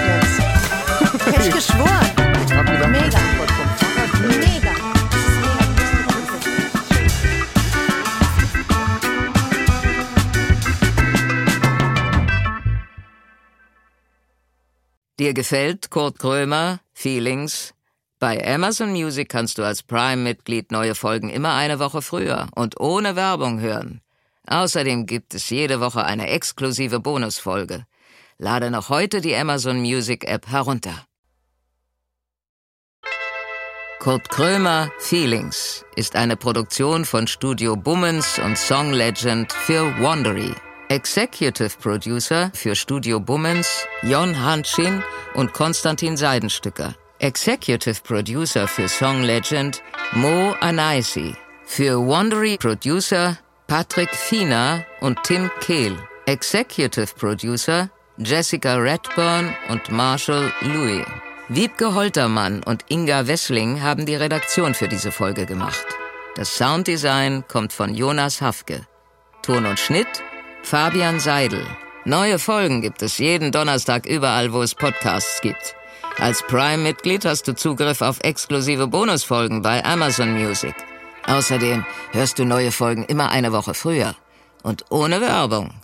Speaker 3: nimmst. hätte ich geschworen.
Speaker 2: Ich habe gedacht,
Speaker 3: Mega.
Speaker 2: das kommt vom Fahrrad.
Speaker 3: Mega. Das ist mega.
Speaker 1: Dir gefällt Kurt Krömer, Feelings? Bei Amazon Music kannst du als Prime-Mitglied neue Folgen immer eine Woche früher und ohne Werbung hören. Außerdem gibt es jede Woche eine exklusive Bonusfolge. Lade noch heute die Amazon Music App herunter. Kurt Krömer Feelings ist eine Produktion von Studio Bummens und Song Legend für Wandery. Executive Producer für Studio Bummens Jon Hanschin und Konstantin Seidenstücker. Executive Producer für Song Legend Mo Anaisi. Für Wandery Producer Patrick Fiener und Tim Kehl. Executive Producer Jessica Redburn und Marshall Louis. Wiebke Holtermann und Inga Wessling haben die Redaktion für diese Folge gemacht. Das Sounddesign kommt von Jonas Hafke. Ton und Schnitt Fabian Seidel. Neue Folgen gibt es jeden Donnerstag überall, wo es Podcasts gibt. Als Prime-Mitglied hast du Zugriff auf exklusive Bonusfolgen bei Amazon Music. Außerdem hörst du neue Folgen immer eine Woche früher und ohne Werbung.